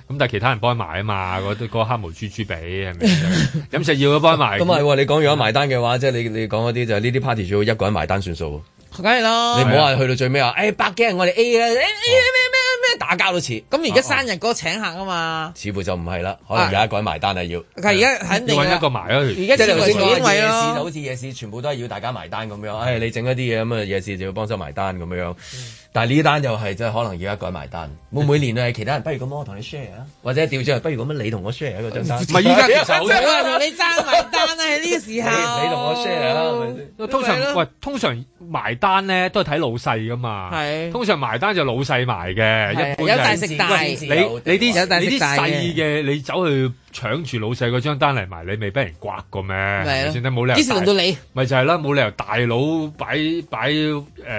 Speaker 3: 咁但係其他人幫佢買啊嘛，嗰啲嗰個黑毛豬豬髀係咪？ [laughs] 飲食要佢幫佢買，
Speaker 2: 咁係喎，你講如果埋單嘅話，即係你你講嗰啲就係呢啲 party 最好一個人埋單算數。
Speaker 4: 梗係啦。
Speaker 2: 你唔好話去到最尾話，誒百幾人我哋 A 啦，誒 A 咩咩咩打交都似。
Speaker 4: 咁而家生日嗰個請客啊嘛，
Speaker 2: 似乎就唔係啦，可能有一個人埋單啊要。
Speaker 4: 但係而家肯定啦 [laughs] 而家
Speaker 2: 即係你頭先
Speaker 4: 全部
Speaker 2: 講夜
Speaker 4: 係啊夜
Speaker 2: 市
Speaker 4: 市
Speaker 2: 就
Speaker 4: 咯
Speaker 2: 好似夜市，全部都係要大家埋單咁樣。誒，你整一啲嘢咁啊，夜市就要幫手埋單咁樣。但係呢單又係真係可能要一個人埋單。會唔會連係其他人不如咁我同你 share 啊，或者調轉不如咁樣你同我 share 啊嗰張單。
Speaker 3: 唔係依
Speaker 2: [laughs]
Speaker 3: 家其實好
Speaker 4: 我同你爭埋單啊！喺呢個時候，啊
Speaker 2: 你你同我 share 啦係咪先
Speaker 3: [laughs] 通
Speaker 4: 咪
Speaker 3: 常
Speaker 4: 咯
Speaker 3: 喂，通常埋單咧都係睇老細噶嘛。
Speaker 4: 係
Speaker 3: 通常埋單就老細埋嘅，
Speaker 4: 係
Speaker 3: 一般
Speaker 4: 有
Speaker 3: 就係
Speaker 4: 大食大
Speaker 3: 喂你你啲
Speaker 4: 有大
Speaker 3: 你
Speaker 4: 食
Speaker 3: 啲
Speaker 4: 大嘅
Speaker 3: 細嘅，你走去搶住老細嗰張單嚟埋，你未俾人刮過咩？係
Speaker 4: 咪
Speaker 3: 咪先得冇理由大。
Speaker 4: 幾時輪到你？
Speaker 3: 咪就係啦，冇理由大佬擺擺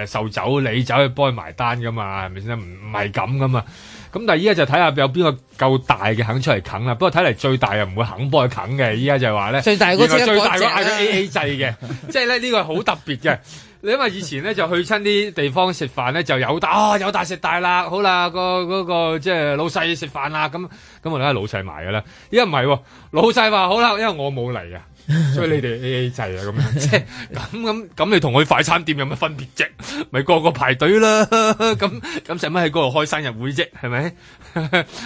Speaker 3: 誒售酒，你走去幫佢埋單噶嘛，係咪先？唔唔係咁噶嘛。咁但係依家就睇下有邊個夠大嘅肯出嚟啃啦。不過睇嚟最大又唔會肯幫佢啃嘅。依家就係話咧，
Speaker 4: 最大嗰隻啊
Speaker 3: 原來最大嗰
Speaker 4: 嗰隻
Speaker 3: 嗌
Speaker 4: 啦
Speaker 3: 佢 A A 制
Speaker 4: [laughs]
Speaker 3: 嘅，即係咧呢個係好特別嘅。你因為以前咧就去親啲地方食飯咧就有大啊有大食大啦，好啦個嗰個即係老細食飯啦，咁咁我哋係老細埋㗎啦。依家唔係喎，老細話好啦，因為我冇嚟啊。 [laughs] 所以你哋 A A 制啊，咁樣即係咁咁咁，你同去快餐店有乜分別啫？ [laughs] 咪個個排隊啦， [laughs] 咁咁使乜喺嗰度開生日會啫？係咪？ [laughs]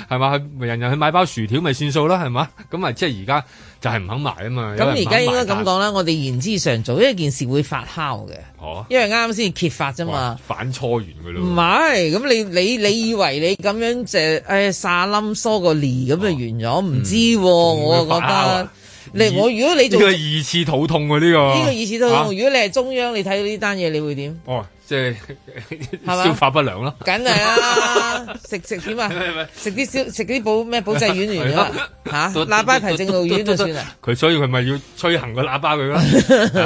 Speaker 3: 係嘛？去人人去買包薯條咪算數啦，係嘛？咁咪即係而家就係唔肯買啊嘛。
Speaker 4: 咁而家應
Speaker 3: 應
Speaker 4: 該
Speaker 3: 該
Speaker 4: 咁講啦，我哋言之尚早，因為件事會發酵嘅，
Speaker 3: 哦，
Speaker 4: 因為啱先揭發啫嘛。
Speaker 3: 反錯完佢
Speaker 4: 唔
Speaker 3: 咯。
Speaker 4: 係，咁你你你以為你咁樣就誒沙冧疏個梨
Speaker 2: 哦
Speaker 4: 咁就完咗？
Speaker 2: 嗯
Speaker 4: 唔知喎，我覺
Speaker 3: 發酵啊
Speaker 4: 得你我如果你
Speaker 3: 呢
Speaker 4: 做
Speaker 3: 個
Speaker 4: 呢
Speaker 3: 二次肚痛啊喎，呢個
Speaker 4: 個意思都，
Speaker 2: 哦
Speaker 3: 啊
Speaker 4: 如果你係中央，你睇到呢單嘢，你會點？
Speaker 3: 哦，即係 [laughs]
Speaker 4: 嘛
Speaker 3: 消化不良啦。
Speaker 4: 梗係啦，食食點啊？食啲消食啲保咩保濟丸完咗啦嚇，喇叭提正路丸就算啦。
Speaker 3: 佢所以佢咪要吹行個喇叭佢咯，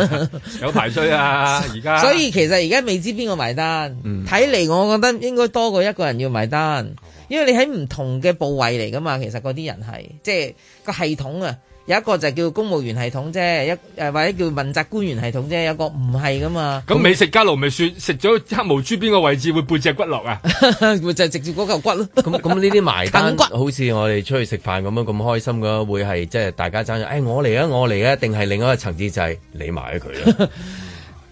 Speaker 2: [laughs]
Speaker 3: 有排吹啊！而家
Speaker 4: 所以其實而家未知邊個埋單，睇嚟、我覺得應該多過一個人要埋單，因為你喺唔同嘅部位嚟噶嘛，其實嗰啲人係即係個系統啊。有一個就叫公務員系統啫，一誒或者叫問責官員系統啫，有一個唔係噶嘛。
Speaker 3: 咁美食家盧咪雪食咗黑毛豬邊個位置會背脊骨落啊？
Speaker 4: 咪 [laughs] 就係直接嗰嚿骨咯。
Speaker 2: 咁咁呢啲埋 [laughs] 單，好似我哋出去食飯咁樣咁開心嘅，會係即係大家爭咗，誒我嚟啊，我嚟啊，定係另一個層次就係你埋咗佢啦，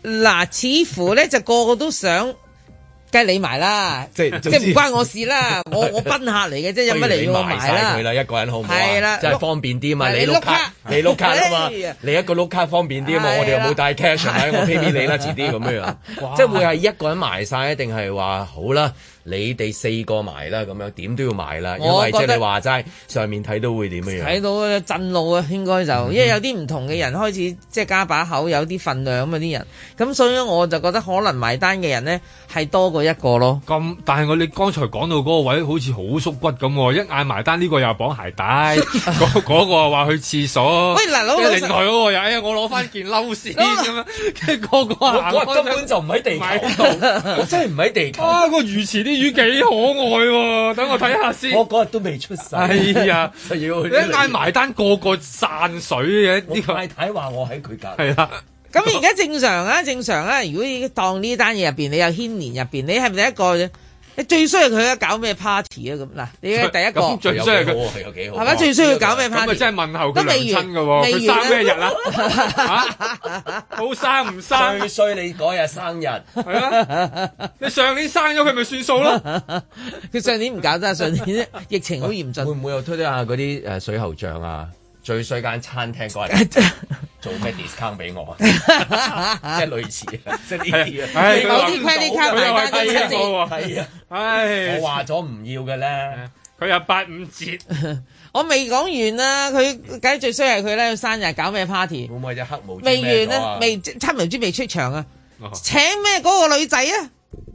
Speaker 4: 嗱，似乎咧就個個都想，梗係你埋啦，
Speaker 2: 即係
Speaker 4: 即
Speaker 2: 總
Speaker 4: 係
Speaker 2: 之
Speaker 4: 唔關我事啦，我我賓客嚟嘅啫，有乜
Speaker 2: 不如
Speaker 4: 嚟
Speaker 2: 你
Speaker 4: 要我
Speaker 2: 埋
Speaker 4: 埋啦
Speaker 2: 晒佢？啦，一個人好唔好
Speaker 4: 係
Speaker 2: 啊？
Speaker 4: 啦
Speaker 2: 即係方便啲嘛，你碌卡，
Speaker 4: 你
Speaker 2: 你碌卡啊嘛
Speaker 4: 哎呀，
Speaker 2: 你一個碌卡方便啲啊嘛，
Speaker 4: 係啦
Speaker 2: 我哋又冇帶 cash 係咪？我 pay 俾你啦，遲啲咁樣
Speaker 4: [laughs]
Speaker 2: 樣，即係會係一個人埋晒，定係話好啦？你哋四個埋啦，咁樣點都要埋啦，因
Speaker 4: 我
Speaker 2: 為
Speaker 4: 覺
Speaker 2: 即
Speaker 4: 得
Speaker 2: 係你話齋，上面睇到會點樣樣。
Speaker 4: 睇到啊震怒啊，應該就因為有啲唔同嘅人開始即係加把口，有啲份量咁啊啲人，咁所以咧我就覺得可能埋單嘅人咧係多過一個咯。
Speaker 3: 咁，但係我哋剛才講到嗰個位好似好縮骨咁喎，一嗌埋單呢個又綁鞋
Speaker 2: [laughs]
Speaker 3: 帶，嗰嗰個話去廁所，
Speaker 2: 喂嗱老
Speaker 3: 跟
Speaker 2: 老實
Speaker 3: 住另外嗰個又哎呀我攞翻件褸先咁樣，跟住個個
Speaker 2: 我
Speaker 3: 行開
Speaker 2: 我根本就唔喺地球度，我真係唔喺地球。
Speaker 3: 啊個魚池啲魚幾可愛喎，等我睇下先。
Speaker 2: 我嗰日都未出世。
Speaker 3: 係
Speaker 2: [laughs]
Speaker 3: 啊，
Speaker 2: 就要
Speaker 3: 你一嗌埋單個個散水嘅呢個。
Speaker 2: 太太話我喺佢隔
Speaker 3: 係啦。
Speaker 4: 咁而家正常啊，正常啊。如果已經當呢單嘢入邊，你有牽連入邊，你係咪第一個啫？你最衰係佢而家搞咩 party 啊？咁嗱，你而家第一個
Speaker 3: 咁最衰係佢，
Speaker 2: 有幾啊
Speaker 4: 好係咪最衰佢搞咩
Speaker 3: 咁
Speaker 4: party？
Speaker 3: 咪啊真係問候
Speaker 4: 都
Speaker 3: 佢娘
Speaker 4: 未完
Speaker 3: 親嘅喎，佢
Speaker 4: 未完啊
Speaker 3: 生咩日啊？好生唔
Speaker 4: [laughs]
Speaker 3: 生？
Speaker 2: 最衰你嗰日生日，
Speaker 3: 係啊！你上年生咗佢咪算數
Speaker 4: [laughs]
Speaker 3: 咯？
Speaker 4: 佢上年唔
Speaker 2: [laughs]
Speaker 4: 搞得，上年啫疫情好嚴峻。
Speaker 2: 會唔會又推推下嗰啲誒水喉匠啊？最衰間餐廳嗰
Speaker 4: [laughs]
Speaker 2: 日做咩 discount 俾我？即係類似，即
Speaker 4: 哎
Speaker 2: 係呢啲啊
Speaker 4: 唉。佢話某啲 credit card 埋單都七折
Speaker 2: 係啊，
Speaker 3: 唉，
Speaker 2: 我話咗唔要嘅咧。
Speaker 3: 佢有八五折，
Speaker 4: 我未講完啊，佢梗係最衰係佢咧，佢生日搞咩 party？
Speaker 2: 會唔會隻黑毛
Speaker 4: 未完啊，未七明珠未出場啊！
Speaker 2: 哦
Speaker 4: 請咩嗰個女仔啊？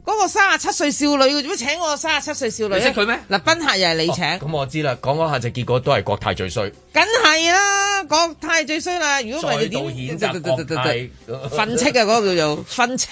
Speaker 4: 嗰、個三十七歲少女嘅，做咩請我三十七歲少女啊？
Speaker 2: 你識佢咩？
Speaker 4: 嗱，賓客又係你請，
Speaker 2: 哦咁我知啦，講講下就結果都係國泰最衰，
Speaker 4: 梗係啦，國泰最衰啦！如果唔係
Speaker 2: 再
Speaker 4: 你
Speaker 2: 度譴
Speaker 4: 點？
Speaker 2: 責國泰
Speaker 4: 訓斥啊！嗰個叫做訓斥，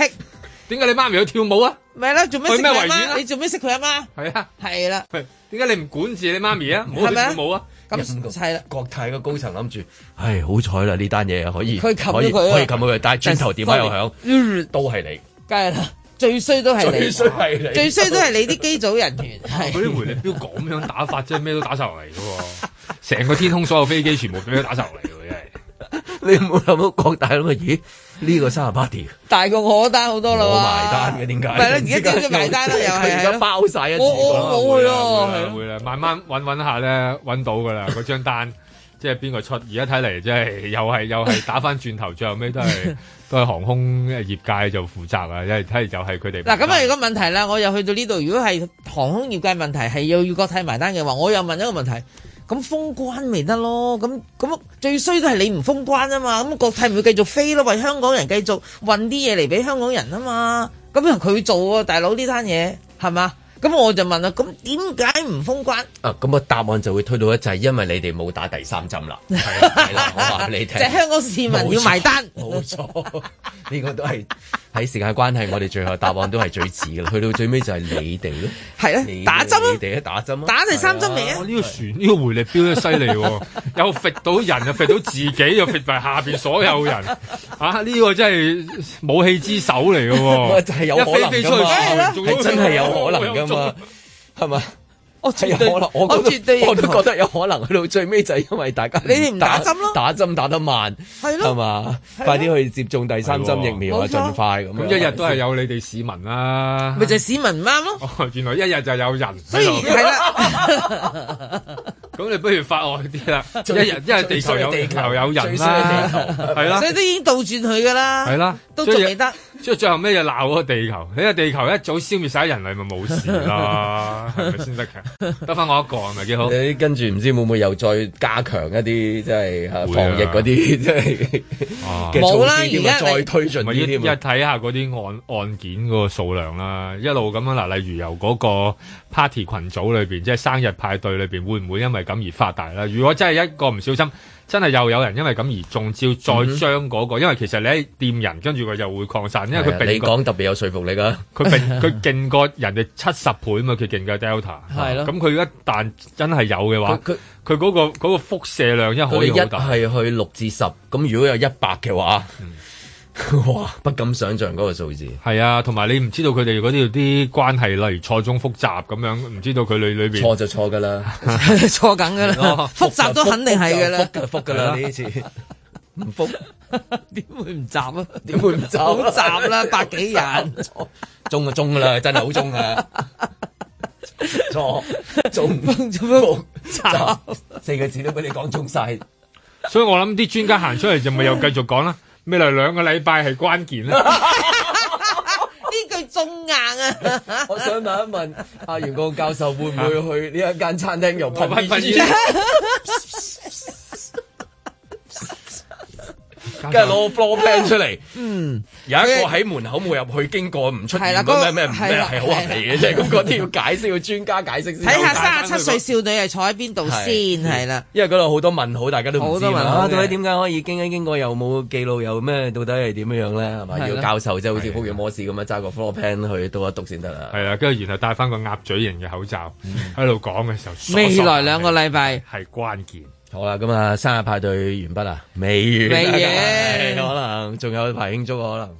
Speaker 3: 點解你媽咪有跳舞啊？
Speaker 4: 咪啦，做咩識
Speaker 3: 去咩
Speaker 4: 佢阿
Speaker 3: 維園啊
Speaker 4: 媽？你做咩識佢阿媽？
Speaker 3: 係啊，
Speaker 4: 係啦，
Speaker 3: 喂點解你唔管住你媽咪啊？唔好去
Speaker 4: 係咪啊
Speaker 3: 跳舞啊！
Speaker 4: 咁係啦，
Speaker 2: 國泰嘅高層諗住，唉，好彩啦呢單嘢可以，
Speaker 4: 佢冚咗
Speaker 2: 可以
Speaker 4: 佢啊
Speaker 2: 可以冚咗佢，但係轉頭電話又響，
Speaker 4: 嗯
Speaker 2: 都係你。
Speaker 4: 梗係啦，最衰都係你，
Speaker 2: 最衰係你
Speaker 4: 最衰都係你啲機組人員係。
Speaker 3: 嗰啲回力鏢咁樣打法，真係咩都打晒落嚟嘅喎！成個天空所有飛機全部俾佢打晒落嚟嘅，真係。
Speaker 2: 你冇諗到國泰諗啊？咦，呢個生日 party
Speaker 4: 大過我嗰單好多啦喎，
Speaker 2: 我埋單嘅點解？
Speaker 4: 咪啦，而家點解埋單啦？又係
Speaker 2: 而
Speaker 4: 係
Speaker 2: 家
Speaker 4: 咯
Speaker 2: 包晒一
Speaker 4: 我我我會咯，哦係
Speaker 3: 會啦
Speaker 4: 咯
Speaker 3: 啊會啊啦，慢慢揾揾下咧，揾到噶啦嗰張單， [laughs] 即係邊個出？而家睇嚟，即係又係又
Speaker 4: [laughs]
Speaker 3: 係打翻轉頭，最後尾都係都係航空業界就負責啊！因為睇嚟就係佢哋
Speaker 4: 嗱，咁啊，如果問題啦，我又去到呢度。如果係航空業界問題係要要國泰埋單嘅話，我又問一個問題：咁封關咪得咯？咁咁最衰都係你唔封關啊嘛。咁國泰咪會繼續飛咯，為香港人繼續運啲嘢嚟俾香港人啊嘛。咁又佢做啊，大佬呢單嘢係嘛？咁我就問啦，咁點解唔封關？
Speaker 2: 啊，咁個答案就會推到一就係因為你哋冇打第三針
Speaker 4: [laughs]
Speaker 2: 啦，係啦，我話俾你
Speaker 4: 就
Speaker 2: 聽，
Speaker 4: 係香港市民要埋單。
Speaker 2: 冇錯， [laughs] 呢個都係喺時間關係，我哋最後答案都係最似嘅啦，去到最尾就係你哋咯，
Speaker 4: 係啦
Speaker 2: 你哋
Speaker 4: 打針啊
Speaker 2: 你哋啊打針啊，
Speaker 4: 打第三針未啊？
Speaker 3: 呢個船呢個回力標都犀利
Speaker 4: [laughs]
Speaker 3: 喎，又揈到人又揈到自己，又揈埋下邊所有人啊！呢個真係武器之首嚟嘅
Speaker 4: [laughs]
Speaker 3: 喎，
Speaker 2: 啊就係有可能
Speaker 3: 哦一飛
Speaker 2: 㗎
Speaker 3: 飛出去
Speaker 2: 嘛，
Speaker 3: 仲
Speaker 2: 係真係有可能㗎嘛，係嘛？我係有可能，我
Speaker 4: 我
Speaker 2: 覺
Speaker 4: 絕
Speaker 2: 得
Speaker 4: 哦對認
Speaker 2: 我
Speaker 4: 同
Speaker 2: 都覺得有可能，去到最尾就係因為大家
Speaker 4: 你哋唔打針咯
Speaker 2: 打針打得慢，
Speaker 4: 係咯
Speaker 2: 係嘛？
Speaker 4: 係咯
Speaker 2: 快啲去接種第三針疫苗啊，
Speaker 4: 冇錯
Speaker 2: 盡快咁樣。
Speaker 3: 咁一日都係有你哋市民啦，
Speaker 4: 咪就係市民唔啱咯。
Speaker 3: 哦原來一日就有人
Speaker 4: 所以
Speaker 3: 喺度，
Speaker 4: 係啦，
Speaker 3: 咁你不如發外啲啦，一
Speaker 2: [laughs] 最
Speaker 3: 日因為地球有
Speaker 2: 最
Speaker 3: 地
Speaker 2: 衰
Speaker 3: 球有人
Speaker 2: 最衰
Speaker 3: 啦
Speaker 2: 地，球
Speaker 3: [laughs] 係啦
Speaker 4: 所。以都已經倒轉佢噶啦。
Speaker 3: 係啦
Speaker 4: 都仲未得。
Speaker 3: 即係最後尾就鬧嗰個地球，你個地球一早消滅晒人類，咪冇事
Speaker 2: [laughs]
Speaker 3: 啦，係咪先得嘅？得翻我一個係咪幾好？
Speaker 2: 你跟住唔知會唔會又再加強一啲即係啊
Speaker 3: 會啊
Speaker 2: 防疫嗰啲即係嘅措施添啊再推進
Speaker 3: 咪
Speaker 2: 啲
Speaker 3: 一
Speaker 2: 添
Speaker 3: 一
Speaker 2: 啊
Speaker 3: 睇下嗰啲案案件嗰個數量啦，一路咁樣嗱，例如由嗰個 party 群組裏邊，即係生日派對裏邊，會唔會因為咁而發大啦？如果真係一個唔小心，真係又有人因為咁而中招，
Speaker 2: 嗯
Speaker 3: 再將嗰、個，因為其實你喺掂人，跟住佢又會擴散，因為
Speaker 2: 係
Speaker 3: 佢
Speaker 2: 啊
Speaker 3: 並
Speaker 2: 你講特別有說服力啊！
Speaker 3: 佢
Speaker 2: [laughs]
Speaker 3: 並佢勁過人哋七十倍嘛，佢勁過 Delta。啊
Speaker 2: 係咯
Speaker 3: 咁佢一旦真係有嘅話，
Speaker 2: 佢
Speaker 3: 佢嗰個嗰個輻射量一
Speaker 2: 佢
Speaker 3: 可
Speaker 2: 哋
Speaker 3: 以好
Speaker 2: 一
Speaker 3: 大。
Speaker 2: 係去六至十，咁如果有一百嘅話， [laughs] 哇，不敢想象嗰個數字。
Speaker 3: 係啊，同埋你唔知道佢哋嗰啲啲關係，例如錯綜複雜咁樣，唔知道佢裏裏邊錯
Speaker 2: 就錯㗎啦， [laughs]
Speaker 4: [laughs] 錯緊㗎啦，複雜都肯定係㗎啦，
Speaker 2: 復㗎啦呢次。唔 [laughs] 復
Speaker 4: 點會唔雜啊？
Speaker 2: [laughs] 點會唔雜啊 [laughs]
Speaker 4: 好雜啦，百幾人。
Speaker 2: 中就中㗎啦，真係好中啊！ [laughs] 錯 [laughs] 中
Speaker 4: 中
Speaker 2: 四個字都俾你講中晒。
Speaker 3: 所以我諗啲專家行出嚟就咪又繼續講啦。未來兩個禮拜係關鍵
Speaker 2: [laughs]
Speaker 3: 啦，
Speaker 4: 呢句中硬啊！
Speaker 2: [laughs] 我想問一問阿袁國教授會唔會去呢一間餐廳又
Speaker 3: 噴
Speaker 2: 噴 [laughs]
Speaker 3: [laughs] 噴
Speaker 2: 煙
Speaker 3: 煙？
Speaker 2: 跟住攞個 floor plan 出嚟，
Speaker 4: 嗯，
Speaker 2: 有一個喺門口冇入去，經過唔出
Speaker 4: 係啦
Speaker 2: 現
Speaker 4: 嗰個
Speaker 2: 咁咩咩咩
Speaker 4: 係啦
Speaker 2: 係好合理嘅啫。 [laughs] 咁嗰啲要解釋，要專家解釋先。
Speaker 4: 睇下三十七歲少女係坐喺邊度
Speaker 2: 係
Speaker 4: 先，係啦。
Speaker 2: 因為嗰度好多問號，大家都唔知
Speaker 4: 好多
Speaker 2: 嘛
Speaker 4: 問號
Speaker 2: 啊
Speaker 4: 嘅
Speaker 2: 到底點解可以經一經過又冇記錄，又咩？到底係點樣樣咧？係
Speaker 3: 係
Speaker 2: 咪
Speaker 3: 啦
Speaker 2: 要教授即係好似福爾摩斯咁樣揸個 floor plan 去讀一讀先得啦。
Speaker 3: 係啦，跟住然後戴翻個鴨嘴型嘅口罩喺度講嘅時候，
Speaker 2: 嗯未來
Speaker 3: 兩
Speaker 4: 個禮拜
Speaker 3: 係關鍵。
Speaker 2: 好啦，咁啊，生日派對完畢啦，未完啊，
Speaker 4: 未完
Speaker 2: 梗係可能仲有排慶祝啊可能。